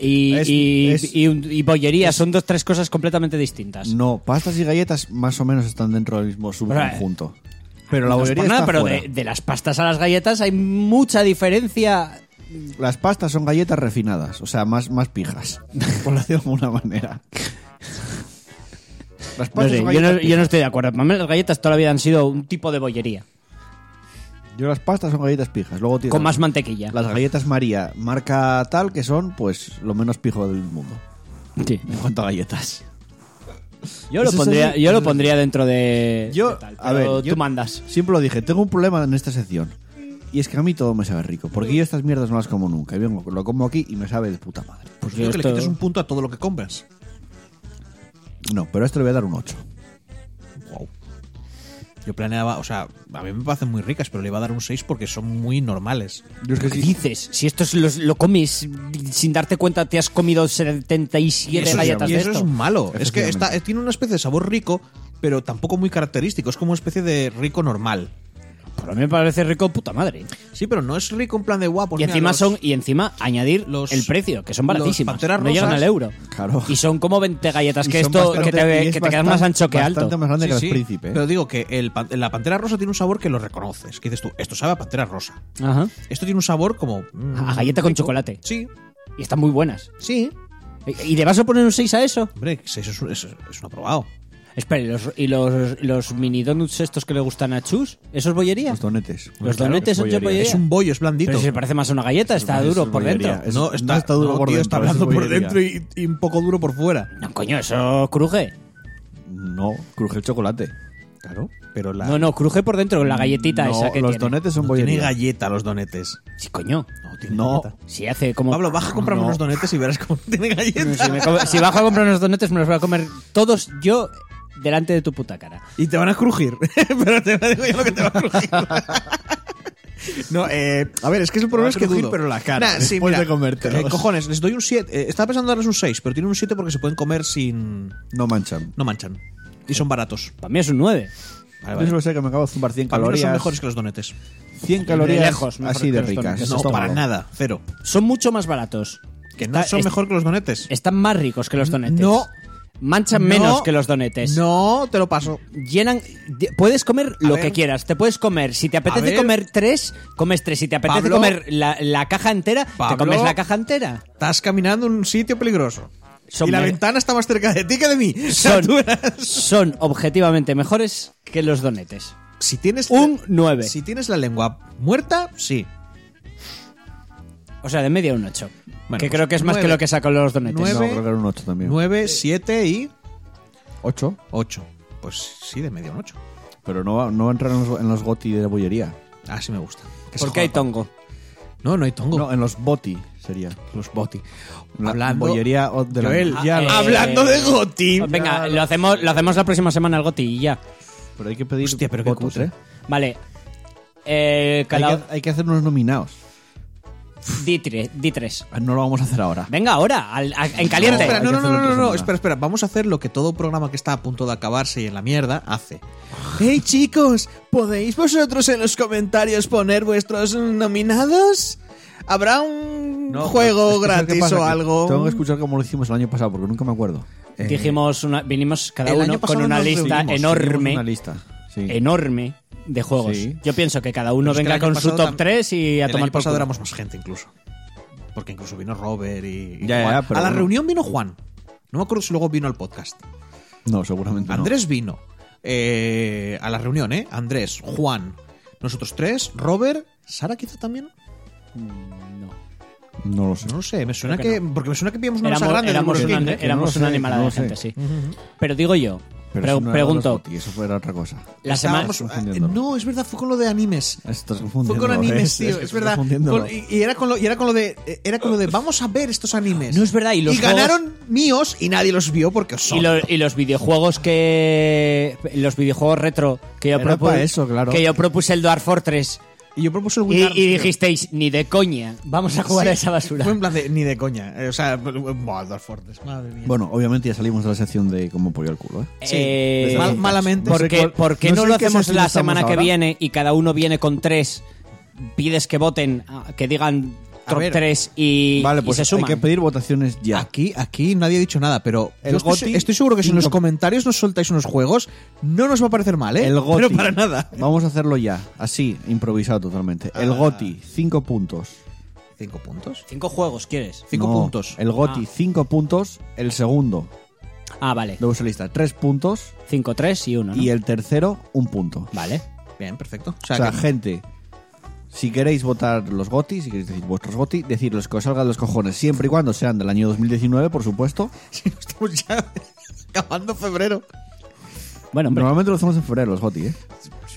S3: y,
S1: Es-
S3: y,
S1: es-
S3: y un- y bollería son dos, tres cosas completamente distintas?
S1: No, pastas y galletas más o menos están dentro del mismo subconjunto. Pero eh, la
S3: No es
S1: bollería
S3: por pues nada,
S1: está
S3: pero
S1: fuera.
S3: de, de las pastas a las galletas hay mucha diferencia.
S1: Las pastas son galletas refinadas, o sea, más, más pijas, [laughs] por decirlo de alguna manera. Las
S3: No
S1: pastas
S3: sé,
S1: son
S3: yo,
S1: galletas
S3: no, yo no estoy de acuerdo. Para mí las galletas toda la vida han sido un tipo de bollería,
S1: pijas. Yo las pastas son galletas pijas. Luego tienes
S3: con más mantequilla.
S1: las galletas María, marca tal, que son pues lo menos pijo del mundo.
S3: Sí.
S1: En cuanto a galletas.
S3: Yo lo
S1: Eso es
S3: pondría,
S1: así.
S3: yo lo pondría dentro de.
S1: Yo,
S3: de tal,
S1: a ver,
S3: pero
S1: yo
S3: tú mandas.
S1: Siempre lo dije, tengo un problema en esta sección. Y es que a mí todo me sabe rico, porque yo estas mierdas no las como nunca. Y vengo, lo como aquí y me sabe de puta madre.
S2: Pues
S3: yo
S2: creo que
S3: esto-
S2: le quites un punto a todo lo que compras.
S1: No, pero a esto le voy a dar un 8.
S2: Wow. Yo planeaba, o sea, a mí me parecen muy ricas, pero le iba a dar un 6 porque son muy normales.
S3: ¿Qué dices? Si esto es los- lo comes sin darte cuenta, te has comido
S2: Y
S3: 77
S2: eso,
S3: galletas
S2: y
S3: de
S2: eso
S3: esto.
S2: es malo. Es que
S1: Efectivamente.
S2: está, eh, tiene una especie de sabor rico, pero tampoco muy característico. Es como una especie de rico normal.
S3: Por lo menos me parece rico de puta madre.
S2: Sí, pero no es rico en plan de pues guapo.
S3: y encima son y encima añadir
S2: los-
S3: el precio, que son
S2: los
S3: baratísimas.
S2: Panteras
S3: no llegan
S2: Rosas-
S3: al euro.
S1: Claro.
S3: Y son como 20 galletas,
S1: Y
S3: que
S1: son
S3: esto
S1: bastante-
S3: que te,
S1: y es
S3: que te quedas más
S1: bastante-
S3: ancho que alto.
S1: Bastante más grande
S2: Sí,
S1: que
S2: sí,
S1: las príncipe. ¿eh?
S2: Pero digo que el pan- la pantera rosa tiene un sabor que lo reconoces. Que dices tú, esto sabe a pantera rosa.
S3: Ajá.
S2: Esto tiene un sabor como. mm,
S1: Ah.
S3: A galleta con chocolate.
S2: Sí,
S3: Y están muy buenas.
S2: sí.
S3: ¿Y y le vas a poner un 6 a eso?
S2: Hombre, seis es un, es, es un aprobado.
S3: Espera, ¿y los, y los, los mini donuts estos que le gustan a Chus? ¿Eso es bollería?
S1: Los donetes.
S3: Los donetes son bollería.
S2: Es un bollo, es blandito.
S3: Pero si se parece más a una galleta, está
S1: es
S3: duro
S1: una
S3: por
S1: bollería.
S3: dentro.
S1: Es-
S2: no,
S1: no
S2: está,
S1: está duro
S2: no,
S1: por
S2: tío,
S1: dentro,
S2: Está
S1: eso es
S2: blando por
S1: bollería.
S2: dentro y, y un poco duro por fuera.
S3: No, coño, eso cruje.
S1: No, cruje el chocolate.
S2: Claro, pero la.
S3: No, no, cruje por dentro la galletita
S1: No,
S3: esa que
S1: los
S3: tiene.
S1: donetes son
S2: no tiene
S1: bollería.
S2: galleta los donetes.
S3: Sí, coño.
S2: No tiene
S1: No.
S2: galleta.
S3: Si hace como...
S2: Pablo, baja a comprarme unos donetes y verás cómo [laughs] no tiene galleta.
S3: [laughs] Si, me como- si bajo a comprar unos donetes, me los voy a comer todos yo delante de tu puta cara.
S2: Y te van a crujir. [laughs] pero te digo yo lo que te va
S3: [laughs]
S2: a crujir. No, eh, a ver, es que el problema es que
S1: crujir,
S2: dudo.
S1: pero la cara,
S2: Nah, sí,
S1: después
S2: mira,
S1: de comértelos.
S2: eh, cojones, les doy un 7. estaba pensando darles un 6, pero tienen un 7 porque se pueden comer sin...
S1: No manchan.
S2: No manchan. Y son baratos.
S3: Para mí es un 9.
S2: Vale,
S1: Yo
S2: vale.
S1: solo sé que me acabo de zumbar 100
S2: Para mí no
S1: calorías.
S2: son mejores que los donetes.
S1: 100 calorías
S3: De lejos, mejor
S1: así
S3: que
S1: de
S3: los
S1: ricas.
S3: donetes.
S2: No,
S1: Estómago.
S2: para nada. Cero.
S3: Son mucho más baratos.
S2: Que no
S3: Está-
S2: son
S3: es-
S2: mejor que los donetes.
S3: Están más ricos que los donetes.
S2: No.
S3: manchan
S2: No,
S3: menos que los donetes.
S2: No, te lo paso.
S3: Llenan. di- Puedes comer
S2: A
S3: lo
S2: ver.
S3: que quieras. Te puedes comer. Si te apetece
S2: ver.
S3: comer tres, comes tres. Si te apetece
S2: Pablo.
S3: comer la, la caja entera,
S2: Pablo.
S3: te comes la caja entera.
S2: Estás caminando en un sitio peligroso.
S3: Son
S2: y la
S3: me-
S2: ventana está más cerca de ti que de mí. [laughs] O sea,
S3: Son,
S2: tú verás.
S3: son objetivamente mejores que los donetes.
S2: Si tienes
S3: Un nueve.
S2: Si tienes la lengua muerta, sí.
S3: O sea, de media un 8.
S2: Bueno,
S3: que
S2: pues
S3: creo que es más
S2: nueve.
S3: que lo que sacan los donetes.
S2: Nueve.
S1: No, creo que era un 8 también.
S2: 9, 7 y
S1: 8.
S2: 8. Pues sí, de medio un 8.
S1: Pero no, va- no va a entrar en los, en los goti de bollería.
S2: Ah, sí me gusta. Que se
S3: Porque hay
S2: joda.
S3: tongo.
S2: No, no hay tongo.
S1: No, en los boti sería.
S2: Los boti.
S1: La
S2: Hablando.
S1: bollería o- de la-
S2: Joel,
S3: Ah,
S2: ya-
S3: eh,
S2: hablando de goti.
S3: Venga, lo hacemos, lo hacemos la próxima semana al goti y ya.
S1: Pero hay que pedir
S2: Hostia, pero qué
S1: votos,
S2: cutre.
S1: ¿eh?
S3: Vale. Eh,
S1: Hay,
S3: cala-
S1: que, hay que hacer unos nominados.
S3: di, tre- di tres.
S1: Ah, No lo vamos a hacer ahora.
S3: Venga, ahora, al- a- en
S2: No,
S3: caliente.
S2: espera,
S1: Hay
S2: no,
S1: que hacerlo
S2: no, no, no,
S1: otra
S2: no, no,
S1: semana.
S2: espera, espera. Vamos a hacer lo que todo programa que está a punto de acabarse y en la mierda hace. Hey chicos, ¿podéis vosotros en los comentarios poner vuestros nominados? ¿Habrá un
S1: No, es
S2: juego
S1: que ¿sabes qué
S2: gratis
S1: pasa?
S2: o
S1: Que
S2: algo?
S1: Tengo que escuchar cómo lo hicimos el año pasado porque nunca me acuerdo.
S3: Dijimos una- vinimos cada
S2: el año
S3: uno con
S2: pasado
S3: una
S2: nos
S3: lista
S2: reunimos,
S3: enorme,
S1: Hicimos Una lista. Sí.
S3: enorme de juegos.
S1: Sí.
S3: Yo pienso que cada uno
S2: Pero Pues es que
S3: venga
S2: el año
S3: con su
S2: pasado
S3: top
S2: tam-
S3: 3 y a
S2: el
S3: tomar
S2: año
S3: por
S2: pasado
S3: culo.
S2: éramos más gente incluso. Porque incluso vino Robert y, y
S1: Ya, ya,
S2: Juan.
S1: pero
S2: a la
S1: bueno.
S2: reunión vino Juan. No me acuerdo si luego vino al podcast.
S1: No, seguramente no.
S2: Andrés vino eh, a la reunión, ¿eh? Andrés, Juan, nosotros tres, Robert, Sara quizá también.
S1: No lo sé.
S2: No lo sé, me suena
S3: Creo que
S2: que, porque me suena que pillamos una masa
S3: Éramos,
S2: grande. de
S3: éramos
S2: Burger
S3: una,
S2: King, ¿eh?
S3: éramos
S1: sé,
S3: una animalada
S1: no
S3: de
S1: sé.
S3: gente, sí. Pero digo yo,
S1: Pero
S3: pre-
S1: eso no era los
S3: pregunto,
S1: goti, eso era otra cosa.
S3: la semana...
S2: Estábamos- ah,
S1: confundiendo.
S2: no, es verdad, fue con lo de animes.
S1: Estás
S2: Fue
S1: confundiendo.
S2: con animes, tío,
S1: ¿ves?
S2: es
S1: Estás
S2: verdad.
S1: confundiéndolo.
S2: Con- y, y era con lo, y era con lo de eh, era con lo de vamos a ver estos animes.
S3: No, es verdad, y los juegos-
S2: ganaron míos y nadie los vio porque
S3: Y,
S2: os son.
S3: lo- y los videojuegos que. Los videojuegos retro que yo,
S1: Era pa' eso, claro.
S3: que yo propuse el Dwarf Fortress.
S2: Y yo propuse el
S3: Y,
S2: Wizards,
S3: y
S2: tío.
S3: dijisteis, ni de coña, vamos a [laughs] jugar
S2: Sí,
S3: a esa basura.
S2: Fue en plan de, ni de coña. Eh, O sea, buah, Dwarf Fortress, madre mía.
S1: Bueno, obviamente ya salimos de la sección de cómo pollo al culo. ¿eh?
S2: Sí, Pues
S3: Eh,
S2: mal- malamente.
S3: ¿Por qué, por qué no,
S1: no sé
S3: lo
S1: en qué
S3: hacemos
S1: sesión
S3: la
S1: estamos
S3: semana que
S1: ahora.
S3: viene y cada uno viene con tres? Pides que voten, ah, que digan
S2: A
S3: top
S2: ver.
S3: tres y,
S1: vale,
S3: y
S1: pues
S3: se
S1: hay
S3: suman.
S1: que pedir votaciones ya.
S2: Aquí, aquí nadie ha dicho nada, pero
S1: El
S2: yo estoy,
S1: Goti-
S2: estoy seguro que si en los
S1: Inco-
S2: comentarios nos soltáis unos juegos, no nos va a parecer mal, ¿eh?
S1: El Goti.
S2: Pero para nada.
S1: Vamos a hacerlo ya, así, improvisado totalmente. El Goti, 5 puntos.
S2: ¿Cinco puntos?
S3: Cinco juegos, ¿quieres?
S2: Cinco
S1: No,
S2: puntos.
S1: El Goti,
S3: Ah.
S1: 5 puntos. El segundo
S3: Ah, vale.
S1: de vuestra lista, 3 puntos.
S3: Cinco, tres y uno. ¿no?
S1: Y el tercero, un punto.
S3: Vale.
S2: Bien, perfecto. O
S1: O
S2: sea,
S1: sea,
S2: que-
S1: gente, si queréis votar los GOTI, si queréis decir vuestros GOTI, decir los que os salgan los cojones, siempre y cuando sean del año 2019, por supuesto.
S2: [laughs] estamos ya [laughs] acabando febrero.
S3: Bueno, hombre.
S1: Normalmente lo hacemos en febrero, los GOTI, ¿eh?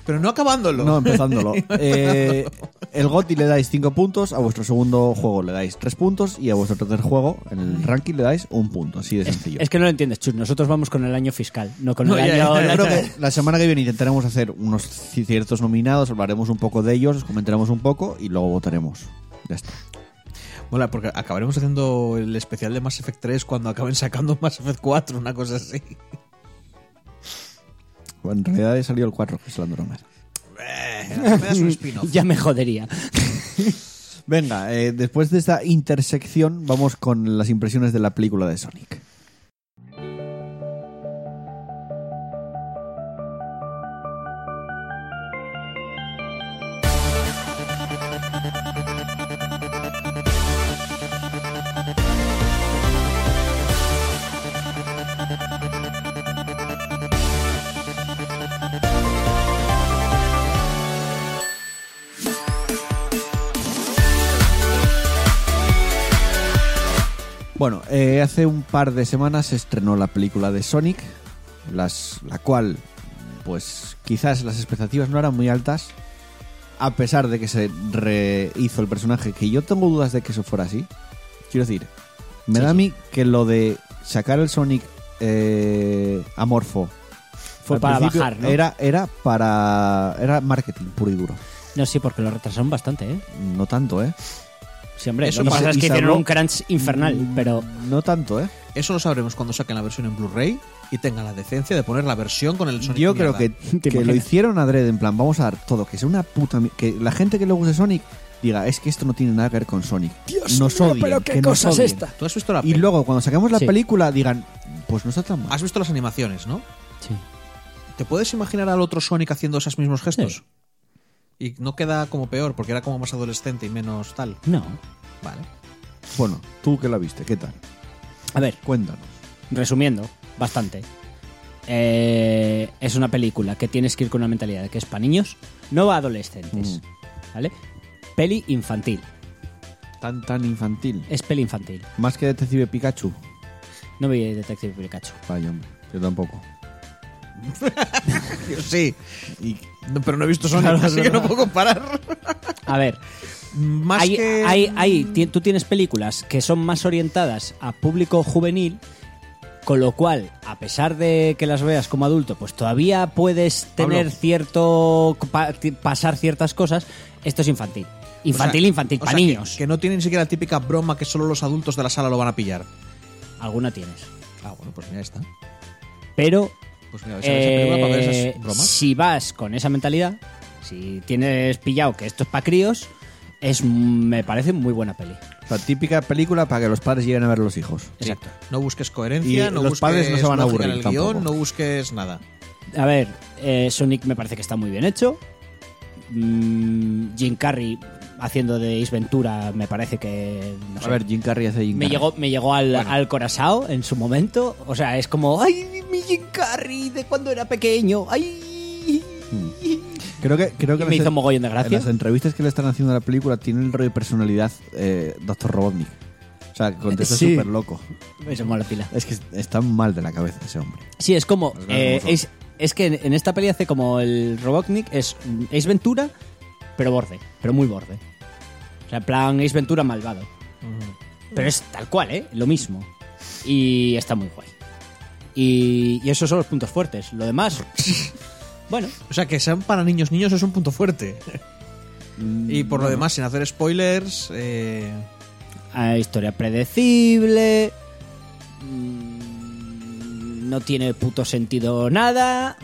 S2: Pero no acabándolo.
S1: No, empezándolo. Eh, el GOTI le dais 5 puntos, a vuestro segundo juego le dais 3 puntos y a vuestro tercer juego, en el ranking, le dais un punto. Así de sencillo.
S3: Es que no lo entiendes, Chus. Nosotros vamos con el año fiscal, no con
S2: No,
S3: el
S2: ya,
S3: año.
S2: ya,
S1: Yo creo que la semana que viene intentaremos hacer unos ciertos nominados, hablaremos un poco de ellos, os comentaremos un poco y luego votaremos. Ya está.
S2: Mola, porque acabaremos haciendo el especial de Mass Effect 3 cuando acaben sacando [laughs] Mass Effect 4, una cosa así.
S1: Bueno, en realidad salió el 4, que es el Andrómeda.
S2: me das un spin-off.
S3: [laughs] Ya me jodería.
S1: Venga, eh, después de esta intersección vamos con las impresiones de la película de Sonic. Bueno, eh, hace un par de semanas se estrenó la película de Sonic, las- la cual, pues quizás las expectativas no eran muy altas, a pesar de que se rehizo el personaje, que yo tengo dudas de que eso fuera así. Quiero decir, me da a mí que lo de sacar el Sonic eh, amorfo
S3: Fue
S1: al
S3: para
S1: principio
S3: bajar, ¿no?
S1: era, era para. Era marketing puro y duro.
S3: No, sí, porque lo retrasaron bastante, ¿eh?
S1: No tanto, ¿eh?
S3: Sí, hombre,
S2: Eso
S3: lo que
S2: pasa,
S3: pasa es
S1: y
S3: que
S1: se
S3: hicieron
S1: habló-
S3: un crunch infernal,
S1: Mm,
S3: pero
S1: No tanto, ¿eh?
S2: Eso lo sabremos cuando saquen la versión en Blu-ray y tengan la decencia de poner la versión con el sonido.
S1: Yo creo que,
S3: ¿Te
S1: que lo
S3: imaginas?
S1: hicieron adrede, en plan, vamos a dar todo, que sea una puta... mi- Que la gente que le guste Sonic diga, es que esto no tiene nada que ver con Sonic. nos odien, que nos odien.
S2: ¿Tú has visto la
S1: Y
S2: peli?
S1: luego, cuando saquemos la
S3: Sí.
S1: película, digan, Pues no está tan mal.
S2: Has visto las animaciones, ¿no?
S3: Sí.
S2: ¿Te puedes imaginar al otro Sonic haciendo esos mismos gestos? Y no queda como peor, porque era como más adolescente y menos tal.
S3: No.
S2: Vale.
S1: Bueno, tú que la viste, ¿qué tal?
S3: A ver,
S1: Cuéntanos.
S3: resumiendo, bastante. Eh, es una película que tienes que ir con una mentalidad de que es para niños, no va a
S1: Mm.
S3: adolescentes. ¿Vale? Peli infantil.
S1: Tan, tan infantil.
S3: Es peli infantil.
S1: Más que Detective Pikachu.
S3: No vi Detective Pikachu.
S1: Vaya, hombre, yo tampoco.
S2: Yo sí. No, pero no he visto Sonic, así que no puedo comparar.
S3: A ver,
S2: Más
S3: hay,
S2: que.
S3: hay- hay- ti- tú tienes películas que son más orientadas a público juvenil, con lo cual, a pesar de que las veas como adulto, pues todavía puedes
S2: Pablo.
S3: tener cierto. pa- ti- pasar ciertas cosas. Esto es infantil.
S2: O sea,
S3: Infantil, infantil,
S2: o
S3: para
S2: sea, que-
S3: niños.
S2: Que, no tienen ni siquiera la típica broma que solo los adultos de la sala lo van a pillar.
S3: Alguna tienes.
S2: Ah, bueno, pues mira, ahí está.
S3: Pero
S2: Pues mira, ves a ver esa película para ver
S3: Eh,
S2: esas bromas.
S3: Si vas con esa mentalidad, si tienes pillado que esto es para críos, es, me parece muy buena peli.
S1: La típica película para que los padres lleguen a ver a los hijos.
S2: Sí.
S3: Exacto.
S2: No busques coherencia,
S1: Y
S2: no
S1: los
S2: busques
S1: padres no se van a
S2: lógica en
S1: aburrir
S2: el guión,
S1: tampoco.
S2: no busques nada.
S3: A ver, eh, Sonic me parece que está muy bien hecho. Mm, Jim Carrey haciendo de Ace Ventura me parece que... no sé,
S1: A ver, Jim Carrey hace Jim
S3: Me
S1: Carrey.
S3: llegó, me llegó al,
S2: Bueno.
S3: al corazao en su momento. O sea, es como, ¡ay, mi Jim Carrey de cuando era pequeño! ¡Ay!
S1: Hmm. Creo que, creo que
S3: Y me
S1: en las-
S3: hizo mogollón de
S1: En
S3: gracia.
S1: las entrevistas que le están haciendo a la película tiene el rollo de personalidad eh, Dr. Robotnik. O sea, que contesta
S3: Sí.
S1: súper loco.
S3: Eso mola pila.
S1: Es que está mal de la cabeza ese hombre.
S3: Sí, es como.
S1: Las ganas
S3: eh,
S1: como son.
S3: es, es que en, en esta peli hace como el Robotnik es mm, Ace Ventura, pero borde, pero muy borde. O sea, en plan Ace Ventura malvado. Pero es tal cual, ¿eh? Lo mismo. Y está muy guay. Y, y esos son los puntos fuertes. Lo demás.
S2: [laughs]
S3: bueno,
S2: O sea, que sean para niños niños es un punto fuerte.
S1: Mm,
S2: y por lo demás, sin hacer spoilers, eh,
S3: a historia predecible. mm, No tiene puto sentido nada.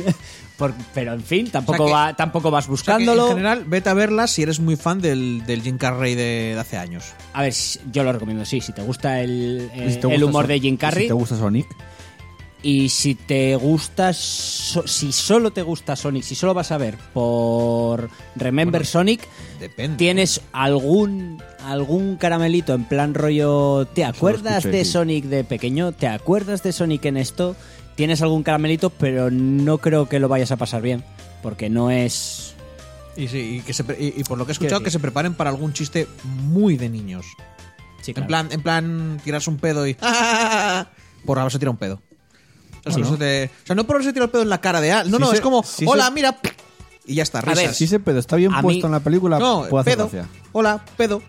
S3: [laughs] por- pero en fin, tampoco,
S2: que-
S3: va, tampoco vas
S2: o sea, que
S3: buscándolo.
S2: en general, vete a verla si eres muy fan del, del Jim Carrey de, de hace años.
S3: A ver, si- yo lo recomiendo, sí. Si te gusta el, eh,
S1: Y Pues si te
S3: el
S1: gusta
S3: humor
S1: Son-
S3: de Jim
S1: y
S3: Carrey
S1: Si te gusta Sonic,
S3: y si te gusta. so- si solo te gusta Sonic, si solo vas a ver por Remember
S2: Bueno,
S3: Sonic,
S2: Depende.
S3: ¿tienes algún, algún caramelito en plan rollo. ¿Te acuerdas
S1: escuché,
S3: de
S1: sí.
S3: Sonic de pequeño? ¿Te acuerdas de Sonic en esto? Tienes algún caramelito, pero no creo que lo vayas a pasar bien. Porque no es.
S2: Y, sí, y que se pre- y- y por lo que he escuchado,
S3: Quiero
S2: que se preparen para algún chiste muy de niños.
S3: Sí,
S2: En
S3: claro.
S2: plan, en plan, tirarse un pedo y. [laughs] por ahora se tira un pedo. O sea,
S1: Bueno.
S2: se te- o sea, no por haberse tirado el pedo en la cara de. ah, No,
S1: Sí
S2: no,
S1: se-
S2: es como.
S1: sí
S2: Hola,
S1: se-
S2: mira. Y ya está, risas.
S3: ver,
S1: si ese pedo está bien
S3: A
S1: puesto
S3: mí-
S1: en la película,
S2: no,
S1: puede hacer
S2: pedo.
S1: gracia.
S2: Hola, pedo.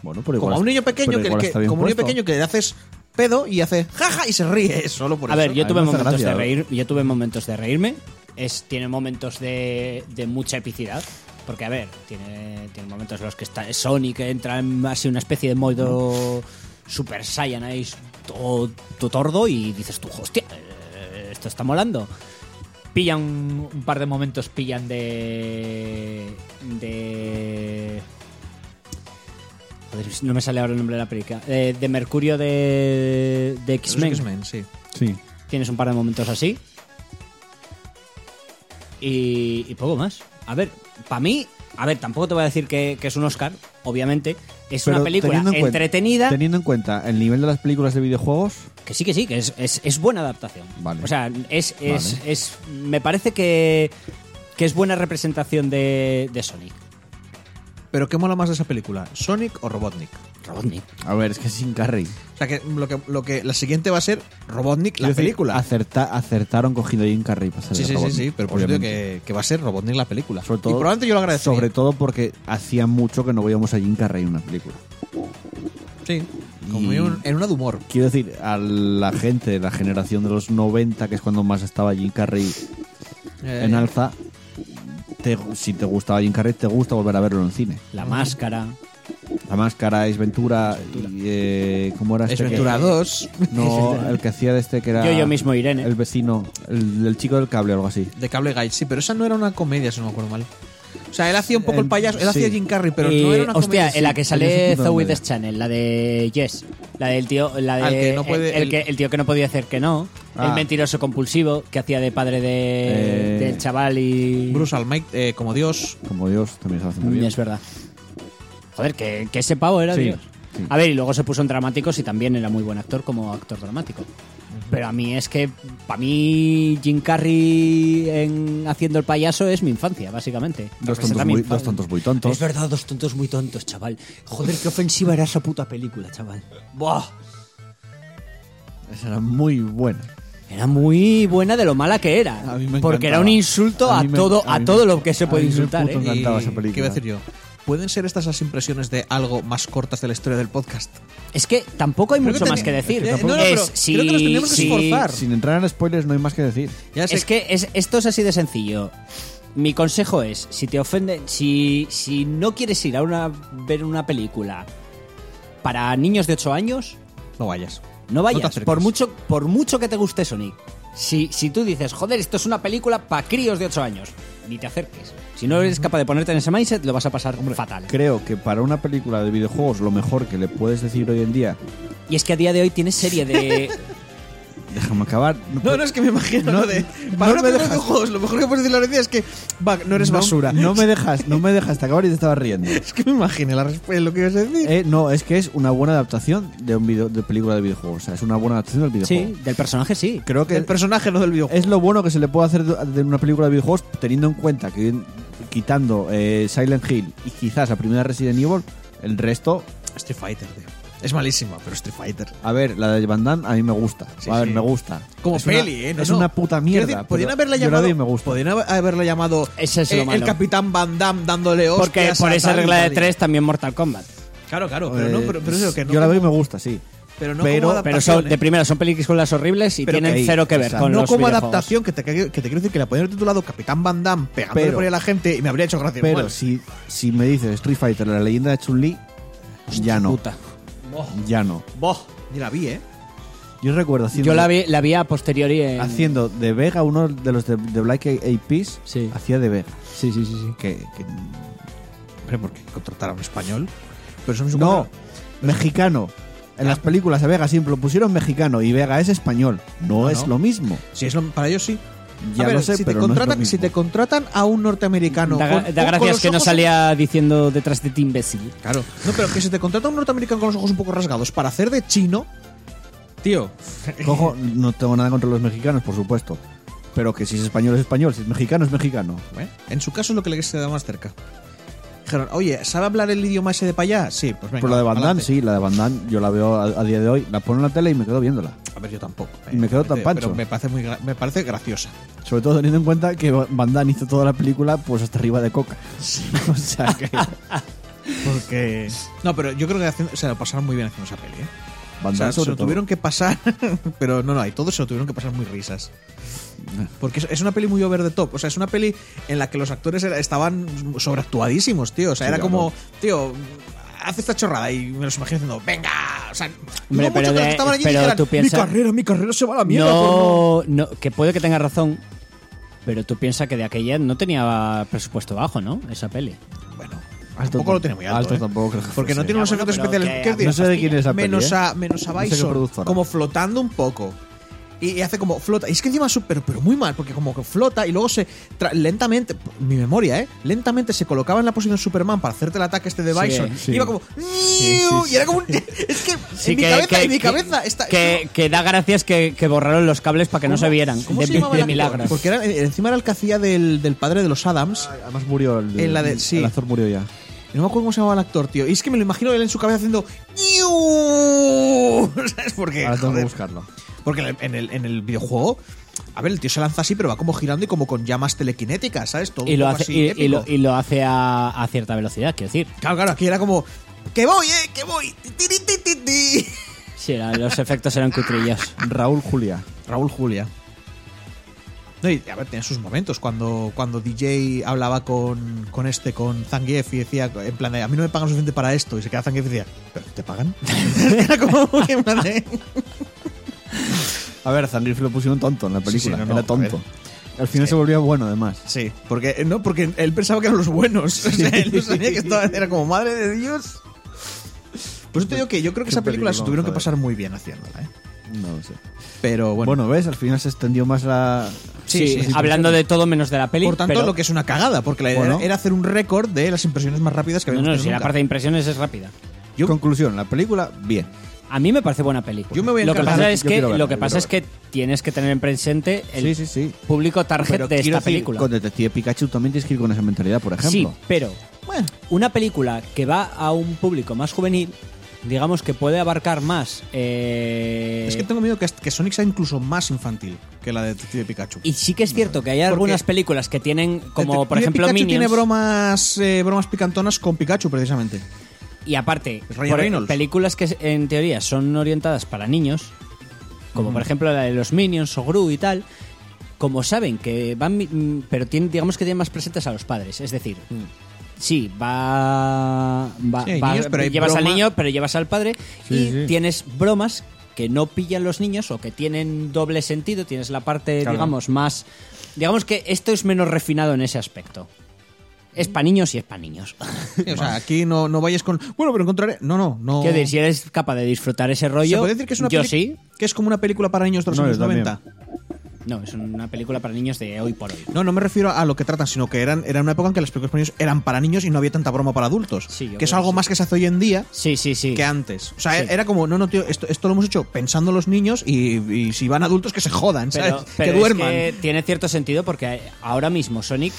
S1: Bueno, pero igual
S2: como a un
S1: es-
S2: niño pequeño
S1: pero
S2: que,
S1: igual
S2: que-
S1: está bien
S2: como un niño
S1: puesto.
S2: pequeño que le haces pedo y hace jaja y se ríe [laughs] solo por
S3: a
S2: eso.
S3: ver, yo
S1: A
S3: tuve
S1: mí me hace
S3: momentos de
S1: gracia.
S3: reír, yo tuve momentos de reírme. Es, tiene momentos de, de mucha epicidad. Porque, a ver, tiene, tiene momentos en los que está Sonic entra en así una especie de modo Super Saiyan ahí, todo, todo tordo, y dices tú, hostia, eh, esto está molando. Pillan un, un par de momentos, pillan de. de. joder, no me sale ahora el nombre de la película. Eh, de Mercurio de, de
S2: Los
S3: X-Men
S2: X-Men, sí.
S1: Sí.
S3: tienes un par de momentos así. Y, y poco más. A ver, para mí, a ver, tampoco te voy a decir que, que es un Oscar, obviamente. Es
S1: Pero
S3: una película
S1: teniendo en cuenta-
S3: entretenida.
S1: teniendo en cuenta el nivel de las películas de videojuegos,
S3: Que sí, que sí, que es, es- es buena adaptación.
S1: Vale.
S3: O sea, es, es, es- me parece que, que es buena representación de, de Sonic.
S2: Pero ¿qué mola más de esa película? ¿Sonic o Robotnik?
S3: Robotnik.
S1: a ver, es que sin Carrey.
S2: O sea, que lo que, lo que la siguiente va a ser Robotnik, la
S1: Quiero decir,
S2: película.
S1: acerta- acertaron cogiendo a Jim Carrey para hacer
S2: Sí,
S1: de
S2: sí, sí,
S1: Robotnik,
S2: sí, pero por eso digo
S1: obviamente.
S2: que, que va a ser Robotnik la película.
S1: Sobre todo-
S2: y probablemente yo lo agradecería.
S1: Sobre todo porque hacía mucho que no veíamos a Jim Carrey en una película.
S2: Sí, como
S1: Y-
S2: en, un- en una de humor.
S1: Quiero decir, a la gente de la generación de los 90, que es cuando más estaba Jim Carrey
S2: Eh,
S1: en alza, te- si te gustaba Jim Carrey, te gusta volver a verlo en el cine.
S3: La máscara.
S1: La máscara, es Ventura, y, eh, ¿cómo era
S2: es
S1: este? que-
S2: Ventura
S1: [laughs]
S2: 2.
S1: No, el que hacía de este que era...
S3: Yo, yo mismo, Irene.
S1: El vecino, el, el chico del cable o algo así.
S2: [laughs] De Cable Guide, sí, pero esa no era una comedia, si no me acuerdo mal. O sea, él hacía un poco el
S1: Eh,
S2: payaso, él
S1: sí.
S2: hacía Jim Carrey, pero
S3: Eh,
S2: no era una
S3: hostia,
S2: comedia.
S3: en la
S2: sí.
S3: que
S1: Yo soy
S3: sale
S1: puto
S3: Zoe
S1: hombre.
S3: Deschanel, la de Yes. La del tío, la de,
S2: Al que no puede-
S3: el, el
S2: el-
S3: que, el tío que no podía hacer que no.
S1: Ah.
S3: El mentiroso compulsivo que hacía de padre de,
S1: Eh.
S3: del chaval y.
S2: Bruce Almighty, eh, como Dios.
S1: Como Dios también está haciendo
S3: Mm,
S1: bien.
S3: Es verdad. Joder, que, que ese pavo era
S1: Sí,
S3: Dios.
S1: sí.
S3: A ver, y luego se puso en dramáticos y también era muy buen actor como actor dramático. Pero a mí es que, para mí, Jim Carrey en haciendo el payaso es mi infancia, básicamente.
S1: Dos
S3: Representa
S1: tontos
S3: mi
S1: muy-
S3: infancia.
S1: dos tontos muy tontos.
S3: Es verdad, dos tontos muy tontos, chaval. Joder, qué ofensiva era esa puta película, chaval. Buah.
S1: Esa era muy buena.
S3: Era muy buena de lo mala que era.
S1: A mí me
S3: porque era
S1: encantaba.
S3: un insulto
S1: A
S3: a,
S1: mí me-
S3: todo,
S1: a mí
S3: a,
S1: me-
S3: todo lo que se
S1: a
S3: puede
S1: mí me
S3: insultar,
S1: puto
S3: ¿eh?
S1: Me encantaba
S2: Y-
S1: esa película.
S2: ¿Qué iba a decir yo? ¿Pueden ser estas las impresiones de algo más cortas de la historia del podcast?
S3: Es que tampoco hay
S2: Creo que
S3: mucho más
S2: teni-
S3: que decir.
S2: Eh, no, no, pero
S3: Es
S2: creo que nos
S3: si-
S2: tenemos que
S3: si-
S2: esforzar.
S1: Sin entrar en spoilers, no hay más que decir.
S2: Ya sé
S3: Es que es- esto es así de sencillo. Mi consejo es, si te ofende, si, si no quieres ir a una, ver una película para niños de 8 años,
S2: No vayas.
S3: no
S2: te
S3: vayas.
S2: acerques.
S3: por, mucho, por mucho que te guste Sonic. Si, si tú dices, joder, esto es una película para críos de 8 años, ni te acerques. Si no eres capaz de ponerte en ese mindset, lo vas a pasar fatal.
S1: Creo que para una película de videojuegos, lo mejor que le puedes decir hoy en día.
S3: Y es que a día de hoy tienes serie
S2: [laughs]
S3: de...
S1: Déjame acabar.
S2: No, no, es [laughs] que me imagino
S1: No,
S2: lo [laughs] de.
S1: no
S2: Para una
S1: me
S2: película de
S1: dejas.
S2: juegos, lo mejor que puedes decir la verdad es que. va, no eres
S1: No-
S2: basura. [laughs]
S1: No, me dejas, no me dejaste acabar y te estabas riendo.
S2: Es que me imagino la resp- lo que ibas a decir.
S1: Eh, no, es que es una buena adaptación de un video, de película de videojuegos. O sea, es una buena adaptación del videojuego.
S3: Sí, del personaje sí.
S1: Creo que
S2: el personaje, no del videojuego.
S1: es lo bueno que se le puede hacer de una película de videojuegos teniendo en cuenta que quitando eh, Silent Hill y quizás la primera Resident Evil, el resto,
S2: Street Fighter, tío. Es malísima, pero Street Fighter.
S1: a ver, la de Van Damme a mí me gusta.
S2: Sí,
S1: a ver,
S2: sí.
S1: me gusta.
S2: Como
S1: es
S2: peli,
S1: una,
S2: ¿eh? No,
S1: es
S2: no.
S1: una puta
S2: Quiero
S1: mierda.
S2: decir, podrían haberla
S1: pero yo la
S2: llamado.
S1: vi y me gusta.
S2: Podrían haberla llamado.
S3: Ese es lo
S2: eh, El
S3: malo.
S2: Capitán Van Damme dándole hostias.
S3: Porque por
S2: a
S3: esa
S2: tal y
S3: regla de
S2: tal y-
S3: tres también Mortal Kombat.
S2: Claro, claro, pero no, pero, pero
S1: Eh,
S2: eso que no.
S1: yo la veo y me gusta, sí.
S2: Pero no
S1: pero-
S2: como
S3: Pero
S2: adaptación,
S3: son, de
S2: ¿eh?
S3: primera son películas horribles y
S1: Pero
S3: tienen
S1: que ahí,
S3: cero que ver
S1: o sea,
S3: con
S2: No
S3: los
S2: como
S3: videojuegos.
S2: adaptación, que te, que te quiero decir que la podrían haber titulado Capitán Van Damme pegándole
S1: Pero-
S2: por ahí a la gente y me habría hecho gracia.
S1: Pero
S2: Bueno,
S1: si, si me dices Street Fighter, la leyenda de Chun-Li, ya no.
S3: Puta.
S1: Ya no.
S2: Boh, ni la vi, ¿eh?
S1: Yo recuerdo haciendo,
S3: Yo la vi, la vi a posteriori en...
S1: haciendo de Vega, uno de los de, de Black Eyed Peas,
S3: Sí.
S1: hacía de Vega.
S3: Sí, sí, sí, sí.
S1: Que, que-
S2: Hombre, ¿por qué contratar a un español? Pero eso no es un
S1: no,
S2: contrato.
S1: mexicano. En las películas a Vega siempre lo pusieron mexicano y Vega es español. No,
S2: No,
S1: es
S2: Ah, no.
S1: lo
S2: [laughs]
S1: mismo.
S2: Si es lo- para ellos sí.
S1: Ya
S2: a ver,
S1: lo sé,
S2: si,
S1: pero
S2: te
S1: no es lo
S2: contratan, si
S1: mismo.
S2: te contratan a un norteamericano.
S3: Da, da
S2: con- con- con
S3: gracias
S2: los
S3: que no
S2: ojos-
S3: salía diciendo detrás de ti imbécil.
S2: Claro. No, pero que si te contrata un norteamericano con los ojos un poco rasgados para hacer de chino. Tío.
S1: Cojo, no tengo nada contra los mexicanos, por supuesto. Pero que si es español es español, si es mexicano es mexicano.
S2: Bueno, eh, en su caso es lo que le queda más cerca. Dijeron, oye, ¿sabe hablar el idioma ese de para allá? Sí, pues venga.
S1: Pero la de Van Damme,
S2: adelante.
S1: sí, la de Van Damme, yo la veo a, a día de hoy, la pongo en la tele y me quedo viéndola.
S2: A ver, yo tampoco.
S1: Y me quedo tan
S2: Pero-
S1: pancho.
S2: Pero me parece, muy gra- me parece graciosa.
S1: Sobre todo teniendo en cuenta que Van Damme hizo toda la película pues hasta arriba de coca. [laughs] o sea
S2: [laughs]
S1: que
S2: Porque. No, pero yo creo que haciendo- se lo pasaron muy bien haciendo esa peli, ¿eh?
S1: Van
S2: O sea,
S1: Damme
S2: se
S1: sobre
S2: lo
S1: todo.
S2: tuvieron que pasar, [laughs] pero no, no, hay todos se lo tuvieron que pasar muy risas. Porque es- es una peli muy over the top. O sea, es una peli en la que los actores era- estaban sobreactuadísimos, tío. O sea,
S1: Sí,
S2: era
S1: claro.
S2: como, tío, hace esta chorrada y me los imagino diciendo, venga. O sea,
S3: Hombre,
S2: no muchos
S3: pero
S2: de los
S3: de-
S2: que estaban allí
S3: pero
S2: dijeran,
S3: tú piensa-
S2: mi carrera, mi carrera se va a la Ah, mierda. pues por
S3: No, no, que puede que tenga razón, pero tú piensas que de aquella no tenía presupuesto bajo, ¿no? Esa peli.
S2: no". Bueno,
S1: Alto
S2: tampoco lo
S1: tam-
S2: tiene muy alto.
S1: alto
S2: ¿eh?
S1: tampoco creo que
S2: Porque no
S1: fuese.
S2: tiene unos
S3: Ya, bueno,
S2: efectos
S3: pero
S2: especiales.
S3: que-
S2: Quiero decir,
S1: No sé de quién es esa peli,
S2: menos
S1: ¿eh?
S2: a menos a
S1: No sé qué
S2: Bison
S1: productora.
S2: como flotando un poco y, y hace como flota y es que encima es súper pero muy mal porque como que flota y luego se tra- lentamente mi memoria eh lentamente se colocaba en la posición Superman para hacerte el ataque este de
S3: Sí,
S2: Bison
S1: sí.
S2: iba como y era como un- [laughs] es que en mi cabeza en mi cabeza está
S3: que- que da gracias que, que borraron los cables para que no se vieran.
S2: ¿Cómo
S3: de,
S2: se llamaba
S3: de
S2: el actor?
S3: milagros.
S2: porque era- encima era el que hacía del, del padre de los Adams
S1: Además murió el,
S2: En la de- sí.
S1: el actor murió ya.
S2: Y no me acuerdo cómo se llamaba el actor, tío. Y es que me lo imagino él en su cabeza haciendo. "Iu". [laughs] ¿Sabes por qué?
S1: Ahora tengo que
S2: Eh, Joder.
S1: buscarlo.
S2: Porque en el, en el- en el videojuego. A ver, el tío se lanza así, pero va como girando y como con llamas telequinéticas, ¿sabes? Todo
S3: y
S2: un
S3: lo
S2: poco
S3: hace,
S2: así
S3: y, y
S2: épico.
S3: lo, y lo hace a, a cierta velocidad, quiero decir.
S2: Claro, claro, aquí era como. ¡Que voy, eh! ¡Que voy! Ti, ti, ti, ti, ti, ti.
S3: Sí, era- los efectos eran cutrillos.
S1: Raúl Julia.
S2: Raúl Julia. No, y a ver, tenía sus momentos. Cuando, cuando DJ hablaba con, con este, con Zangief, y decía, en plan, de, a mí no me pagan suficiente para esto. Y se queda Zangief y decía, ¿pero
S3: [laughs]
S2: te pagan? Era como muy en plan de-
S1: A ver, Zangief lo pusieron tonto en la película.
S2: Sí, sí, no, no,
S1: era
S2: a
S1: tonto. Al final
S2: Sí.
S1: se volvía bueno, además.
S2: Sí, porque, no, porque él pensaba que eran los buenos. O sea, él no sabía que esto era como madre de Dios. Pues te digo que yo creo que
S1: Qué
S2: esa película se
S1: peliculón,
S2: tuvieron que
S1: joder.
S2: pasar muy bien haciéndola, ¿eh?
S1: No lo sé.
S2: Pero bueno.
S1: Bueno, ¿ves? Al final se extendió más la.
S3: Sí, hablando de todo menos de la peli.
S2: por tanto,
S3: pero-
S2: lo que es una cagada, porque la idea
S1: Bueno.
S2: era hacer un récord de las impresiones más rápidas que
S3: No,
S2: habíamos
S3: no,
S2: tenido
S3: si la
S2: nunca.
S3: parte de impresiones es rápida.
S1: Yo- Conclusión, la película, bien.
S3: A mí me parece buena peli.
S2: Yo me voy a
S3: lo que
S2: encargar-
S3: pasa es
S1: yo
S3: que
S1: quiero verla,
S3: lo que
S1: yo
S3: pasa
S1: quiero
S3: es que tienes que tener en presente el
S1: Sí, sí, sí.
S3: público target
S1: Pero
S3: de
S1: quiero
S3: esta
S1: decir,
S3: película.
S1: Con Detective Pikachu también tienes que ir con esa mentalidad, por ejemplo.
S3: Sí, pero
S2: Bueno,
S3: una película que va a un público más juvenil, digamos que puede abarcar más. eh,
S2: es que tengo miedo que, que Sonic sea incluso más infantil que la de Detective Pikachu.
S3: Y sí que es cierto que hay
S2: Porque-
S3: algunas películas que tienen, como por
S2: Detective
S3: ejemplo
S2: Pikachu
S3: Minions,
S2: tiene bromas, eh, bromas picantonas con
S3: [laughs]
S2: Pikachu, precisamente.
S3: y aparte,
S2: Ryan
S3: por-
S2: Reynolds.
S3: películas que en teoría son orientadas para niños, como
S2: Mm.
S3: por ejemplo la de los Minions o Gru y tal, como saben que van, mi- mm, pero tienen, digamos que tienen más presentes a los padres, es decir. Sí, va. va-
S2: Mm. Sí, hay
S3: va-
S2: niños, pero hay
S3: llevas al
S2: broma-
S3: niño, pero llevas al padre.
S1: Sí,
S3: y
S1: sí.
S3: tienes bromas que no pillan los niños o que tienen doble sentido. Tienes la parte,
S1: Claro.
S3: digamos, más. Digamos que esto es menos refinado en ese aspecto. Es para niños y es para niños. [laughs]
S2: Sí, o sea, aquí no, no vayas con. Bueno, pero encontraré. No, no, no.
S3: Quiero decir, si eres capaz de disfrutar ese rollo,
S2: ¿Se puede decir que es una
S3: yo
S2: peli-
S3: sí.
S2: Que es como una película para niños de los
S1: No,
S2: años
S1: yo también.
S2: 90.
S3: No, es una película para niños de hoy por hoy.
S2: No, no me refiero a lo que tratan, sino que eran, era una época en que las películas para niños eran para niños y no había tanta broma para adultos.
S3: Sí, yo
S2: que es
S3: creo
S2: algo
S3: que sí.
S2: más que se hace hoy en día
S3: Sí, sí, sí.
S2: que antes. O sea,
S3: Sí.
S2: era como, no, no, tío, esto, esto lo hemos hecho pensando los niños y, y si van adultos que se jodan,
S3: Pero,
S2: ¿sabes?
S3: pero
S2: que
S3: es
S2: duerman.
S3: que tiene cierto sentido porque ahora mismo Sonic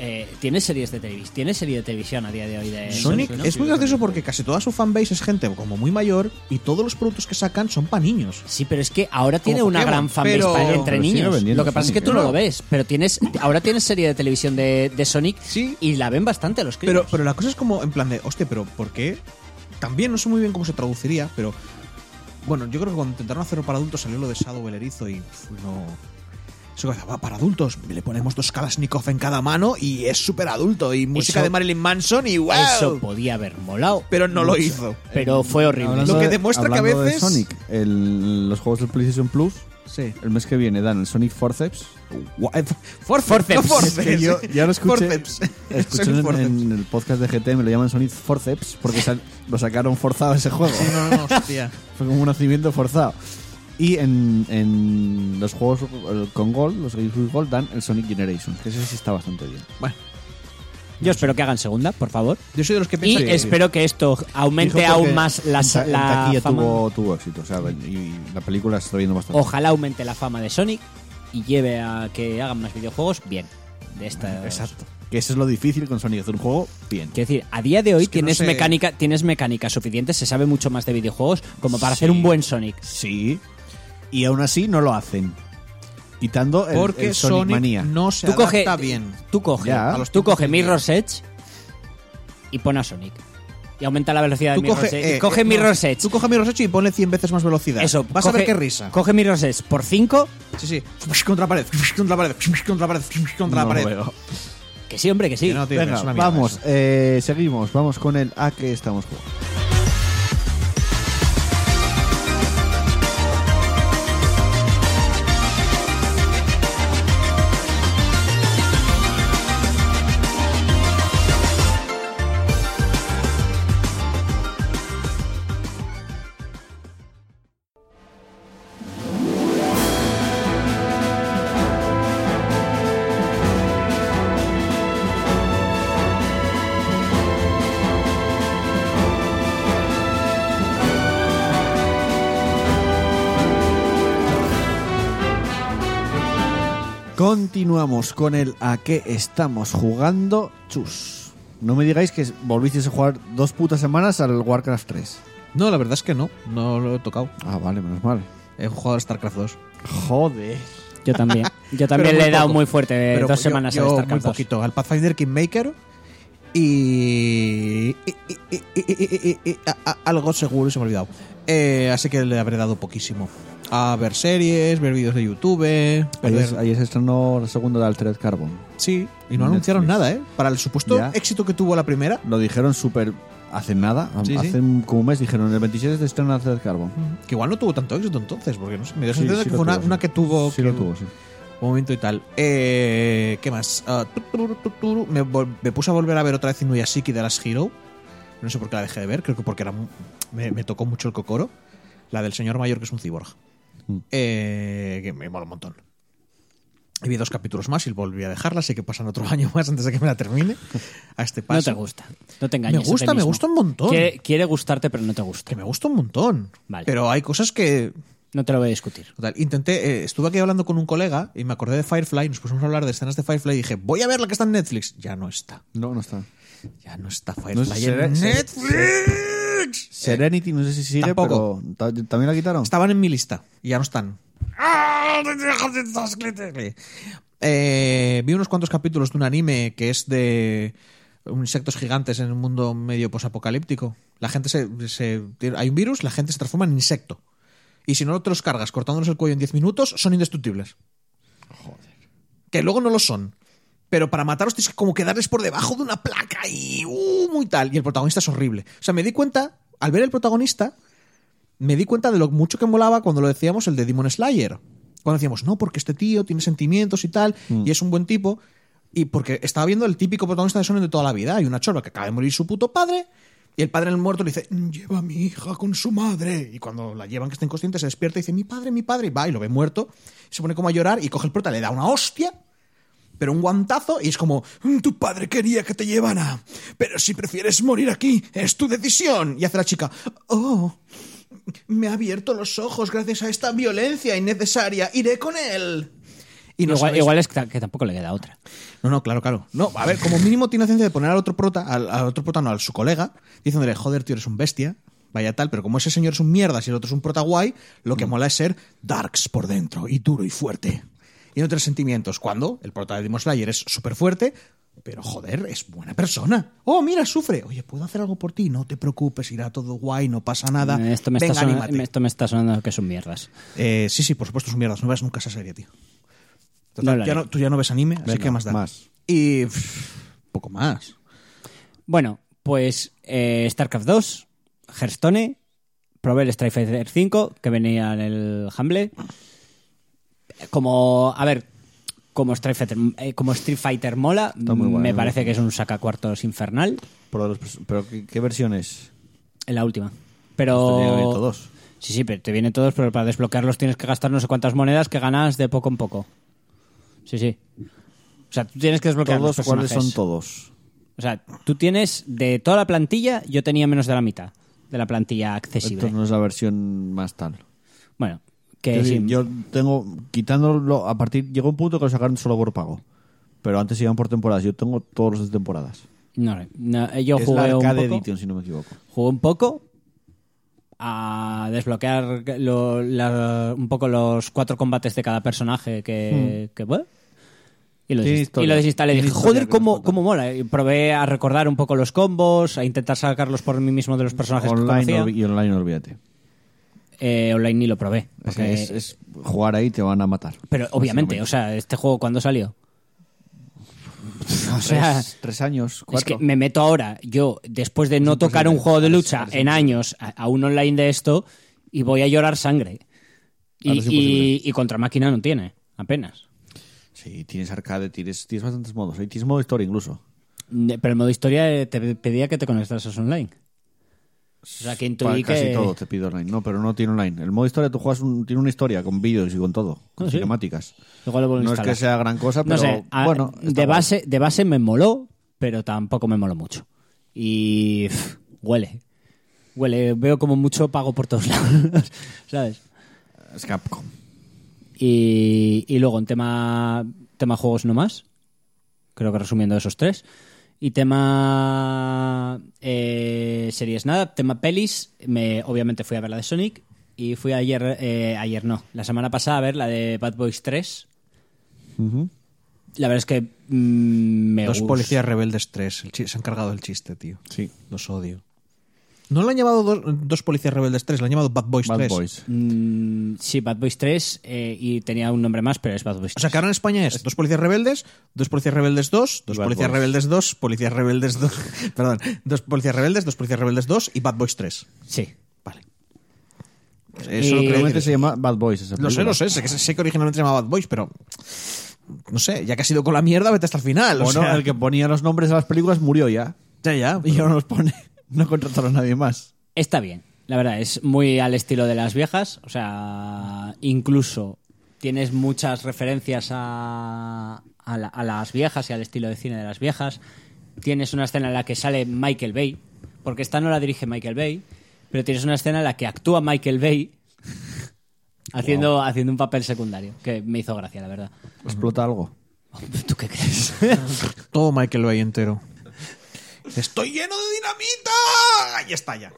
S3: eh, tiene series de televisión, tiene serie de televisión a día de hoy de
S2: Eh, Sonic
S3: ¿no?
S2: es muy gracioso porque casi toda su fanbase es gente como muy mayor y todos los productos que sacan son para niños.
S3: Sí, pero es que ahora tiene
S2: Como
S3: una
S2: Pokémon,
S3: gran fanbase
S2: pero-
S3: para- entre
S1: pero sigue
S3: niños.
S1: vendiendo
S3: Lo que pasa es
S1: Sonic,
S3: que tú
S1: ¿eh?
S3: no lo ves, pero tienes ahora tienes serie de televisión de, de Sonic
S2: Sí.
S3: y la ven bastante los críos.
S2: Pero, pero la cosa es como, en plan de, hostia, pero ¿por qué? También no sé muy bien cómo se traduciría, pero. Bueno, yo creo que cuando intentaron hacerlo para adultos salió lo de Shadow el erizo y. pf, no. Eso que va para adultos. Le ponemos dos Kalashnikov en cada mano y es súper adulto. Y música
S3: Eso-
S2: de Marilyn Manson y wow.
S3: Eso podía haber molado.
S2: Pero no lo hizo.
S3: Pero fue horrible.
S1: eh, Hablando
S2: Lo que
S1: de-
S2: demuestra que a
S1: hablando de
S2: veces-
S1: Sonic, el- los juegos del PlayStation Plus,
S2: Sí.
S1: el mes que viene dan el Sonic Forceps.
S3: Forceps.
S2: Forceps. no
S1: [laughs] Es que yo
S2: [laughs]
S1: ya lo escuché,
S2: Forceps.
S1: escuché
S2: Sonic
S1: en,
S2: Forceps.
S1: en el podcast de GT, me lo llaman Sonic Forceps porque sal- lo sacaron forzado ese juego.
S2: No, no, no, hostia.
S1: Fue como un nacimiento forzado. Y en, en los juegos eh, con Gold, los Games with Gold, dan el Sonic Generation, que ese sí está bastante bien.
S2: Bueno,
S3: Yo espero que hagan segunda, por favor.
S2: yo soy de los que
S3: Y
S2: piensan que.
S3: espero que esto aumente
S1: Dijo porque
S3: aún más la,
S1: en ta- en
S3: la
S1: taquilla
S3: fama.
S1: tuvo, tuvo éxito, o sea, y, y la película se está viendo bastante.
S3: Ojalá aumente la fama de Sonic y lleve a que hagan más videojuegos bien. De esta.
S1: Exacto. Que eso es lo difícil con Sonic, hacer un juego bien.
S3: Quiero decir, a día de hoy
S2: Es que no
S3: tienes
S2: sé.
S3: mecánica, tienes mecánica suficiente, se sabe mucho más de videojuegos como para hacer un buen Sonic.
S1: Sí. Y aún así no lo hacen. Quitando el,
S2: Porque
S1: el Sonic,
S2: Sonic
S1: Manía.
S2: no se
S3: Tú coge,
S2: adapta bien.
S3: tú coge,
S1: Ya.
S2: A los
S3: tú
S2: tiempos
S3: coge
S2: que
S3: Mirror's Edge y pon a Sonic y aumenta la velocidad de
S2: Tú
S3: Mirror's
S2: coge,
S3: Edge.
S2: eh,
S3: coge
S2: eh, no,
S3: Mirror's Edge.
S2: Tú coge Mirror's Edge y ponle 100 veces más velocidad.
S3: Eso,
S2: Vas a
S3: coge-
S2: ver qué risa.
S3: Coge Mirror's Edge por 5,
S2: Sí, sí. Contra la pared, contra la pared, contra la pared, contra la
S1: No
S2: pared.
S1: lo veo.
S3: que sí, hombre, que sí.
S2: Que no, tío,
S1: Venga,
S2: es una mierda
S1: vamos,
S2: eso.
S1: eh, seguimos, vamos con el a que estamos jugando. Continuamos con el a qué estamos jugando. Chus. No me digáis que volvisteis a jugar dos putas semanas al Warcraft 3.
S2: No, la verdad es que no. No lo he tocado.
S1: Ah, vale, menos mal.
S2: He jugado a StarCraft 2.
S1: Joder.
S3: Yo
S2: [laughs]
S3: también. Yo también
S2: Pero muy
S3: le he dado
S2: poco.
S3: muy fuerte eh,
S2: Pero
S3: dos
S2: yo-
S3: semanas
S2: yo
S3: a StarCraft
S2: muy
S3: 2.
S2: poquito. Al Pathfinder Kingmaker y... y- y- y- y- y- y- y- a- a- algo seguro y se me ha olvidado. Eh, así que le habré dado poquísimo. A ver series, ver vídeos de YouTube.
S1: Ayer,
S2: ver-
S1: es- ayer se estrenó la segunda de Altered Carbon.
S2: Sí, y no
S1: Netflix.
S2: anunciaron nada, ¿eh? Para el supuesto
S1: Ya.
S2: éxito que tuvo la primera.
S1: Lo dijeron súper hace nada, a-
S2: Sí, sí.
S1: hace un- como un mes dijeron el 26 de estreno Altered Carbon.
S2: Que igual no tuvo tanto éxito entonces, porque no sé, me dio
S1: Sí,
S2: sentido
S1: sí
S2: que
S1: lo
S2: fue una,
S1: tuvo,
S2: una
S1: sí.
S2: que tuvo.
S1: Sí
S2: que-
S1: lo tuvo, sí.
S2: Un momento y tal. Eh, ¿Qué más? Ah, tu, tu, tu, tu, tu. me, vol- me puse a volver a ver otra vez Inuyashiki de las Hero. No sé por qué la dejé de ver, creo que porque era mu- me, me tocó mucho el cocoro. La del señor mayor, que es un cyborg.
S3: Mm.
S2: Eh, que me mola un montón. Y vi dos capítulos más y volví a dejarla. Sé que pasan otro [laughs] año más antes de que me la termine. A este paso.
S3: No te gusta. No te engañes.
S2: Me gusta,
S3: a ti
S2: me
S3: mismo.
S2: gusta un montón.
S3: Quiere, quiere gustarte, pero no te gusta.
S2: Que me gusta un montón.
S3: Vale.
S2: Pero hay cosas que
S3: No te lo voy a discutir.
S2: Total, intenté, eh, estuve aquí hablando con un colega y me acordé de Firefly, nos pusimos a hablar de escenas de Firefly y dije, voy a ver la que está en Netflix. Ya no está,
S1: No, no está.
S2: ya no está
S1: No
S2: Firefly
S1: sé,
S2: en
S1: será-
S2: Netflix.
S1: Serenity, no sé si sigue,
S2: Tampoco.
S1: pero ta- también la quitaron.
S2: Estaban en mi lista y ya no están. Eh, vi unos cuantos capítulos de un anime que es de insectos gigantes en un mundo medio posapocalíptico. La gente se, se- Hay un virus, la gente se transforma en insecto. Y si no te los cargas cortándonos el cuello en 10 minutos, son indestructibles. Joder. Que luego no lo son. Pero para matarlos tienes que como quedarles por debajo de una placa y. uh, muy tal. Y el protagonista es horrible. O sea, me di cuenta, al ver el protagonista, me di cuenta de lo mucho que molaba cuando lo decíamos el de Demon Slayer. Cuando decíamos, no, porque este tío tiene sentimientos y tal, y es un buen tipo. Y porque estaba viendo el típico protagonista de Sonic de toda la vida. Hay una chorba que acaba de morir su puto padre, y el padre en el muerto le dice, lleva a mi hija con su madre. Y cuando la llevan que está inconsciente, se despierta y dice, mi padre, mi padre, y va y lo ve muerto. Se pone como a llorar y coge el prota, le da una hostia pero un guantazo y es como, "Mm, tu padre quería que te llevara, pero si prefieres morir aquí, es tu decisión. Y hace la chica, oh, me ha abierto los ojos gracias a esta violencia innecesaria, iré con él. Y no
S3: igual,
S2: sabéis-
S3: igual es que, ta- que tampoco le queda otra.
S2: No, no, claro, claro. No, a ver, como mínimo tiene ciencia de poner al otro prota, al, al otro prota, no, al su colega, diciéndole, joder, tío, eres un bestia, vaya tal, pero como ese señor es un mierda, si el otro es un prota guay, lo
S3: Mm.
S2: que mola es ser darks por dentro y duro y fuerte. Y no tener sentimientos. Cuando el prota de Demon Slayer es súper fuerte, pero joder, es buena persona. Oh, mira, sufre. Oye, ¿puedo hacer algo por ti? No te preocupes, irá todo guay, no pasa nada.
S3: Eh, Esto me,
S2: Venga,
S3: está sonando,
S2: anímate.
S3: esto me está sonando que son mierdas.
S2: Eh, sí, sí, por supuesto, son mierdas. No ves nunca esa serie, tío.
S3: No la
S2: ya
S3: leo.
S2: tú ya no ves anime, así
S1: Venga,
S2: que más da.
S1: más.
S2: Y. pff, poco más.
S3: Bueno, pues eh, StarCraft 2, Hearthstone, probé el Strike Fighter 5 que venía en el Humble. Como, a ver, como Street Fighter, eh, como Street Fighter mola,
S1: muy guay,
S3: me
S1: ¿no?
S3: parece que es un sacacuartos infernal
S1: Por los pres- pero ¿qué, qué versión es?
S3: en la última.
S1: Te llegan
S3: Pero
S1: ahí todos.
S3: Sí, sí, pero te vienen todos, pero para desbloquearlos tienes que gastar no sé cuántas monedas que ganas de poco en poco. Sí, sí. O sea, tú tienes que desbloquear
S1: ¿Todos
S3: los
S1: cuáles son
S3: personajes.
S1: todos?
S3: O sea, tú tienes de toda la plantilla, yo tenía menos de la mitad de la plantilla accesible.
S1: Entonces no es la versión más tal.
S3: Bueno,
S1: Yo,
S3: que ¿eh? sí,
S1: yo tengo, quitándolo, a partir, llegó un punto que lo sacaron solo por pago. Pero antes iban por temporadas. Yo tengo todos los de temporadas.
S3: no sé, no, eh, yo
S1: es
S3: jugué
S1: la
S3: un
S1: Arcade
S3: poco,
S1: Edition, si no me equivoco.
S3: jugué un poco a desbloquear lo- la- un poco los cuatro combates de cada personaje que, que, bueno, y
S1: Tiene
S3: lo, desinst-
S1: Hmm. historia.
S3: y lo desinstalé.
S1: Tiene
S3: Dije,
S1: historia
S3: joder,
S1: que nos
S3: cómo,
S1: cuentan".
S3: cómo mola. Y probé a recordar un poco los combos, a intentar sacarlos por mí mismo de los personajes que
S1: Online
S3: conocía.
S1: olvi- y online, olvídate.
S3: Eh, online ni lo probé.
S1: O sea,
S3: porque-
S1: es, es jugar ahí te van a matar.
S3: Pero obviamente, o sea, este juego cuando salió. O sea,
S1: tres, tres años,
S3: es
S1: cuatro.
S3: que me meto ahora, yo, después de no tocar un juego de lucha en años, a, a un online de esto, y voy a llorar sangre. Y,
S1: Ahora es
S3: y-
S1: imposible.
S3: y contra máquina no tiene, apenas.
S1: Sí, tienes arcade, tienes, tienes bastantes modos. Ahí tienes modo historia incluso.
S3: Ne- Pero el modo historia eh, te pedía que te conectases online. O sea, que
S1: Para
S3: intuí
S1: casi
S3: que...
S1: todo te pido online. No, pero no tiene online. El modo historia tú juegas un- tiene una historia con vídeos y con todo, con
S3: Ah, ¿sí?
S1: cinemáticas.
S3: Luego lo vuelvo a
S1: No es
S3: instalar.
S1: que sea gran cosa, pero
S3: no sé, a-
S1: bueno, está
S3: de,
S1: guay.
S3: base, de base me moló, pero tampoco me moló mucho. Y pff, huele. Huele, veo como mucho pago por todos [laughs] lados, ¿sabes?
S1: Es Capcom.
S3: Y, y luego en tema, tema juegos nomás, creo que resumiendo esos tres. Y tema eh, series nada, tema pelis, me, obviamente fui a ver la de Sonic y fui ayer, eh, ayer no, la semana pasada a ver la de Bad Boys 3. La verdad es que mm, me
S2: Dos
S3: gus-
S2: policías rebeldes tres. El chi- se han cargado el chiste, tío.
S1: Sí.
S2: Los odio. No lo han llamado dos, dos policías rebeldes tres, lo han llamado Bad Boys
S1: Bad
S2: 3.
S1: Boys.
S3: Mm, sí, Bad Boys 3 eh, y tenía un nombre más, pero es Bad Boys 3.
S2: O sea, que ahora en España es dos policías rebeldes, dos policías rebeldes dos, dos
S1: Bad
S2: policías
S1: Boys.
S2: rebeldes dos, policías rebeldes dos. [laughs] Perdón, dos policías rebeldes, dos policías rebeldes dos y Bad Boys 3.
S3: sí.
S2: Vale. Eso
S3: Y-
S2: lo quería
S1: Realmente
S2: decir.
S1: se llama Bad Boys. esa
S2: Lo sé,
S1: película.
S2: lo sé, sé que, sé que originalmente se llamaba Bad Boys, pero no sé, ya que has ido con la mierda, vete hasta el final. o
S1: Bueno,
S2: sea,
S1: el que ponía los nombres a las películas murió ya.
S2: ya, ya,
S1: Y
S2: pero-
S1: ahora nos pone. No contrataron a nadie más.
S3: Está bien, la verdad, es muy al estilo de las viejas. O sea, incluso tienes muchas referencias a, a la- a las viejas y al estilo de cine de las viejas. Tienes una escena en la que sale Michael Bay, porque esta no la dirige Michael Bay, pero tienes una escena en la que actúa Michael Bay [laughs] haciendo, haciendo un papel secundario, que me hizo gracia, la verdad. [laughs]
S1: Explota algo.
S3: ¿Tú qué crees?
S2: Todo Michael Bay entero. ¡Estoy lleno de dinamita! Y está ya.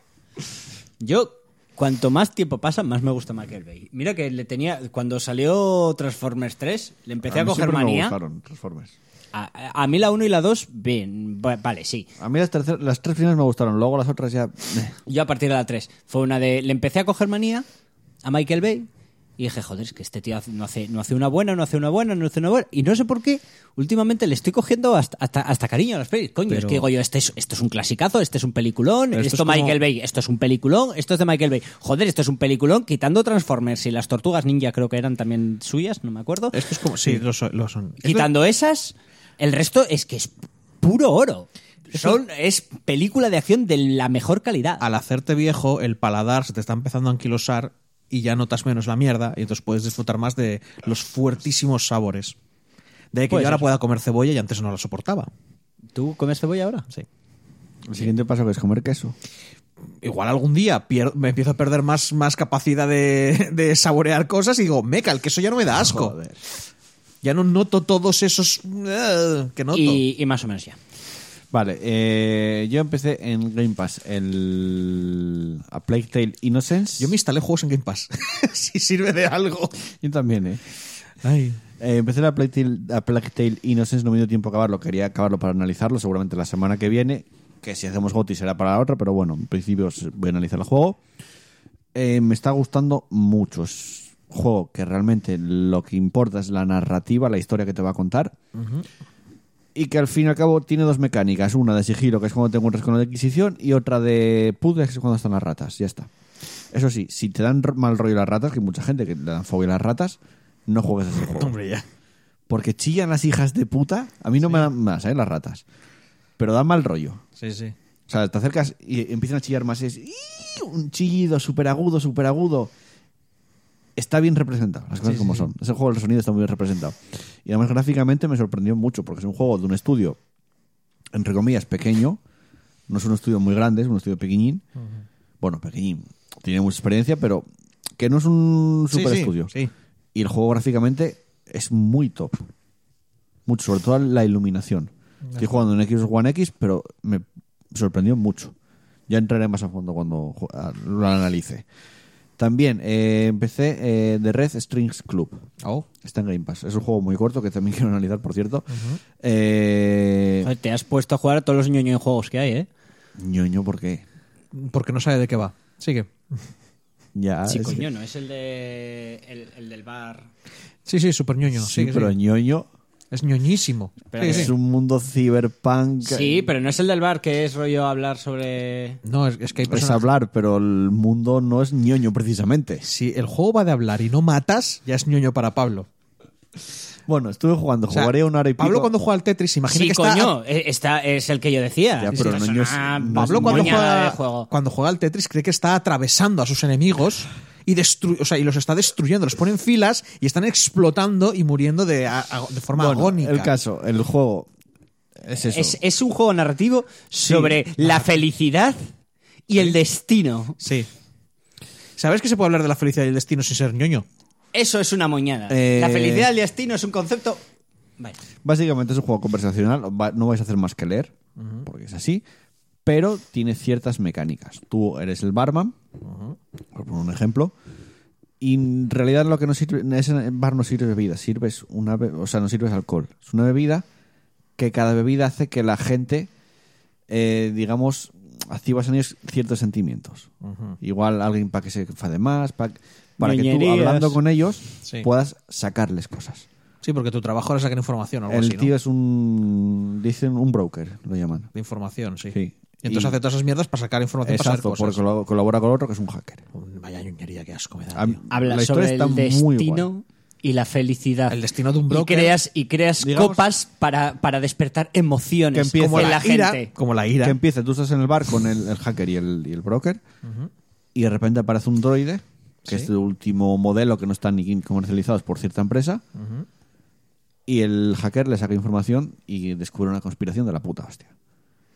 S3: Yo, cuanto más tiempo pasa, más me gusta Michael Bay. Mira que le tenía. Cuando salió Transformers 3, le empecé a,
S1: mí
S3: coger
S1: siempre me
S3: manía.
S1: gustaron Transformers.
S3: A, a mí la 1 y la 2, bien, va- vale, sí.
S1: A mí las, tercer- las tres primeras me gustaron, luego las otras ya... eh,
S3: Yo a partir de la 3 fue una de... Le empecé a coger manía a Michael Bay y dije, joder, es que este tío hace- no hace, no hace una buena, no hace una buena, no hace una buena. Y no sé por qué, últimamente le estoy cogiendo hasta, hasta, hasta cariño a las pelis. Coño, es que digo yo, este es- esto es un clasicazo, este es un peliculón,
S2: Pero
S3: esto,
S2: esto es como-
S3: Michael Bay, esto es un peliculón, esto es de Michael Bay. Joder, esto es un peliculón, quitando Transformers y las Tortugas Ninja creo que eran también suyas, no me acuerdo.
S2: Esto es como. Sí, lo, so- lo son. Es ver-
S3: Quitando esas, el resto es que es puro oro. Son, es película de acción de la mejor calidad.
S2: al hacerte viejo, el paladar se te está empezando a anquilosar y ya notas menos la mierda y entonces puedes disfrutar más de los fuertísimos sabores. De ahí que
S3: Puede
S2: yo ahora
S3: ser.
S2: pueda comer cebolla y antes no la soportaba.
S3: ¿Tú comes cebolla ahora?
S2: Sí.
S1: El siguiente paso que es comer queso.
S2: Igual algún día pier- me empiezo a perder más, más capacidad de, [laughs] de saborear cosas y digo, meca, el queso ya no me
S1: Ah,
S2: da asco. Ya no noto todos esos eh, que noto.
S3: Y, y más o menos ya.
S1: Vale, eh, yo empecé en Game Pass el... A Plague Tale Innocence.
S2: Yo me instalé juegos en Game Pass. [laughs] si sirve de algo.
S1: [laughs] Yo también, ¿eh? Eh, empecé la Plague, Tale, la Plague Tale Innocence, no me dio tiempo a acabarlo. Quería acabarlo para analizarlo, seguramente la semana que viene. Que si hacemos GOTI será para la otra, pero bueno, en principio os voy a analizar el juego. Eh, me está gustando mucho. Es un juego que realmente lo que importa es la narrativa, la historia que te va a contar. Y que al fin y al cabo tiene dos mecánicas: una de sigilo, que es cuando te encuentras con la adquisición, y otra de puzzles, que es cuando están las ratas. Ya está. Eso sí, si te dan ro- mal rollo las ratas, que hay mucha gente que le dan fobia a las ratas, no juegues a ese juego.
S2: Hombre, ya.
S1: Porque chillan las hijas de puta. A mí no me dan más, ¿eh? Las ratas. Pero dan mal rollo.
S2: Sí, sí.
S1: O sea, te acercas y empiezan a chillar más. Es ¡ii! un chillido súper agudo, súper agudo. Está bien representado, las cosas como son. Ese juego del sonido está muy bien representado. Y además gráficamente me sorprendió mucho, porque es un juego de un estudio, entre comillas, pequeño. No es un estudio muy grande, es un estudio pequeñín. Bueno, pequeñín. Tiene mucha experiencia, pero que no es un
S2: Sí,
S1: super
S2: sí,
S1: estudio.
S2: sí.
S1: Y el juego gráficamente es muy top. Mucho, sobre todo la iluminación. Estoy jugando en Xbox One X, pero me sorprendió mucho. Ya entraré más a fondo cuando ju- a- lo analice. También eh, empecé eh, The Red Strings Club.
S2: Oh.
S1: Está en Game Pass. Es un juego muy corto que también [laughs] quiero analizar, por cierto. Eh,
S3: Joder, te has puesto a jugar a todos los ñoño en juegos que hay, ¿eh?
S1: ñoño, ¿por qué?
S2: Porque no sabe de qué va. Sigue.
S1: Ya,
S3: sí,
S1: es que-
S3: coño, no es el, de, el, el del bar.
S2: Sí, sí, súper ñoño.
S1: Sí,
S2: Sigue,
S1: pero
S2: sigue.
S1: ñoño
S2: Es ñoñísimo. Sí, sí.
S1: es un mundo cyberpunk.
S3: Sí, pero no es el del bar que es rollo hablar sobre.
S2: No, es, es que hay
S1: Es
S2: personas...
S1: hablar, pero el mundo no es ñoño precisamente.
S2: Si el juego va de hablar y no matas, ya es ñoño para Pablo.
S1: Bueno, estuve jugando,
S2: O sea,
S1: jugaré una hora y pico.
S2: Pablo cuando juega al Tetris, imagina
S3: Sí,
S2: que está...
S3: coño, eh, está, es el que yo decía.
S1: Ya,
S3: Sí,
S1: pero
S3: sí,
S1: no,
S3: es
S1: yo-
S3: una
S1: no es
S2: Pablo cuando
S3: moñada de
S2: juega,
S3: juego.
S2: cuando juega al Tetris cree que está atravesando a sus enemigos y, destru- o sea, y los está destruyendo. Los pone en filas y están explotando y muriendo de, a- a- de forma
S1: Bueno,
S2: agónica.
S1: El caso, el juego es eso.
S3: Es, es un juego narrativo sobre la felicidad y el destino.
S2: Sí. ¿Sabes que se puede hablar de la felicidad y el destino sin ser ñoño?
S3: Eso es una moñada.
S1: Eh,
S3: La felicidad y el destino es un concepto. Vale.
S1: Básicamente es un juego conversacional, va- no vais a hacer más que leer, porque es así, pero tiene ciertas mecánicas. Tú eres el barman, por poner un ejemplo, y en realidad lo que no sirve, en ese bar no sirve bebida, sirves una, be- o sea, no sirves alcohol. Es una bebida que cada bebida hace que la gente, eh, digamos, activas en ellos ciertos sentimientos. Igual alguien para que se enfade más, pa- para que tú
S3: Ñoñerías.
S1: hablando con ellos
S2: Sí.
S1: puedas sacarles cosas.
S2: Sí, porque tu trabajo era sacar información o algo
S1: El
S2: así, ¿no?
S1: tío es un. Dicen un broker, lo llaman.
S2: De información, sí.
S1: Sí.
S2: Y entonces
S1: Y-
S2: hace todas esas mierdas para sacar información
S1: Exacto,
S2: para saber
S1: porque
S2: cosas.
S1: colo- colabora con otro que es un hacker.
S2: Vaya ñoñería, qué asco me da,
S1: A-
S2: tío.
S3: Habla
S1: la historia
S3: sobre
S1: está
S3: el
S1: muy guay.
S3: destino y la felicidad.
S2: El destino de un broker.
S3: Y creas, y creas
S1: Digamos-
S3: copas para, para despertar emociones
S1: Que empiece
S3: como en la,
S2: la ira,
S3: gente.
S2: como la ira.
S1: Que empieza, tú estás en el bar con el, el hacker y el, y el broker, y de repente aparece un droide, que es el último modelo que no están ni comercializados por cierta empresa, y el hacker le saca información y descubre una conspiración de la puta hostia.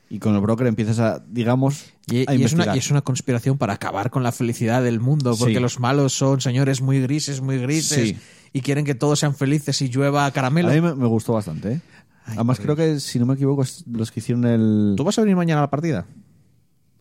S1: Y con el broker empiezas a, digamos,
S2: Y,
S1: a
S2: y es
S1: investigar.
S2: una, y es una conspiración para acabar con la felicidad del mundo, porque
S1: Sí.
S2: los malos son señores muy grises, muy grises,
S1: Sí.
S2: y quieren que todos sean felices y llueva caramelo.
S1: A mí me, me gustó bastante. ¿eh? Además, creo que, si no me equivoco, es los que hicieron el...
S2: ¿Tú vas a venir mañana a la partida?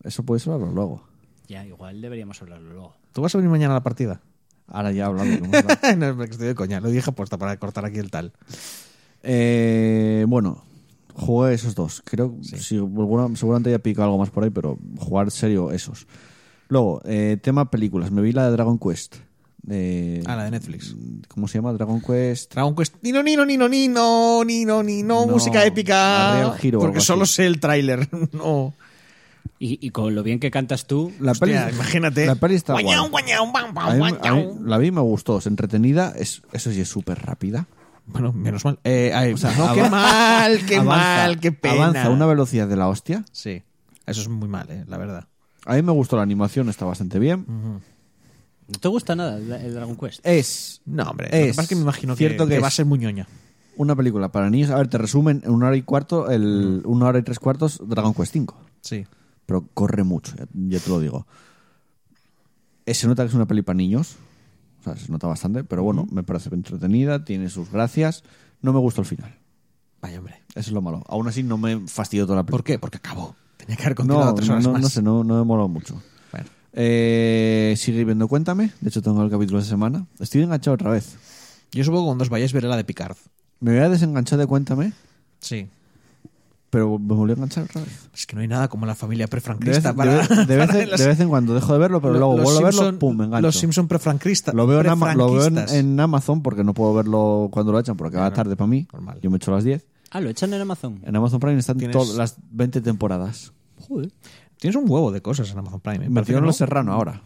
S1: Eso puedes hablarlo luego.
S3: Ya, igual deberíamos hablarlo luego.
S2: ¿Tú vas a venir mañana a la partida?
S1: Ahora ya hablando. que hemos hablado.
S2: [laughs] no, es porque estoy de coña, lo dije apuesta para cortar aquí el tal.
S1: [laughs] Eh, bueno, jugué esos dos. Creo si alguna- seguramente ya pico algo más por ahí, pero jugar serio esos. Luego, eh, tema películas. Me vi la de Dragon Quest. Eh,
S2: Ah, la de Netflix.
S1: ¿Cómo se llama? Dragon Quest.
S2: Dragon Quest. Nino, nino, nino, nino, nino, nino,
S1: No,
S2: música épica.
S1: Unreal Hero, algo
S2: porque
S1: así.
S2: solo sé el tráiler. [laughs] No.
S3: Y, y con lo bien que cantas tú,
S1: La
S2: Hostia,
S1: peli-
S2: imagínate.
S1: La peli está
S2: Guañau,
S1: guay.
S2: guañau, bam, bam,
S1: A mí- a mí-
S2: guañau.
S1: la vi y me gustó. Es entretenida. Es, eso sí, es súper rápida.
S2: Bueno, menos mal. Eh, ay, no,
S1: av-
S2: qué mal, qué
S1: Avanza-
S2: mal, qué pena.
S1: Avanza a una velocidad de la hostia.
S2: Sí, eso es muy mal, eh, la verdad.
S1: A mí me gustó la animación, está bastante bien.
S3: no te gusta nada el el Dragon Quest.
S1: Es
S2: No, hombre,
S1: Es
S2: lo que pasa es que me imagino
S1: cierto que
S2: va a
S1: es.
S2: ser muy ñoña.
S1: una película para niños. A ver, te resumen en una hora y cuarto, el, una hora y tres cuartos, Dragon Quest 5.
S2: Sí.
S1: Pero corre mucho, ya, ya te lo digo. Eh, Se nota que es una peli para niños. O sea, se nota bastante, pero bueno, me parece entretenida, tiene sus gracias. No me gustó el final.
S2: Vaya, hombre.
S1: Eso es lo malo. Aún así no me fastidió toda la
S2: ¿Por
S1: película.
S2: qué? Porque acabó. Tenía que haber continuado
S1: No,
S2: tres horas
S1: no,
S2: más.
S1: no sé, no, no me moló mucho.
S2: Bueno.
S1: Eh, sigue viendo Cuéntame. De hecho, tengo el capítulo de semana. Estoy enganchado otra vez.
S2: Yo supongo que cuando os vayáis veré la de Picard.
S1: Me había desenganchado de Cuéntame,
S2: Sí.
S1: pero me volví a enganchar otra vez.
S2: Es que no hay nada como la
S1: De
S2: familia
S1: vez,
S2: prefranquista
S1: de
S2: para.
S1: vez- de vez-
S2: para [laughs]
S1: de vez en cuando dejo de verlo, pero
S2: lo-
S1: luego
S2: los
S1: vuelvo a verlo,
S2: Simpson-
S1: pum, me engancho.
S2: Los Simpson prefranquistas.
S1: lo veo, en Ama- lo veo en, en Amazon porque no puedo verlo cuando lo echan porque va tarde para mí.
S2: normal.
S1: Yo me echo a las 10.
S3: Ah, lo echan en Amazon.
S1: En Amazon Prime están
S2: Tienes-
S1: todas las 20 temporadas.
S3: Joder.
S2: Tienes un huevo de cosas en Amazon Prime. eh,
S1: Me
S2: parece que
S1: metieron
S2: no.
S1: Los Serrano ahora.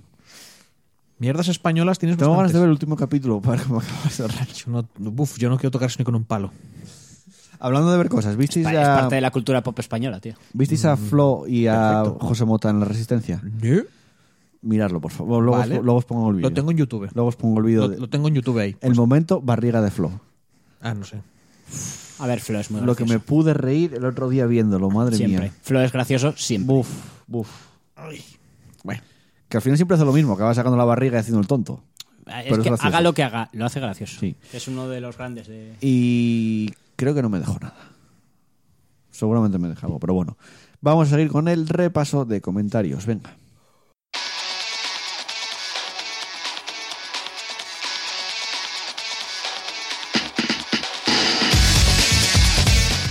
S2: Mierdas españolas tienes
S1: Tengo ganas de ver
S2: bastantes.
S1: el último capítulo para [laughs] que me acabe Serrano.
S2: Yo no, buf, yo no quiero tocar eso ni con un palo.
S1: Hablando de ver cosas, ¿visteis,
S3: Pa- Es
S1: a,
S3: parte de la cultura pop española, tío.
S1: ¿visteis a Flo y a
S2: perfecto.
S1: José Mota en La Resistencia? Miradlo, por favor. Luego,
S2: Vale.
S1: os, luego os pongo el vídeo.
S2: Lo tengo en YouTube.
S1: Luego os pongo el vídeo.
S2: Lo,
S1: de-
S2: lo tengo en YouTube ahí. Pues,
S1: El momento barriga de Flo.
S2: Ah, no sé.
S3: A ver, Flo es muy
S1: Lo que me
S3: gracioso.
S1: pude reír el otro día viéndolo, madre
S3: Siempre.
S1: mía.
S3: Flo es gracioso siempre.
S1: Buf, buf.
S2: Bueno.
S1: Que al final siempre hace lo mismo, acaba sacando la barriga y haciendo el tonto.
S3: Ah, Es
S1: Pero es
S3: que
S1: gracioso.
S3: haga lo que haga, lo hace gracioso.
S1: Sí.
S3: Es uno de los grandes de...
S1: Y creo que no me dejó nada. Seguramente me dejó algo, pero bueno. Vamos a seguir con el repaso de comentarios. Venga.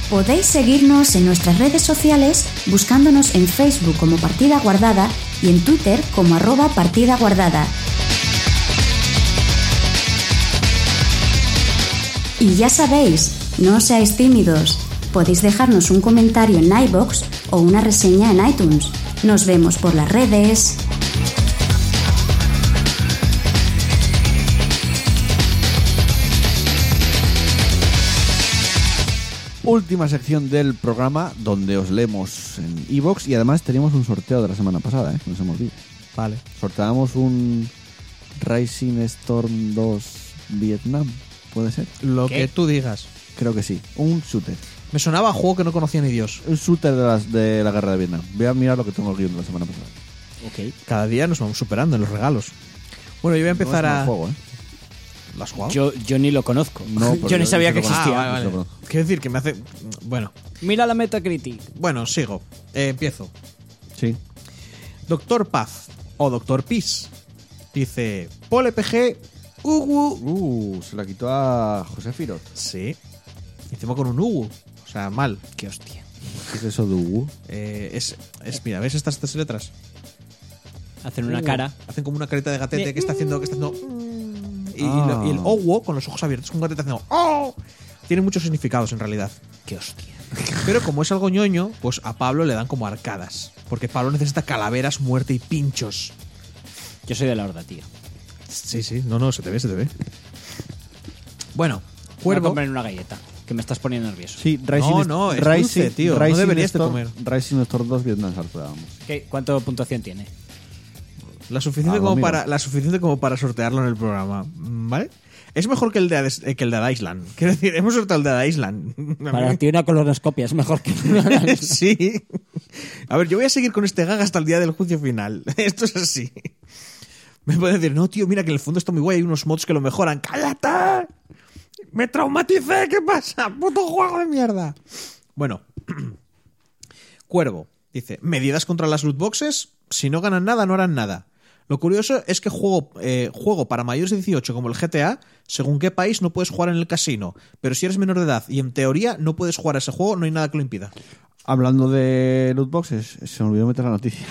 S4: Podéis seguirnos en nuestras redes sociales buscándonos en Facebook como Partida Guardada y en Twitter como arroba Partida Guardada. Y ya sabéis, no seáis tímidos. Podéis dejarnos un comentario en iBox o una reseña en iTunes. Nos vemos por las redes.
S1: Última sección del programa donde os leemos en Evox y además teníamos un sorteo de la semana pasada, ¿eh? No se me olvide.
S2: Vale.
S1: Sorteábamos un Rising Storm 2 Vietnam, ¿puede ser?
S2: Lo
S3: ¿Qué?
S2: que tú digas.
S1: Creo que sí. Un shooter.
S2: Me sonaba a juego que no conocía ni Dios.
S1: Un shooter de, las- de la guerra de Vietnam. Voy a mirar lo que tengo el guión de la semana pasada.
S3: Ok.
S2: Cada día nos vamos superando en los regalos. Bueno, yo voy a empezar
S1: No es mal
S2: a.
S1: juego, ¿eh?
S2: ¿Lo has jugado?
S3: Yo, yo ni lo conozco.
S1: No,
S3: [laughs]
S1: pero
S3: yo ni
S1: yo-
S3: sabía
S1: yo
S3: que
S1: lo conozco.
S3: existía.
S2: Ah, vale,
S1: Yo
S2: vale.
S1: lo
S2: Quiero decir que me hace. Bueno,
S3: Mira la Metacritic.
S2: bueno, sigo. Eh, empiezo.
S1: Sí.
S2: Doctor Paz o Doctor Peace dice: Pole PG, Ugu.
S1: Uh, se la quitó a José Firot.
S2: Sí. Encima con un Ugu. O sea, mal.
S3: Qué hostia.
S1: ¿Qué es eso de Hugo?
S2: Eh, es, es- mira, ¿ves estas tres letras?
S3: Hacen una cara.
S2: Hacen como una careta de gatete que está haciendo. Que está haciendo y, y
S1: Ah.
S2: lo- y el owo con los ojos abiertos, con gatete haciendo. "Oh". Tiene muchos significados en realidad.
S3: Qué hostia.
S2: Pero como es algo ñoño, pues a Pablo le dan como arcadas. Porque Pablo necesita calaveras, muerte y pinchos.
S3: Yo soy de la horda, tío.
S2: Sí, sí, no, no, se te ve, se te ve. Bueno,
S3: Voy a
S2: Cuervo.
S3: comer una galleta, que me estás poniendo nervioso.
S1: Sí, Rising
S2: No,
S1: St-
S2: no, es
S1: Rising,
S2: dulce, tío, no
S1: Rising
S2: deberías de
S1: Storm-
S2: comer.
S1: Rising Storm 2 Vietnam Hard, vamos.
S3: ¿Qué- ¿Cuánto puntuación tiene?
S2: La suficiente,
S1: Algo
S2: como
S1: mío.
S2: para, la suficiente como para sortearlo en el programa, ¿vale? Es mejor que el de, Hades- eh, que el de Ada Island. Quiero decir, hemos sorteado el de Ada Island. [laughs]
S3: Para ti una colonoscopia es mejor que una...
S2: sí. A ver, yo voy a seguir con este gag hasta el día del juicio final. [laughs] Esto es así. Me puede decir, no, tío, mira que en el fondo está muy guay, hay unos mods que lo mejoran. ¡Cállate! ¡Me traumaticé! ¿Qué pasa? ¡Puto juego de mierda! Bueno. [clears throat] Cuervo dice: Medidas contra las loot boxes. Si no ganan nada, no harán nada. Lo curioso es que juego, eh, juego para mayores de 18 como el GTA, según qué país no puedes jugar en el casino. Pero si eres menor de edad y en teoría no puedes jugar a ese juego, no hay nada que lo impida.
S1: Hablando de loot boxes, se me olvidó meter la noticia.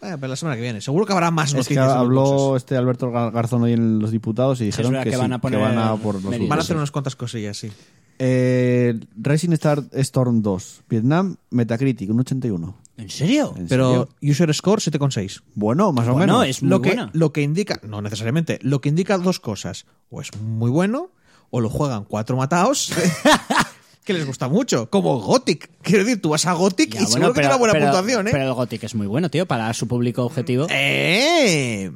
S2: Bueno, Eh, pero la semana que viene. Seguro que habrá más
S1: Es que
S2: noticias. de
S1: habló
S2: lootboxes.
S1: este Alberto Gar- Garzón hoy en los diputados y dijeron
S3: verdad
S1: que,
S3: que
S1: sí,
S3: van a poner
S1: que van a por los
S3: medidas.
S1: loot
S2: Van a
S1: boxes.
S2: hacer unas cuantas cosillas, sí.
S1: Eh, Racing Star Storm 2, Vietnam, Metacritic, un 81.
S3: ¿En serio?
S1: ¿En
S2: Pero
S1: serio?
S2: user score 7,6.
S1: Bueno, más o
S3: Bueno,
S1: menos.
S3: es muy
S2: Lo que,
S3: buena.
S2: lo que indica, no necesariamente, lo que indica dos cosas. O es muy bueno, o lo juegan cuatro mataos [laughs] que les gusta mucho. Como Gothic. Quiero decir, tú vas a Gothic
S3: Ya,
S2: y seguro que te da buena
S3: pero-
S2: puntuación, ¿eh?
S3: Pero el Gothic es muy bueno, tío, para su público objetivo.
S2: ¡Eh!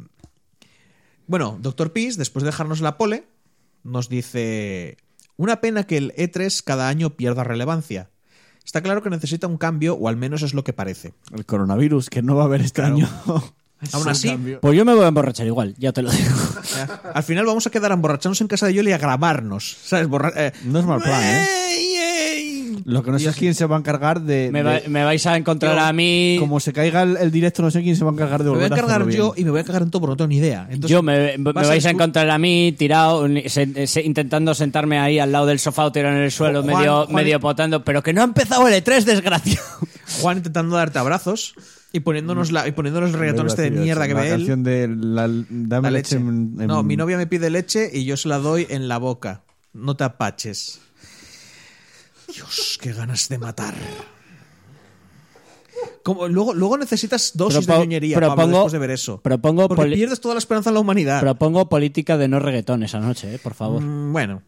S2: Bueno, Doctor Peace, después de dejarnos la pole, nos dice: Una pena que el E3 cada año pierda relevancia. Está claro que necesita un cambio, o al menos es lo que parece.
S1: El coronavirus, que no va a haber este año.
S2: [laughs] Aún así, eh,
S3: Pues yo me voy a emborrachar igual, ya te lo
S2: [laughs]
S3: digo.
S2: al final vamos a quedar emborrachándonos en casa de Yoli a grabarnos. ¿Sabes? Borra- eh,
S1: No es mal plan, ¿eh?
S2: ¡Ey, ey!
S1: Lo que no sé es quién se va a encargar de.
S3: Me,
S1: de-
S3: va- me vais a encontrar
S2: Yo-
S3: a mí.
S1: Como se caiga el, el directo, no sé quién se va a encargar de
S2: Me voy a
S1: volver
S2: encargar
S1: hacerlo
S2: yo
S1: bien.
S2: y me voy a encargar en todo porque no tengo ni idea. Entonces,
S3: yo me, me
S2: vas
S3: vais a
S2: escu-
S3: encontrar a mí tirado, ni- se- se- intentando sentarme ahí al lado del sofá o tirado en el suelo,
S2: Juan-
S3: medio,
S2: Juan-
S3: medio potando, pero que no ha empezado el E3, desgraciado.
S2: Juan intentando darte abrazos y
S1: Mm.
S2: poniéndonos, la, y poniéndonos el reggaetón
S1: Muy
S2: este de
S1: gracioso.
S2: mierda que
S1: La
S2: ve él.
S1: canción de la, dame
S2: La
S1: leche.
S2: leche.
S1: en- en-
S2: No, mi novia me pide leche y yo se la doy en la boca. No te apaches. Dios, qué ganas de matar. Como, luego, luego necesitas dosis
S3: Propo-
S2: de ñoñería, Pablo,
S3: propongo-
S2: después de ver eso.
S3: propongo
S2: Porque
S3: poli-
S2: pierdes toda la esperanza en la
S3: [laughs]
S2: humanidad.
S3: Propongo política de no reggaetón esa noche, eh, por favor.
S2: Mm, bueno.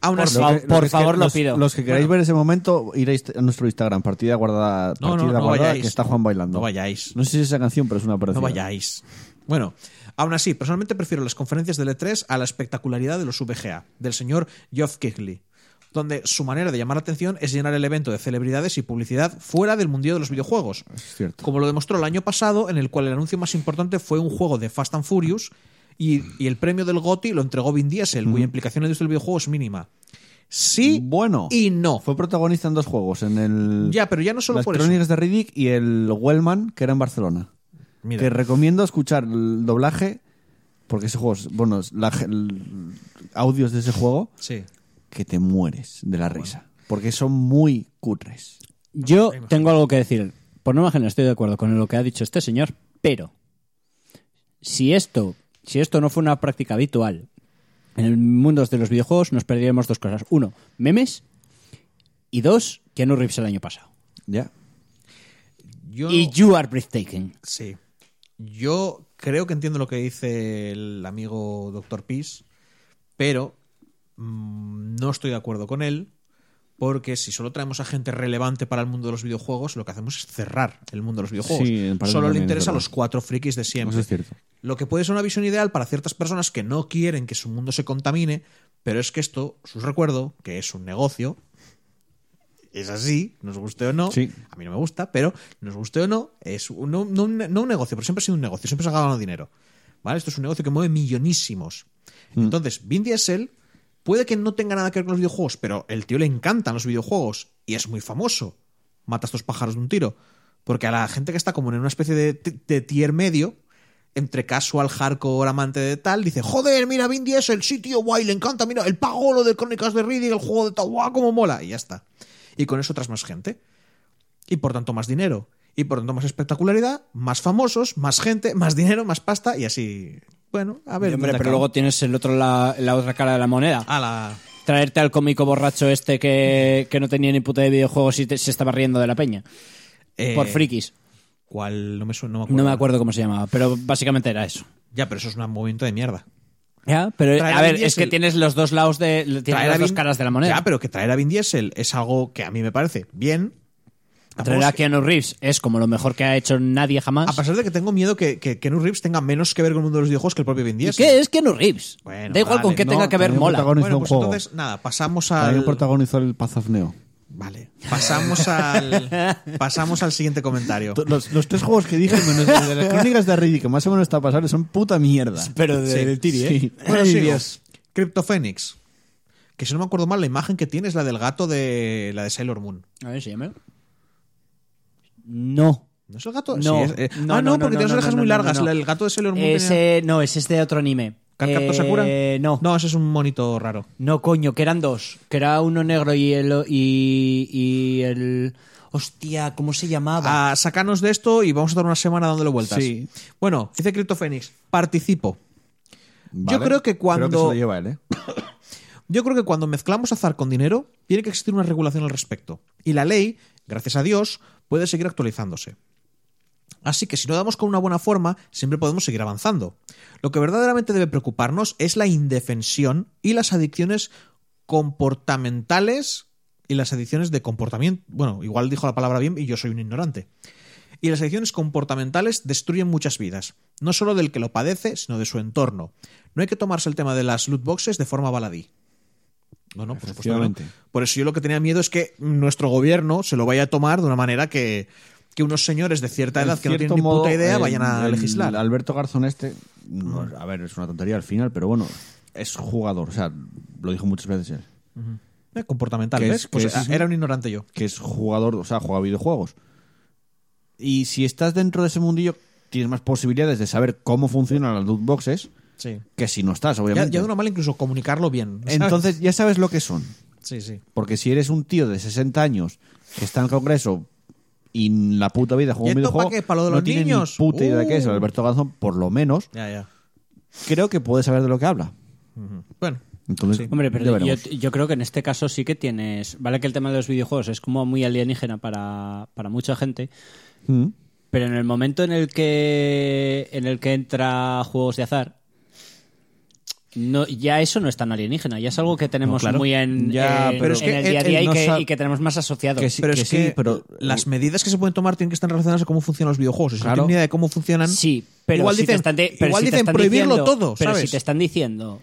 S2: Aún
S3: Por
S2: así...
S3: fa-
S1: Lo que-
S3: por
S1: lo que es que
S3: favor, lo
S1: los-
S3: pido.
S1: Los que queráis ver ese momento, iréis a nuestro Instagram, partida guardada,
S2: No, no,
S1: partida
S2: no
S1: guardada,
S2: vayáis.
S1: que está Juan bailando.
S2: No vayáis.
S1: No sé si es esa canción, pero es una parecida.
S2: No vayáis. Bueno, aún así, personalmente prefiero las conferencias del E3 a la espectacularidad de los VGA, del señor Geoff Keighley, donde su manera de llamar la atención es llenar el evento de celebridades y publicidad fuera del mundillo de los videojuegos.
S1: Es cierto.
S2: Como lo demostró el año pasado, en el cual el anuncio más importante fue un juego de Fast and Furious y, y el premio del GOTY lo entregó Vin Diesel, cuya implicación en la industria del videojuego es mínima. Sí
S1: Bueno.
S2: y no.
S1: Oh. Fue protagonista en dos juegos, en el...
S2: Ya, pero ya no solo
S1: Las
S2: por eso.
S1: crónicas de Riddick y el Wellman, que era en Barcelona.
S2: Mira.
S1: Que recomiendo escuchar el doblaje, porque ese juego, es- bueno, es la- el- audios de ese juego,
S2: Sí.
S1: que te mueres de la risa. Porque son muy cutres.
S3: Yo tengo algo que decir. Por no imagen estoy de acuerdo con lo que ha dicho este señor, pero si esto, si esto no fue una práctica habitual en el mundo de los videojuegos, nos perderíamos dos cosas. Uno, memes. Y dos, Keanu Reeves el año pasado.
S1: Ya.
S2: Yo-
S3: Y You Are Breathtaking.
S2: Sí. Yo creo que entiendo lo que dice el amigo Dr. Peace, pero mm, no estoy de acuerdo con él, porque si solo traemos a gente relevante para el mundo de los videojuegos, lo que hacemos es cerrar el mundo de los videojuegos.
S1: Sí, en parte
S2: solo le
S1: también es
S2: interesa a
S1: verdad.
S2: los cuatro frikis de siempre.
S1: Eso es cierto.
S2: Lo que puede ser una visión ideal para ciertas personas que no quieren que su mundo se contamine, pero es que esto, sus recuerdo, que es un negocio, es así, nos guste o no.
S1: Sí.
S2: A mí no me gusta, pero nos guste o no, es un- no, no un- no un negocio, pero siempre ha sido un negocio, siempre se ha ganado dinero. ¿Vale? Esto es un negocio que mueve millonísimos. Entonces, Vin Diesel puede que no tenga nada que ver con los videojuegos, pero el tío le encantan los videojuegos y es muy famoso. Mata a estos pájaros de un tiro. Porque a la gente que está como en una especie de, t- de tier medio, entre casual, hardcore, amante de tal, dice, joder, mira, Vin Diesel, sí, tío, guay, le encanta, mira, el pagolo de Crónicas de Riddick, el juego de tal, guau, cómo mola, y ya está. Y con eso tras más gente. Y por tanto más dinero. Y por tanto más espectacularidad, más famosos, más gente, más dinero, más pasta, y así... Bueno, a ver...
S3: Hombre,
S2: dónde
S3: pero
S2: acaba.
S3: luego tienes el otro la, la otra cara de la moneda.
S2: A la...
S3: Traerte al cómico borracho este que, que no tenía ni puta de videojuegos y te- se estaba riendo de la peña.
S2: eh,
S3: por frikis.
S2: ¿Cuál? No me, suena, no me acuerdo.
S3: No me acuerdo cómo se llamaba, pero básicamente era eso.
S2: Ya, pero eso es un movimiento de mierda.
S3: Ya, pero
S2: Traer
S3: a
S2: a
S3: ver,
S2: Vin
S3: es que
S2: Diesel.
S3: tienes los dos lados de tienes
S2: Traer a
S3: las dos
S2: Vin-
S3: caras de la moneda.
S2: Ya, pero que traer a Vin Diesel es algo que a mí me parece bien.
S3: Traer
S2: Tampoco
S3: a
S2: es que- Ah, pues,
S3: Keanu Reeves es como lo mejor que ha hecho nadie jamás.
S2: A pesar de que tengo miedo que, que Keanu Reeves tenga menos que ver con el mundo de los videojuegos que el propio Vin
S3: ¿Y
S2: Diesel.
S3: qué es Keanu Reeves?
S2: Bueno,
S3: da igual
S2: vale,
S3: con qué
S2: no,
S3: tenga que ver,
S1: también
S3: mola.
S1: protagonizó
S2: Bueno,
S1: un
S2: pues
S1: juego.
S2: entonces, nada, pasamos
S1: También
S2: al...
S1: protagonizó el Path of Neo.
S2: Vale. Pasamos al,
S3: [laughs]
S2: pasamos al siguiente comentario.
S1: Los, los tres juegos que dije, menos el de las crónicas de Riddick, que más o menos está pasable, son puta mierda.
S3: Pero
S2: Sí.
S3: del Tiri, ¿eh?
S1: Sí.
S2: Bueno,
S1: Ay,
S2: sigo.
S1: Dios.
S2: Cryptophénix. Que si no me acuerdo mal, la imagen que tiene es la del gato de la de Sailor Moon.
S3: A ver, llama No.
S2: ¿No es el gato?
S3: No,
S2: Sí, es- eh,
S3: no,
S2: ah,
S3: no,
S2: no,
S3: no,
S2: porque
S3: no,
S2: tiene las
S3: no,
S2: orejas
S3: no,
S2: muy
S3: no, no,
S2: largas.
S3: no.
S2: la- El gato de Sailor Moon. tenía-
S3: Ese, no, ese es de otro anime.
S2: ¿Cardcaptor
S3: Eh,
S2: Sakura?
S3: No. no.
S2: No, ese es un monito raro.
S3: coño, que eran dos. Que era uno negro y el. Y, y el. Hostia, ¿cómo se
S1: Ah,
S3: llamaba?
S2: A sacarnos Ah, de esto y vamos a estar una semana dándole vueltas.
S1: Sí.
S2: Bueno, dice Cryptophénix, participo.
S1: Vale.
S2: Yo creo que cuando.
S1: Creo que se lo lleva él, ¿eh?
S2: Yo creo que cuando mezclamos azar con dinero, tiene que existir una regulación al respecto. Y la ley, gracias a Dios, puede seguir actualizándose. Así que si no damos con una buena forma, siempre podemos seguir avanzando. Lo que verdaderamente debe preocuparnos es la indefensión y las adicciones comportamentales y las adicciones de comportamiento. Bueno, igual dijo la palabra bien y yo soy un ignorante. Y las adicciones comportamentales destruyen muchas vidas, no solo del que lo padece, sino de su entorno. No hay que tomarse el tema de las loot boxes de forma baladí. No, no, por supuesto que no.
S1: Efectivamente.
S2: Por eso yo lo que tenía miedo es que nuestro gobierno se lo vaya a tomar de una manera que, que unos señores de cierta edad
S1: En
S2: que no
S1: cierto
S2: tienen ni
S1: modo,
S2: puta idea
S1: el-
S2: vayan a
S1: el
S2: legislar. Mm.
S1: Alberto Garzón este, no, a ver, es una tontería al final, pero bueno, es jugador, o sea, lo dijo muchas veces él,
S2: Eh, comportamental,
S1: Que
S2: ¿ves?
S1: es-
S2: Pues
S1: que es-
S2: era un ignorante yo.
S1: que es jugador, o sea, juega videojuegos. Y si estás dentro de ese mundillo, tienes más posibilidades de saber cómo funcionan las loot boxes
S2: Sí.
S1: que si no estás,
S2: Ya,
S1: obviamente.
S2: ya de una mala incluso comunicarlo bien. ¿sabes?
S1: Entonces ya sabes lo que son.
S2: Sí, sí.
S1: Porque si eres un tío de 60 años que está en el Congreso y en la puta vida juega
S2: ¿Y
S1: un
S2: esto
S1: videojuego,
S2: pa' qué? ¿Pa lo de
S1: no
S2: los
S1: tiene
S2: niños?
S1: ni puta idea de qué es.
S2: Uh.
S1: Alberto Garzón, por lo menos,
S2: Ya, ya.
S1: creo que puede saber de lo que habla.
S2: Bueno.
S1: Entonces,
S2: Sí.
S3: Hombre,
S1: ya
S3: pero yo,
S1: veremos.
S3: yo creo que en este caso sí que tienes. Vale, que el tema de los videojuegos es como muy alienígena para, para mucha gente.
S1: Mm.
S3: Pero en el momento en el que en el que entra juegos de azar, no, ya eso no es tan alienígena, ya es algo que tenemos
S1: claro.
S3: muy en,
S1: Ya,
S3: en-
S1: pero
S2: es
S3: en el
S2: que él-
S3: día a
S2: él
S3: día y,
S1: no
S3: que,
S1: sabe-
S3: y que tenemos más asociado.
S1: Que sí,
S2: pero
S1: que
S2: es
S1: sí,
S2: que
S1: pero- eh,
S2: las medidas que se pueden tomar tienen que estar relacionadas a cómo funcionan los videojuegos. Y Si
S1: Claro.
S2: no tienen ni idea de cómo funcionan,
S3: Sí, pero
S2: igual
S3: si
S2: dicen,
S3: te están de- pero
S2: igual
S3: si te
S2: dicen
S3: están
S2: prohibirlo
S3: diciendo-
S2: todo,
S3: Pero
S2: ¿sabes?
S3: si te están diciendo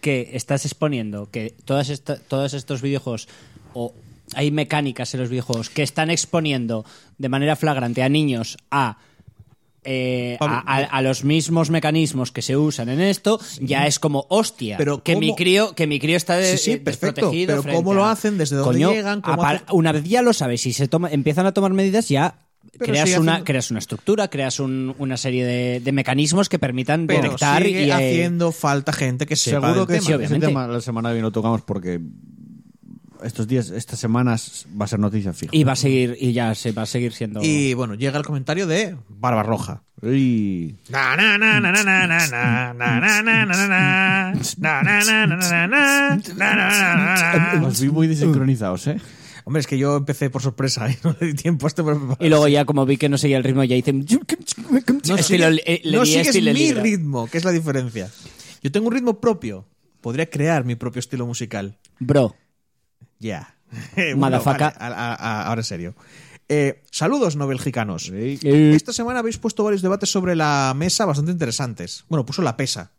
S3: que estás exponiendo que todas esta- todos estos videojuegos o hay mecánicas en los videojuegos que están exponiendo de manera flagrante a niños a eh,
S2: Pablo,
S3: a, a- a los mismos mecanismos que se usan en esto, ya es como hostia.
S2: Mm. Pero
S3: que mi
S2: ¿cómo?
S3: crío, que mi crío está de,
S2: Sí, sí,
S3: eh,
S2: perfecto,
S3: desprotegido
S2: pero
S3: frente
S2: ¿cómo lo
S3: a-
S2: hacen? ¿Desde dónde
S3: Coño,
S2: llegan? ¿Cómo
S3: apar-
S2: hacen?
S3: Una vez ya lo sabes, si se toma, empiezan a tomar medidas ya
S2: Pero
S3: creas
S2: sigue
S3: una
S2: haciendo-
S3: creas una estructura, creas un- una serie de, de mecanismos que permitan
S2: pero
S3: detectar
S2: sigue
S3: y eh,
S2: haciendo falta gente que sepa
S1: Seguro
S2: del
S1: que
S2: tema.
S3: sí,
S1: ese
S3: obviamente.
S1: tema la semana que viene lo tocamos porque estos días, estas semanas va a ser noticia fija.
S3: y va a seguir y ya se va a seguir siendo
S2: Y bueno, llega el comentario de Barbarroja.
S1: Y-
S2: Na, na, na, na, na, na, na, na, na, na, na, na, na, na, na, na, na, na, na, na, na, na, na.
S1: Os vi muy desincronizados, ¿eh?
S2: Hombre, es que yo empecé por sorpresa [laughs] y no le di tiempo a este
S3: Y luego ya como vi que no seguía el ritmo ya dicen
S2: No,
S3: estilo
S2: sigue-
S3: le- eh, le
S2: no
S3: di
S2: sigues
S3: estilo
S2: mi
S3: libro.
S2: ritmo, que es la diferencia. Yo tengo un ritmo propio. Podría crear mi propio estilo musical.
S3: Bro,
S2: Ya. [laughs]
S3: Madafaca.
S2: vale, a- a- a- ahora en serio. Eh, saludos, no belgicanos.
S3: Eh.
S2: Esta semana habéis puesto varios debates sobre la mesa bastante interesantes. Bueno, puso la pesa.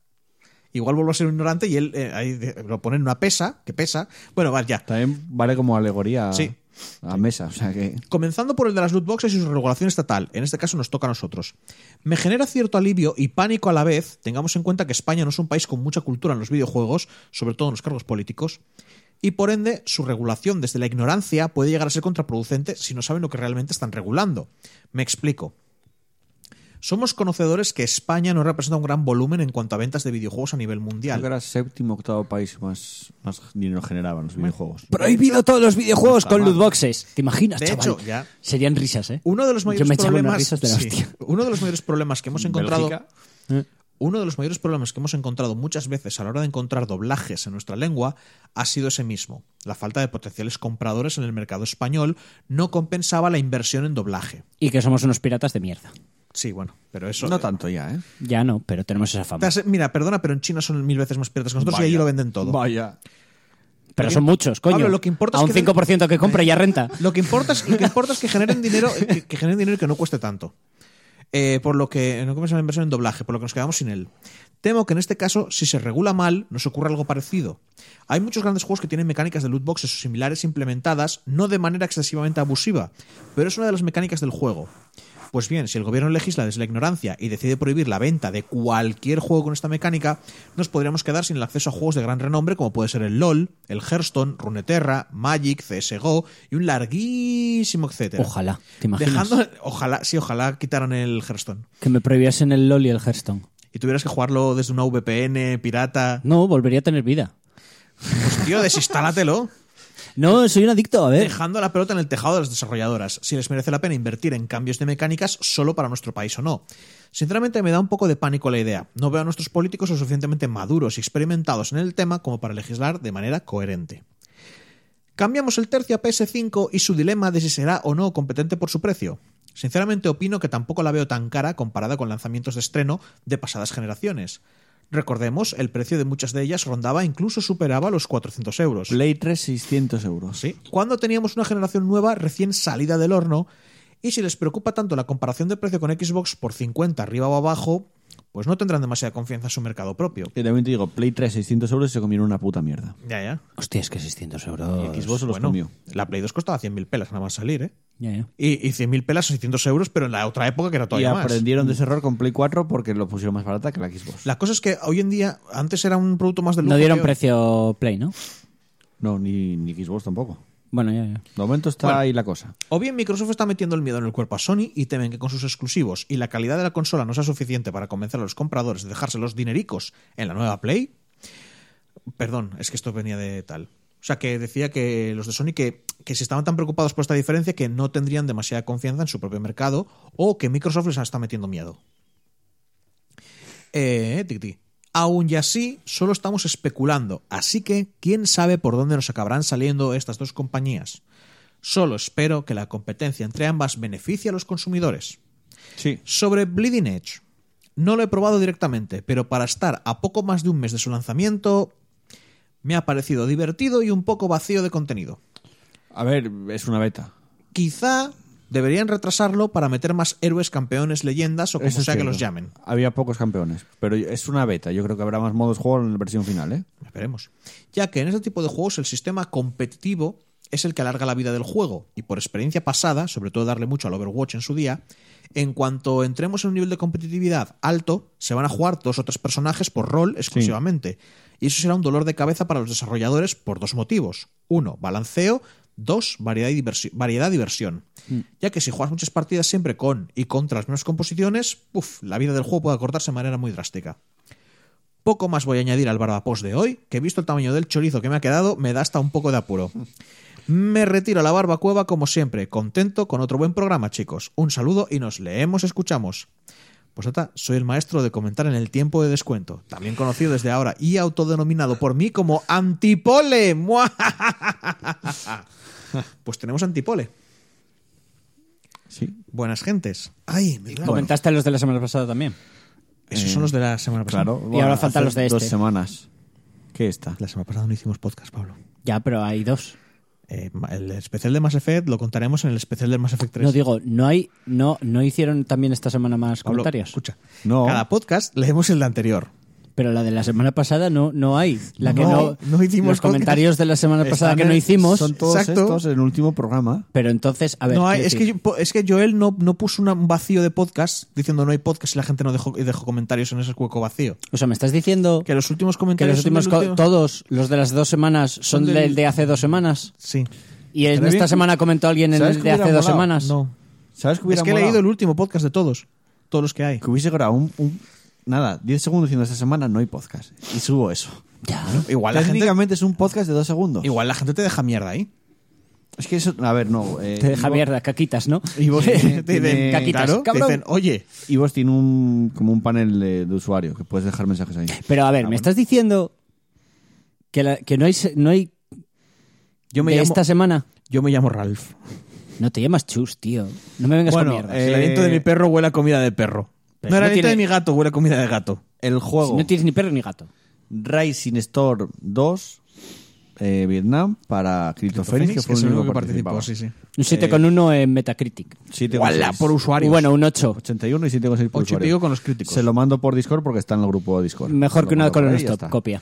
S2: Igual vuelvo a ser un ignorante y él eh, ahí de- lo pone en una pesa, que pesa. Bueno, vale, ya.
S1: También vale como alegoría a-
S2: Sí.
S1: a mesa, o sea que...
S2: Comenzando por el de las loot boxes y su regulación estatal, en este caso nos toca a nosotros. Me genera cierto alivio y pánico a la vez, tengamos en cuenta que España no es un país con mucha cultura en los videojuegos, sobre todo en los cargos políticos, y por ende su regulación desde la ignorancia puede llegar a ser contraproducente si no saben lo que realmente están regulando. Me explico. Somos conocedores que España no representa un gran volumen en cuanto a ventas de videojuegos a nivel
S1: Creo que
S2: mundial.
S1: era séptimo octavo país más, más dinero generaban los videojuegos.
S3: prohibido todos los videojuegos
S1: Está
S3: con
S1: mal.
S3: loot boxes. ¿Te imaginas,
S2: De
S3: chaval?
S2: hecho, ya.
S3: Serían risas, ¿eh?
S2: Uno de los mayores
S3: Yo me echaba unas
S2: problemas,
S3: risas de la
S2: sí,
S3: hostia.
S2: uno de los mayores problemas que hemos encontrado
S1: Bélgica.
S2: Uno de los mayores problemas que hemos encontrado muchas veces a la hora de encontrar doblajes en nuestra lengua ha sido ese mismo. La falta de potenciales compradores en el mercado español no compensaba la inversión en doblaje.
S3: Y que somos unos piratas de mierda.
S2: Sí, bueno, pero eso.
S1: No tanto ya, ¿eh?
S5: Ya no, pero tenemos esa fama.
S2: Tas- Mira, perdona, pero en China son mil veces más piratas que nosotros y allí lo venden todo.
S1: Vaya.
S5: Pero son muchos, coño.
S2: Pablo, lo que importa
S5: a
S2: es
S5: un
S2: que-
S5: 5% que compra ya renta.
S2: Lo que importa es, lo que, importa es que generen dinero que, que generen dinero y que no cueste tanto. Eh, por lo que no comienza la inversión en doblaje, por lo que nos quedamos sin él. Temo que en este caso, si se regula mal, nos ocurra algo parecido. Hay muchos grandes juegos que tienen mecánicas de loot boxes o similares implementadas, no de manera excesivamente abusiva, pero es una de las mecánicas del juego. Pues bien, si el gobierno legisla desde la ignorancia y decide prohibir la venta de cualquier juego con esta mecánica, nos podríamos quedar sin el acceso a juegos de gran renombre como puede ser el LOL, el Hearthstone, Runeterra, Magic, CSGO y un larguísimo etcétera.
S5: Ojalá, ¿te imaginas?
S2: Dejando, ojalá, sí, ojalá quitaran el Hearthstone
S5: Que me prohibiesen el LOL y el Hearthstone.
S2: y tuvieras que jugarlo desde una VPN
S3: [laughs]
S2: pirata.
S5: No, volvería a tener vida.
S2: Pues, tío, desinstálatelo.
S5: No, soy un adicto, a ver.
S2: Dejando la pelota en el tejado de las desarrolladoras, si les merece la pena invertir en cambios de mecánicas solo para nuestro país o no. Sinceramente me da un poco de pánico la idea. No veo a nuestros políticos lo suficientemente maduros y experimentados en el tema como para legislar de manera coherente. Cambiamos el tercio a PS5 y su dilema de si será o no competente por su precio. Sinceramente opino que tampoco la veo tan cara comparada con lanzamientos de estreno de pasadas generaciones. Recordemos, el precio de muchas de ellas rondaba e incluso superaba los 400 euros.
S1: Play 3, 600 euros.
S2: Sí. Cuando teníamos una generación nueva recién salida del horno, y si les preocupa tanto la comparación de precio con Xbox por 50 arriba o abajo, pues no tendrán demasiada confianza en su mercado propio.
S1: Y también te digo, Play 3, 600 euros y se comió una puta mierda.
S2: Ya, ya.
S5: Hostia, es que 600 euros.
S1: Xbox se los
S2: Bueno,
S1: comió.
S2: la Play 2 costaba 100.000 pelas nada más salir, ¿eh?
S5: Ya, ya.
S2: Y, y 100.000 pelas son 600 euros, pero en la otra época que era
S1: Y
S2: todavía más. Mm.
S1: aprendieron de ese error con Play 4 porque lo pusieron más barata que la Xbox.
S2: La cosa es que hoy en día, antes era un producto más de lujo.
S5: No dieron
S2: tío.
S5: precio Play, ¿no?
S1: No, ni, ni Xbox tampoco.
S5: Bueno, ya, ya.
S1: De momento está
S2: Bueno.
S1: ahí la cosa.
S2: O bien Microsoft está metiendo el miedo en el cuerpo a Sony y temen que con sus exclusivos y la calidad de la consola no sea suficiente para convencer a los compradores de dejarse los dinericos en la nueva Play. Perdón, es que esto venía de tal. O sea, que decía que los de Sony que, que si estaban tan preocupados por esta diferencia que no tendrían demasiada confianza en su propio mercado o que Microsoft les está metiendo miedo. Eh, tic, tic. Aún y así, solo estamos especulando, así que quién sabe por dónde nos acabarán saliendo estas dos compañías. Solo espero que la competencia entre ambas beneficie a los consumidores.
S1: Sí.
S2: Sobre Bleeding Edge, no lo he probado directamente, pero para estar a poco más de un mes de su lanzamiento, me ha parecido divertido y un poco vacío de contenido.
S1: A ver, es una beta.
S2: Quizá deberían retrasarlo para meter más héroes, campeones, leyendas o como
S1: Eso es
S2: sea que
S1: cierto.
S2: los llamen.
S1: Había pocos campeones, pero es una beta. Yo creo que habrá más modos juego en la versión final, ¿eh?
S2: Esperemos. Ya que en este tipo de juegos el sistema competitivo es el que alarga la vida del juego, y por experiencia pasada, sobre todo darle mucho al Overwatch en su día, en cuanto entremos en un nivel de competitividad alto, se van a jugar dos o tres personajes por rol exclusivamente. Y eso será un dolor de cabeza para los desarrolladores por dos motivos. Uno, balanceo. Dos, variedad y, diversi- variedad y diversión. Ya que si juegas muchas partidas siempre con y contra las mismas composiciones, puf, la vida del juego puede acortarse de manera muy drástica. Poco más voy a añadir al barbapós de hoy, que visto el tamaño del chorizo que me ha quedado, me da hasta un poco de apuro. Me retiro a la barbacueva como siempre, contento con otro buen programa, chicos. Un saludo y nos leemos, escuchamos. Pues nada, soy el maestro de comentar en el tiempo de descuento, también conocido desde ahora y autodenominado por mí como Antipole. [laughs] ¡Mua! Pues tenemos Antipole.
S1: Sí.
S2: Buenas gentes. Ay, me da-
S5: Comentaste los de la semana pasada también.
S2: Esos son los de la semana pasada.
S1: Pues Claro.
S5: Y ahora faltan
S1: hace
S5: los de
S1: Dos
S5: este.
S1: semanas. ¿Qué está?
S2: La semana pasada no hicimos podcast, Pablo.
S5: Ya, pero hay dos.
S2: Eh, ma- el especial de Mass Effect lo contaremos en el especial del Mass Effect 3.
S5: No digo, no hay, no, no hicieron también esta semana más
S2: Pablo,
S5: comentarios.
S2: Escucha.
S1: No.
S2: Cada podcast leemos el de anterior.
S5: Pero la de la semana pasada no, no hay. La que
S2: No,
S5: no,
S2: no hicimos
S5: los
S2: podcast.
S5: comentarios de la semana pasada
S2: Están
S5: que no
S2: en-
S5: hicimos.
S1: Son todos
S2: Exacto.
S1: estos en el último programa.
S5: Pero entonces, a ver.
S2: no, hay-
S5: quiero
S2: es, que,
S5: decir,
S2: yo- po- es que Joel no, no puso una- un vacío de podcast diciendo no hay podcast y la gente no dejó, y dejó comentarios en ese hueco vacío.
S5: O sea, me estás diciendo
S2: Que los últimos
S5: que
S2: comentarios.
S5: los últimos,
S2: son
S5: co-
S2: del último-
S5: todos los de las dos semanas son
S2: del-
S5: del de hace dos semanas.
S2: Sí.
S5: Y en
S1: Estaría
S5: esta
S1: bien.
S5: semana comentó alguien en
S1: ¿Sabes
S5: el
S1: qué
S5: de hace
S1: hubiera
S5: dos
S1: molado?
S5: semanas.
S2: No.
S1: ¿Sabes qué hubiera
S2: Es que he
S1: molado?
S2: leído el último podcast de todos. Todos los que hay.
S1: Que hubiese grabado un, un- Nada, 10 segundos diciendo esta semana no hay podcast. Y subo eso.
S5: Ya.
S2: Igual la, gente,
S1: Técnicamente es un podcast de dos segundos.
S2: igual la gente te deja mierda ahí.
S1: Es que eso... A ver, no. eh,
S5: Te deja
S1: Ivo-
S5: mierda, caquitas, ¿no?
S2: Y vos
S1: Tiene-
S2: te dicen,
S5: caquitas,
S2: claro, te
S5: cabrón.
S2: dicen, oye,
S1: Ivo tiene un, como un panel de, de usuario que puedes dejar mensajes ahí.
S5: Pero a ver, me estás diciendo que, la- que no hay, se- no hay
S2: yo me,
S5: de
S2: llamo,
S5: esta semana.
S2: yo me llamo Ralph.
S5: No te llamas Chus, tío. No me vengas con
S1: eh,
S2: Bueno, eh,
S5: mierda.
S2: el aliento de mi perro huele a comida de perro.
S5: Pero
S2: no, el
S5: no
S2: aliento
S5: tiene-
S2: de mi gato huele a comida de gato.
S1: El juego
S5: No tienes ni perro ni gato.
S1: Rising Storm 2, eh, Vietnam, para Cryptophoenix, que fue
S2: es
S1: el único
S2: que
S1: que participó.
S2: participó, sí,
S5: Un
S2: sí.
S5: 7,1 en Metacritic.
S2: Guala, por usuarios.
S5: Y bueno, un 8.
S1: 81 y 7,6 por
S2: Ocho y
S1: usuario.
S2: pico con los críticos.
S1: Se lo mando por Discord porque está en el grupo de Discord.
S5: Mejor
S1: Se
S5: que
S1: lo
S5: una
S1: mando por
S5: Colon
S1: ahí y ya
S5: Stop,
S1: está.
S5: copia.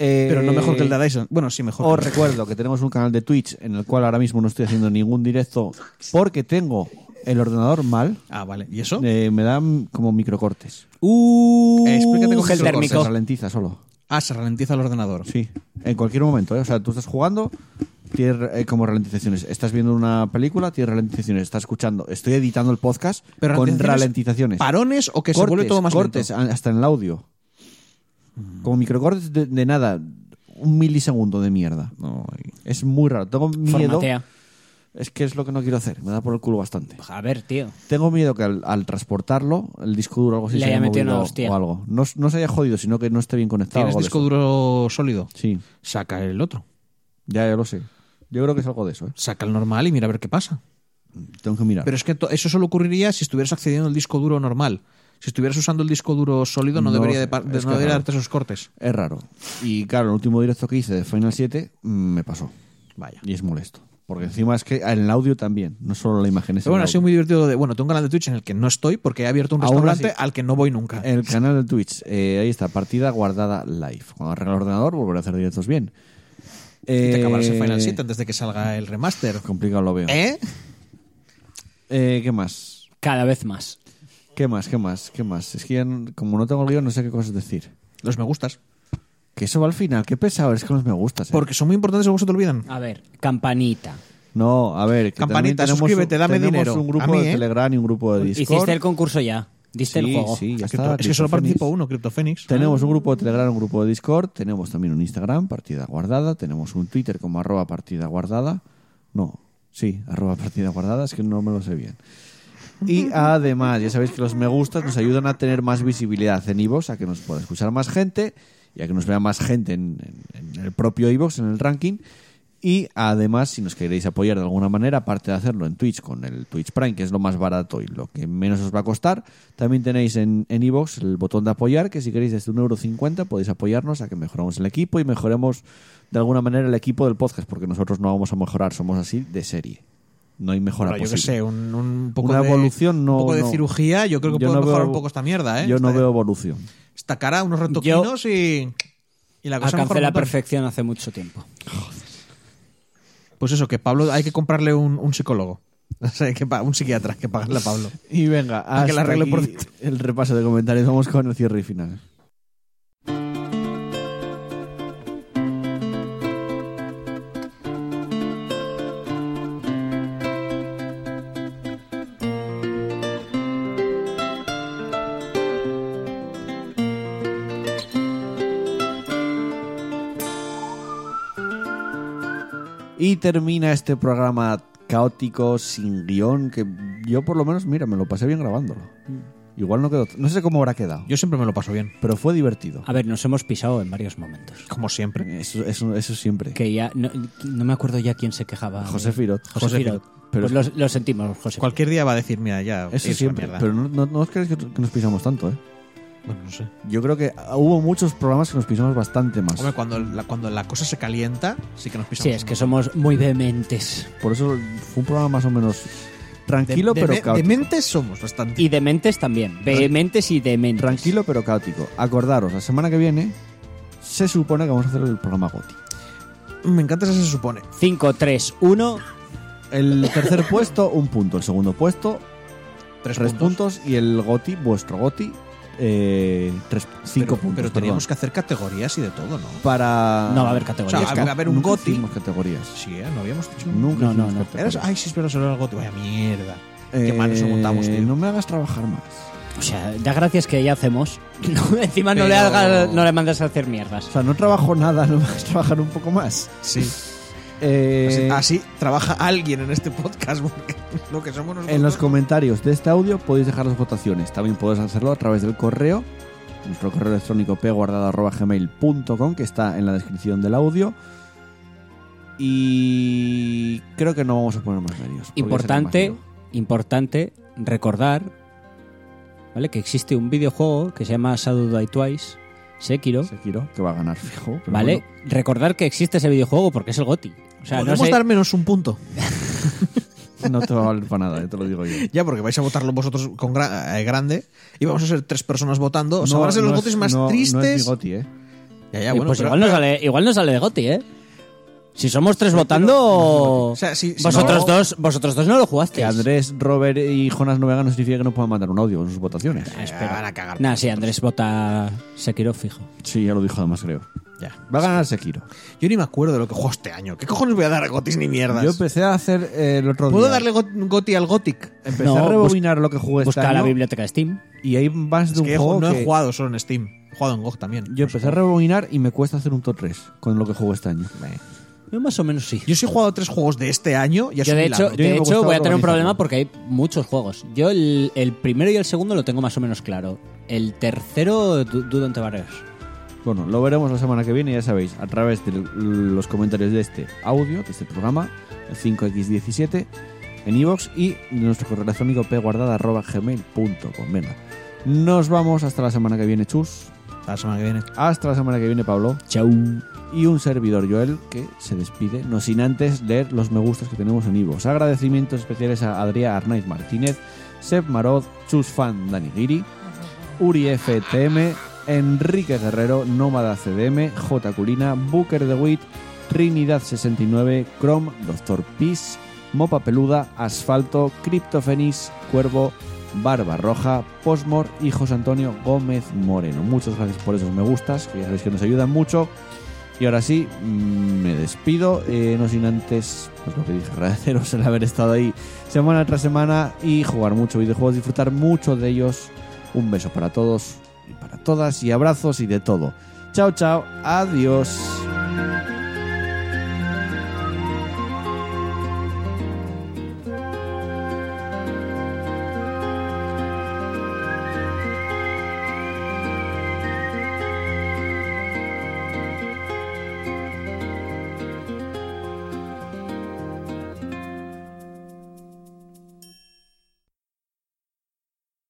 S1: Eh,
S2: Pero no mejor que el de Dyson. Bueno, sí, mejor.
S1: Os
S2: que-
S1: recuerdo que tenemos un canal de Twitch en el cual ahora mismo no estoy haciendo ningún directo porque tengo el ordenador mal.
S2: Ah, vale. ¿Y eso?
S1: Eh, me dan como microcortes.
S5: Uh,
S2: Eh, explícate con
S5: gel
S2: Jesús
S5: térmico.
S1: Se ralentiza solo.
S2: Ah, se ralentiza el ordenador.
S1: Sí, en cualquier momento. ¿eh? O sea, tú estás jugando, tienes eh, como ralentizaciones. Estás viendo una película, tienes ralentizaciones. Estás escuchando. Estoy editando el podcast
S2: Pero
S1: con
S2: ralentizaciones-
S1: ralentizaciones.
S2: ¿Parones o que se vuelve todo más
S1: cortes,
S2: lento? Mm.
S1: a- hasta en el audio. Como microcortes de, de nada. Un milisegundo de mierda.
S2: No, ay.
S1: Es muy raro. Tengo miedo.
S5: Formatea.
S1: Es que es lo que no quiero hacer. Me da por el culo bastante.
S5: A ver, tío.
S1: Tengo miedo que al, al transportarlo, el disco duro o algo así
S5: Le
S1: se
S5: haya
S1: haya
S5: metido una
S1: movido
S5: hostia.
S1: o algo. No, no se haya jodido, sino que no esté bien conectado.
S2: ¿Tienes
S1: algo de
S2: disco
S1: Ah, eso.
S2: duro sólido?
S1: Sí,
S2: Saca el otro.
S1: ya, ya lo sé. Yo creo que es algo de eso. ¿eh?
S2: Saca el normal y mira a ver qué pasa.
S1: Tengo que mirar.
S2: Pero es que to- eso solo ocurriría si estuvieras accediendo al disco duro normal. Si estuvieras usando el disco duro sólido, no,
S1: No
S2: debería,
S1: sé,
S2: de, pa- de-
S1: es que
S2: no debería
S1: raro.
S2: darte esos cortes.
S1: Es raro. Y claro, el último directo que hice de Final 7 mm, me pasó.
S2: Vaya.
S1: Y es molesto. Porque encima es que en el audio también, no solo la imagen. Es el
S2: Pero bueno, ha
S1: audio.
S2: sido muy divertido. De, bueno, tengo un canal de Twitch en el que no estoy porque he abierto un
S1: Aún
S2: restaurante
S1: así.
S2: al que no voy nunca.
S1: El canal de Twitch, eh, ahí está, partida guardada live. Cuando arregle el ordenador, volveré a hacer directos bien.
S2: Y te acabarás el
S1: Eh,
S2: Final 7 antes de que salga el remaster.
S1: Complicado lo veo.
S2: ¿Eh?
S1: Eh, ¿Qué más?
S5: Cada vez más.
S1: ¿Qué más? ¿Qué más? ¿Qué más? Es que ya no- como no tengo el guión, no sé qué cosas decir.
S2: Los me gustas.
S1: Que eso va al final. Qué pesado es que no me gustas. eh.
S2: Porque son muy importantes y luego se te olvidan.
S5: A ver, campanita.
S1: No, a ver. que
S2: Campanita,
S1: también tenemos un-
S2: suscríbete, dame
S1: tenemos
S2: dinero.
S1: un grupo
S2: A mí,
S1: de
S2: ¿eh?
S1: Telegram y un grupo de Discord.
S5: Hiciste el concurso ya. Diste el
S1: Sí,
S5: juego.
S1: Sí, ya
S2: Es que
S1: está.
S2: to- es que solo
S1: Cryptophoenix.
S2: participo uno, CryptoPhoenix.
S1: Tenemos un grupo de Telegram, un grupo de Discord, tenemos también un Instagram, partida guardada, tenemos un Twitter como arroba partida guardada. No, sí, arroba partida guardada, es que no me lo sé bien. Y además, ya sabéis que los me gustas nos ayudan a tener más visibilidad en iVoox, a que nos pueda escuchar más gente y a que nos vea más gente en, en- en el propio iVoox, en el ranking. Y además, si nos queréis apoyar de alguna manera, aparte de hacerlo en Twitch con el Twitch Prime, que es lo más barato y lo que menos os va a costar, también tenéis en en iVoox el botón de apoyar, que si queréis desde 1,50€ podéis apoyarnos a que mejoremos el equipo y mejoremos de alguna manera el equipo del podcast, porque nosotros no vamos a mejorar, somos así de serie. No hay mejora
S2: Bueno, pues yo qué
S1: posible.
S2: sé, un, un poco
S1: Una
S2: de,
S1: evolución no-
S2: un poco de
S1: no.
S2: cirugía, yo creo que
S1: Yo
S2: puedo
S1: no
S2: mejorar
S1: veo-
S2: un poco esta mierda, ¿eh?
S1: Yo no
S2: Esta-
S1: veo evolución.
S2: Esta cara, unos retoquinos y, y la cosa
S5: Alcancé
S2: mejora un
S5: la
S2: montón.
S5: perfección hace mucho tiempo.
S2: Pues eso, que Pablo hay que comprarle un, un psicólogo. [laughs] O sea, que pa- un psiquiatra que pagarle a Pablo.
S1: Y venga,
S2: [laughs] que la
S1: hasta
S2: arregle por
S1: aquí
S2: dentro.
S1: el repaso de comentarios. Vamos con el cierre y final. Y termina este programa caótico, sin guión, que yo por lo menos, mira, me lo pasé bien grabándolo. Igual no quedó... No sé cómo habrá quedado,
S2: Mm. Yo siempre me lo paso bien,
S1: pero fue divertido.
S5: A ver, nos hemos pisado en varios momentos.
S2: como siempre.
S1: Eso, eso, eso siempre.
S5: Que ya no, no me acuerdo ya quién se quejaba. de-
S1: José Firot.
S5: José,
S1: José
S5: Firot.
S1: Firot. Pero-
S5: pues lo, lo sentimos, José.
S2: Cualquier día va a decir, mira, ya.
S1: Eso
S2: es
S1: siempre.
S2: mierda.
S1: Pero no, no, no os creéis que, que nos pisamos tanto, ¿eh?
S2: Bueno, no sé.
S1: Yo creo que hubo muchos programas que nos pisamos bastante más.
S2: Hombre, cuando la, cuando la cosa se calienta, sí que nos pisamos.
S5: Sí, es que somos muy vehementes.
S1: Por eso fue un programa más o menos
S2: de,
S1: tranquilo,
S2: de
S1: pero
S2: me- de
S1: caótico.
S2: mentes somos bastante.
S5: Y dementes también. Vehementes y dementes.
S1: Tranquilo, pero caótico. Acordaros, la semana que viene se supone que vamos a hacer el programa GOTI.
S2: Mm, Me encanta eso, se supone.
S5: 5, 3, 1.
S1: El tercer puesto, un punto. El segundo puesto,
S2: Tres,
S1: tres puntos. y el goti, vuestro goti, eh, tres, cinco
S2: pero,
S1: puntos.
S2: Pero teníamos
S1: perdón.
S2: que hacer categorías y de todo, ¿no?
S1: para
S5: No va a haber categorías.
S2: O sea, va a haber un
S1: Nunca
S2: goti.
S1: hicimos categorías.
S2: Sí, ¿eh? No habíamos dicho.
S1: Nunca
S5: No, no,
S1: hicimos
S5: no.
S1: categorías.
S2: Eras- Ay, sí, pero solo algo. Vaya mierda.
S1: Eh,
S2: Qué mal nos lo montamos, tío.
S1: No me hagas trabajar más.
S5: O sea, da gracias que ya hacemos. [laughs] Encima no, le
S2: Pero-
S5: hagas- no le mandas a hacer mierdas.
S1: O sea, no trabajo nada, [laughs] no me hagas trabajar un poco más.
S2: Sí.
S1: Eh,
S2: Así, así trabaja alguien en este podcast. [laughs] porque Lo que somos nosotros.
S1: En los comentarios de este audio podéis dejar las votaciones. También podéis hacerlo a través del correo, nuestro correo electrónico pguardado.gmail.com que está en la descripción del audio. Y creo que no vamos a poner más medios. porque sería
S3: Importante,
S1: más lío.
S3: importante recordar ¿vale? que existe un videojuego que se llama Shadow Die Twice, Sekiro.
S1: Sekiro, que va a ganar fijo. pero
S3: ¿Vale?
S1: bueno.
S3: Recordar que existe ese videojuego porque es el GOTI. O sea, no
S2: Podemos
S3: sé,
S2: dar menos un punto.
S1: No te va a valer para nada, ya te lo
S3: [laughs]
S1: digo yo.
S2: Ya, porque vais a votarlo vosotros con gra- eh, grande y vamos a ser tres personas votando. O sea,
S1: No,
S2: van a ser
S1: no
S2: los
S1: es-
S2: votos más
S1: no- no es mi
S2: tristes.
S1: goti, ¿eh?
S2: ya, ya,
S3: y
S2: bueno,
S3: pues
S2: pero-
S3: igual, no sale, igual no sale de GOTI, ¿eh? Si somos tres votando,
S2: O sea, si- si
S3: vosotros,
S2: no-
S3: dos, vosotros dos no lo
S1: Que
S3: jugasteis.
S1: Andrés, Robert y Jonas Novega no significa que no puedan mandar un audio en sus votaciones.
S2: Ya, Eh, van a cagar.
S3: Nah, sí, Andrés vota Sekiro fijo.
S1: Sí, ya lo dijo además, creo.
S2: Ya.
S1: Va a ganar Sekiro.
S2: Yo ni me acuerdo de lo que juego este año. ¿Qué cojones voy a dar a Gotis ni mierdas?
S1: Yo empecé a hacer eh, el otro
S2: ¿Puedo
S1: día.
S2: darle got- Goti al Gothic?
S1: Empecé
S3: No,
S1: a rebobinar lo que
S2: Pues
S1: jugué este
S3: Busca la
S1: año
S3: biblioteca de Steam.
S1: y hay más de
S2: Es
S1: un
S2: que he
S1: juego
S2: ju- no
S1: que-
S2: he jugado solo en Steam. He jugado en GOG también.
S1: Yo empecé a rebobinar y me cuesta hacer un top 3 con lo que jugué este año.
S3: Yo más o menos sí.
S2: Yo sí he jugado tres juegos de este año. Ya es
S3: Yo,
S2: un
S3: de hecho,
S2: milagro.
S1: Yo me
S3: de
S1: gustaba
S3: hecho voy a tener un
S1: organizarlo.
S3: problema porque hay muchos juegos. Yo el, el primero y el segundo lo tengo más o menos claro. El tercero du- dudo entre varios.
S1: Bueno, lo veremos la semana que viene, ya sabéis, a través de l- los comentarios de este audio, de este programa, el 5x17, en iVoox y nuestro correo electrónico pguardada.gmail.com. Venga, nos vamos hasta la semana que viene, chus.
S2: Hasta la semana que viene.
S1: Hasta la semana que viene, Pablo.
S3: Chau.
S1: Y un servidor, Joel, que se despide, no sin antes leer los me gustas que tenemos en iVoox. Agradecimientos especiales a Adrián Arnaiz Martínez, Seb Marot, Chus Fan Dani Giri, Uri FTM, Enrique Guerrero, Nómada CDM, J. Culina, Booker de Wit, Trinidad69, Chrome, Doctor Peace, Mopa Peluda, Asfalto, Criptofenis, Cuervo, Barba Roja, Posmor y José Antonio Gómez Moreno. Muchas gracias por esos me gustas, que ya sabéis que nos ayudan mucho. Y ahora sí, mm, me despido, eh, no sin antes, pues lo que dije, [laughs] agradeceros el haber estado ahí semana tras semana y jugar mucho videojuegos, disfrutar mucho de ellos. Un beso para todos y para todas y abrazos y de todo. Chao, chao, adiós.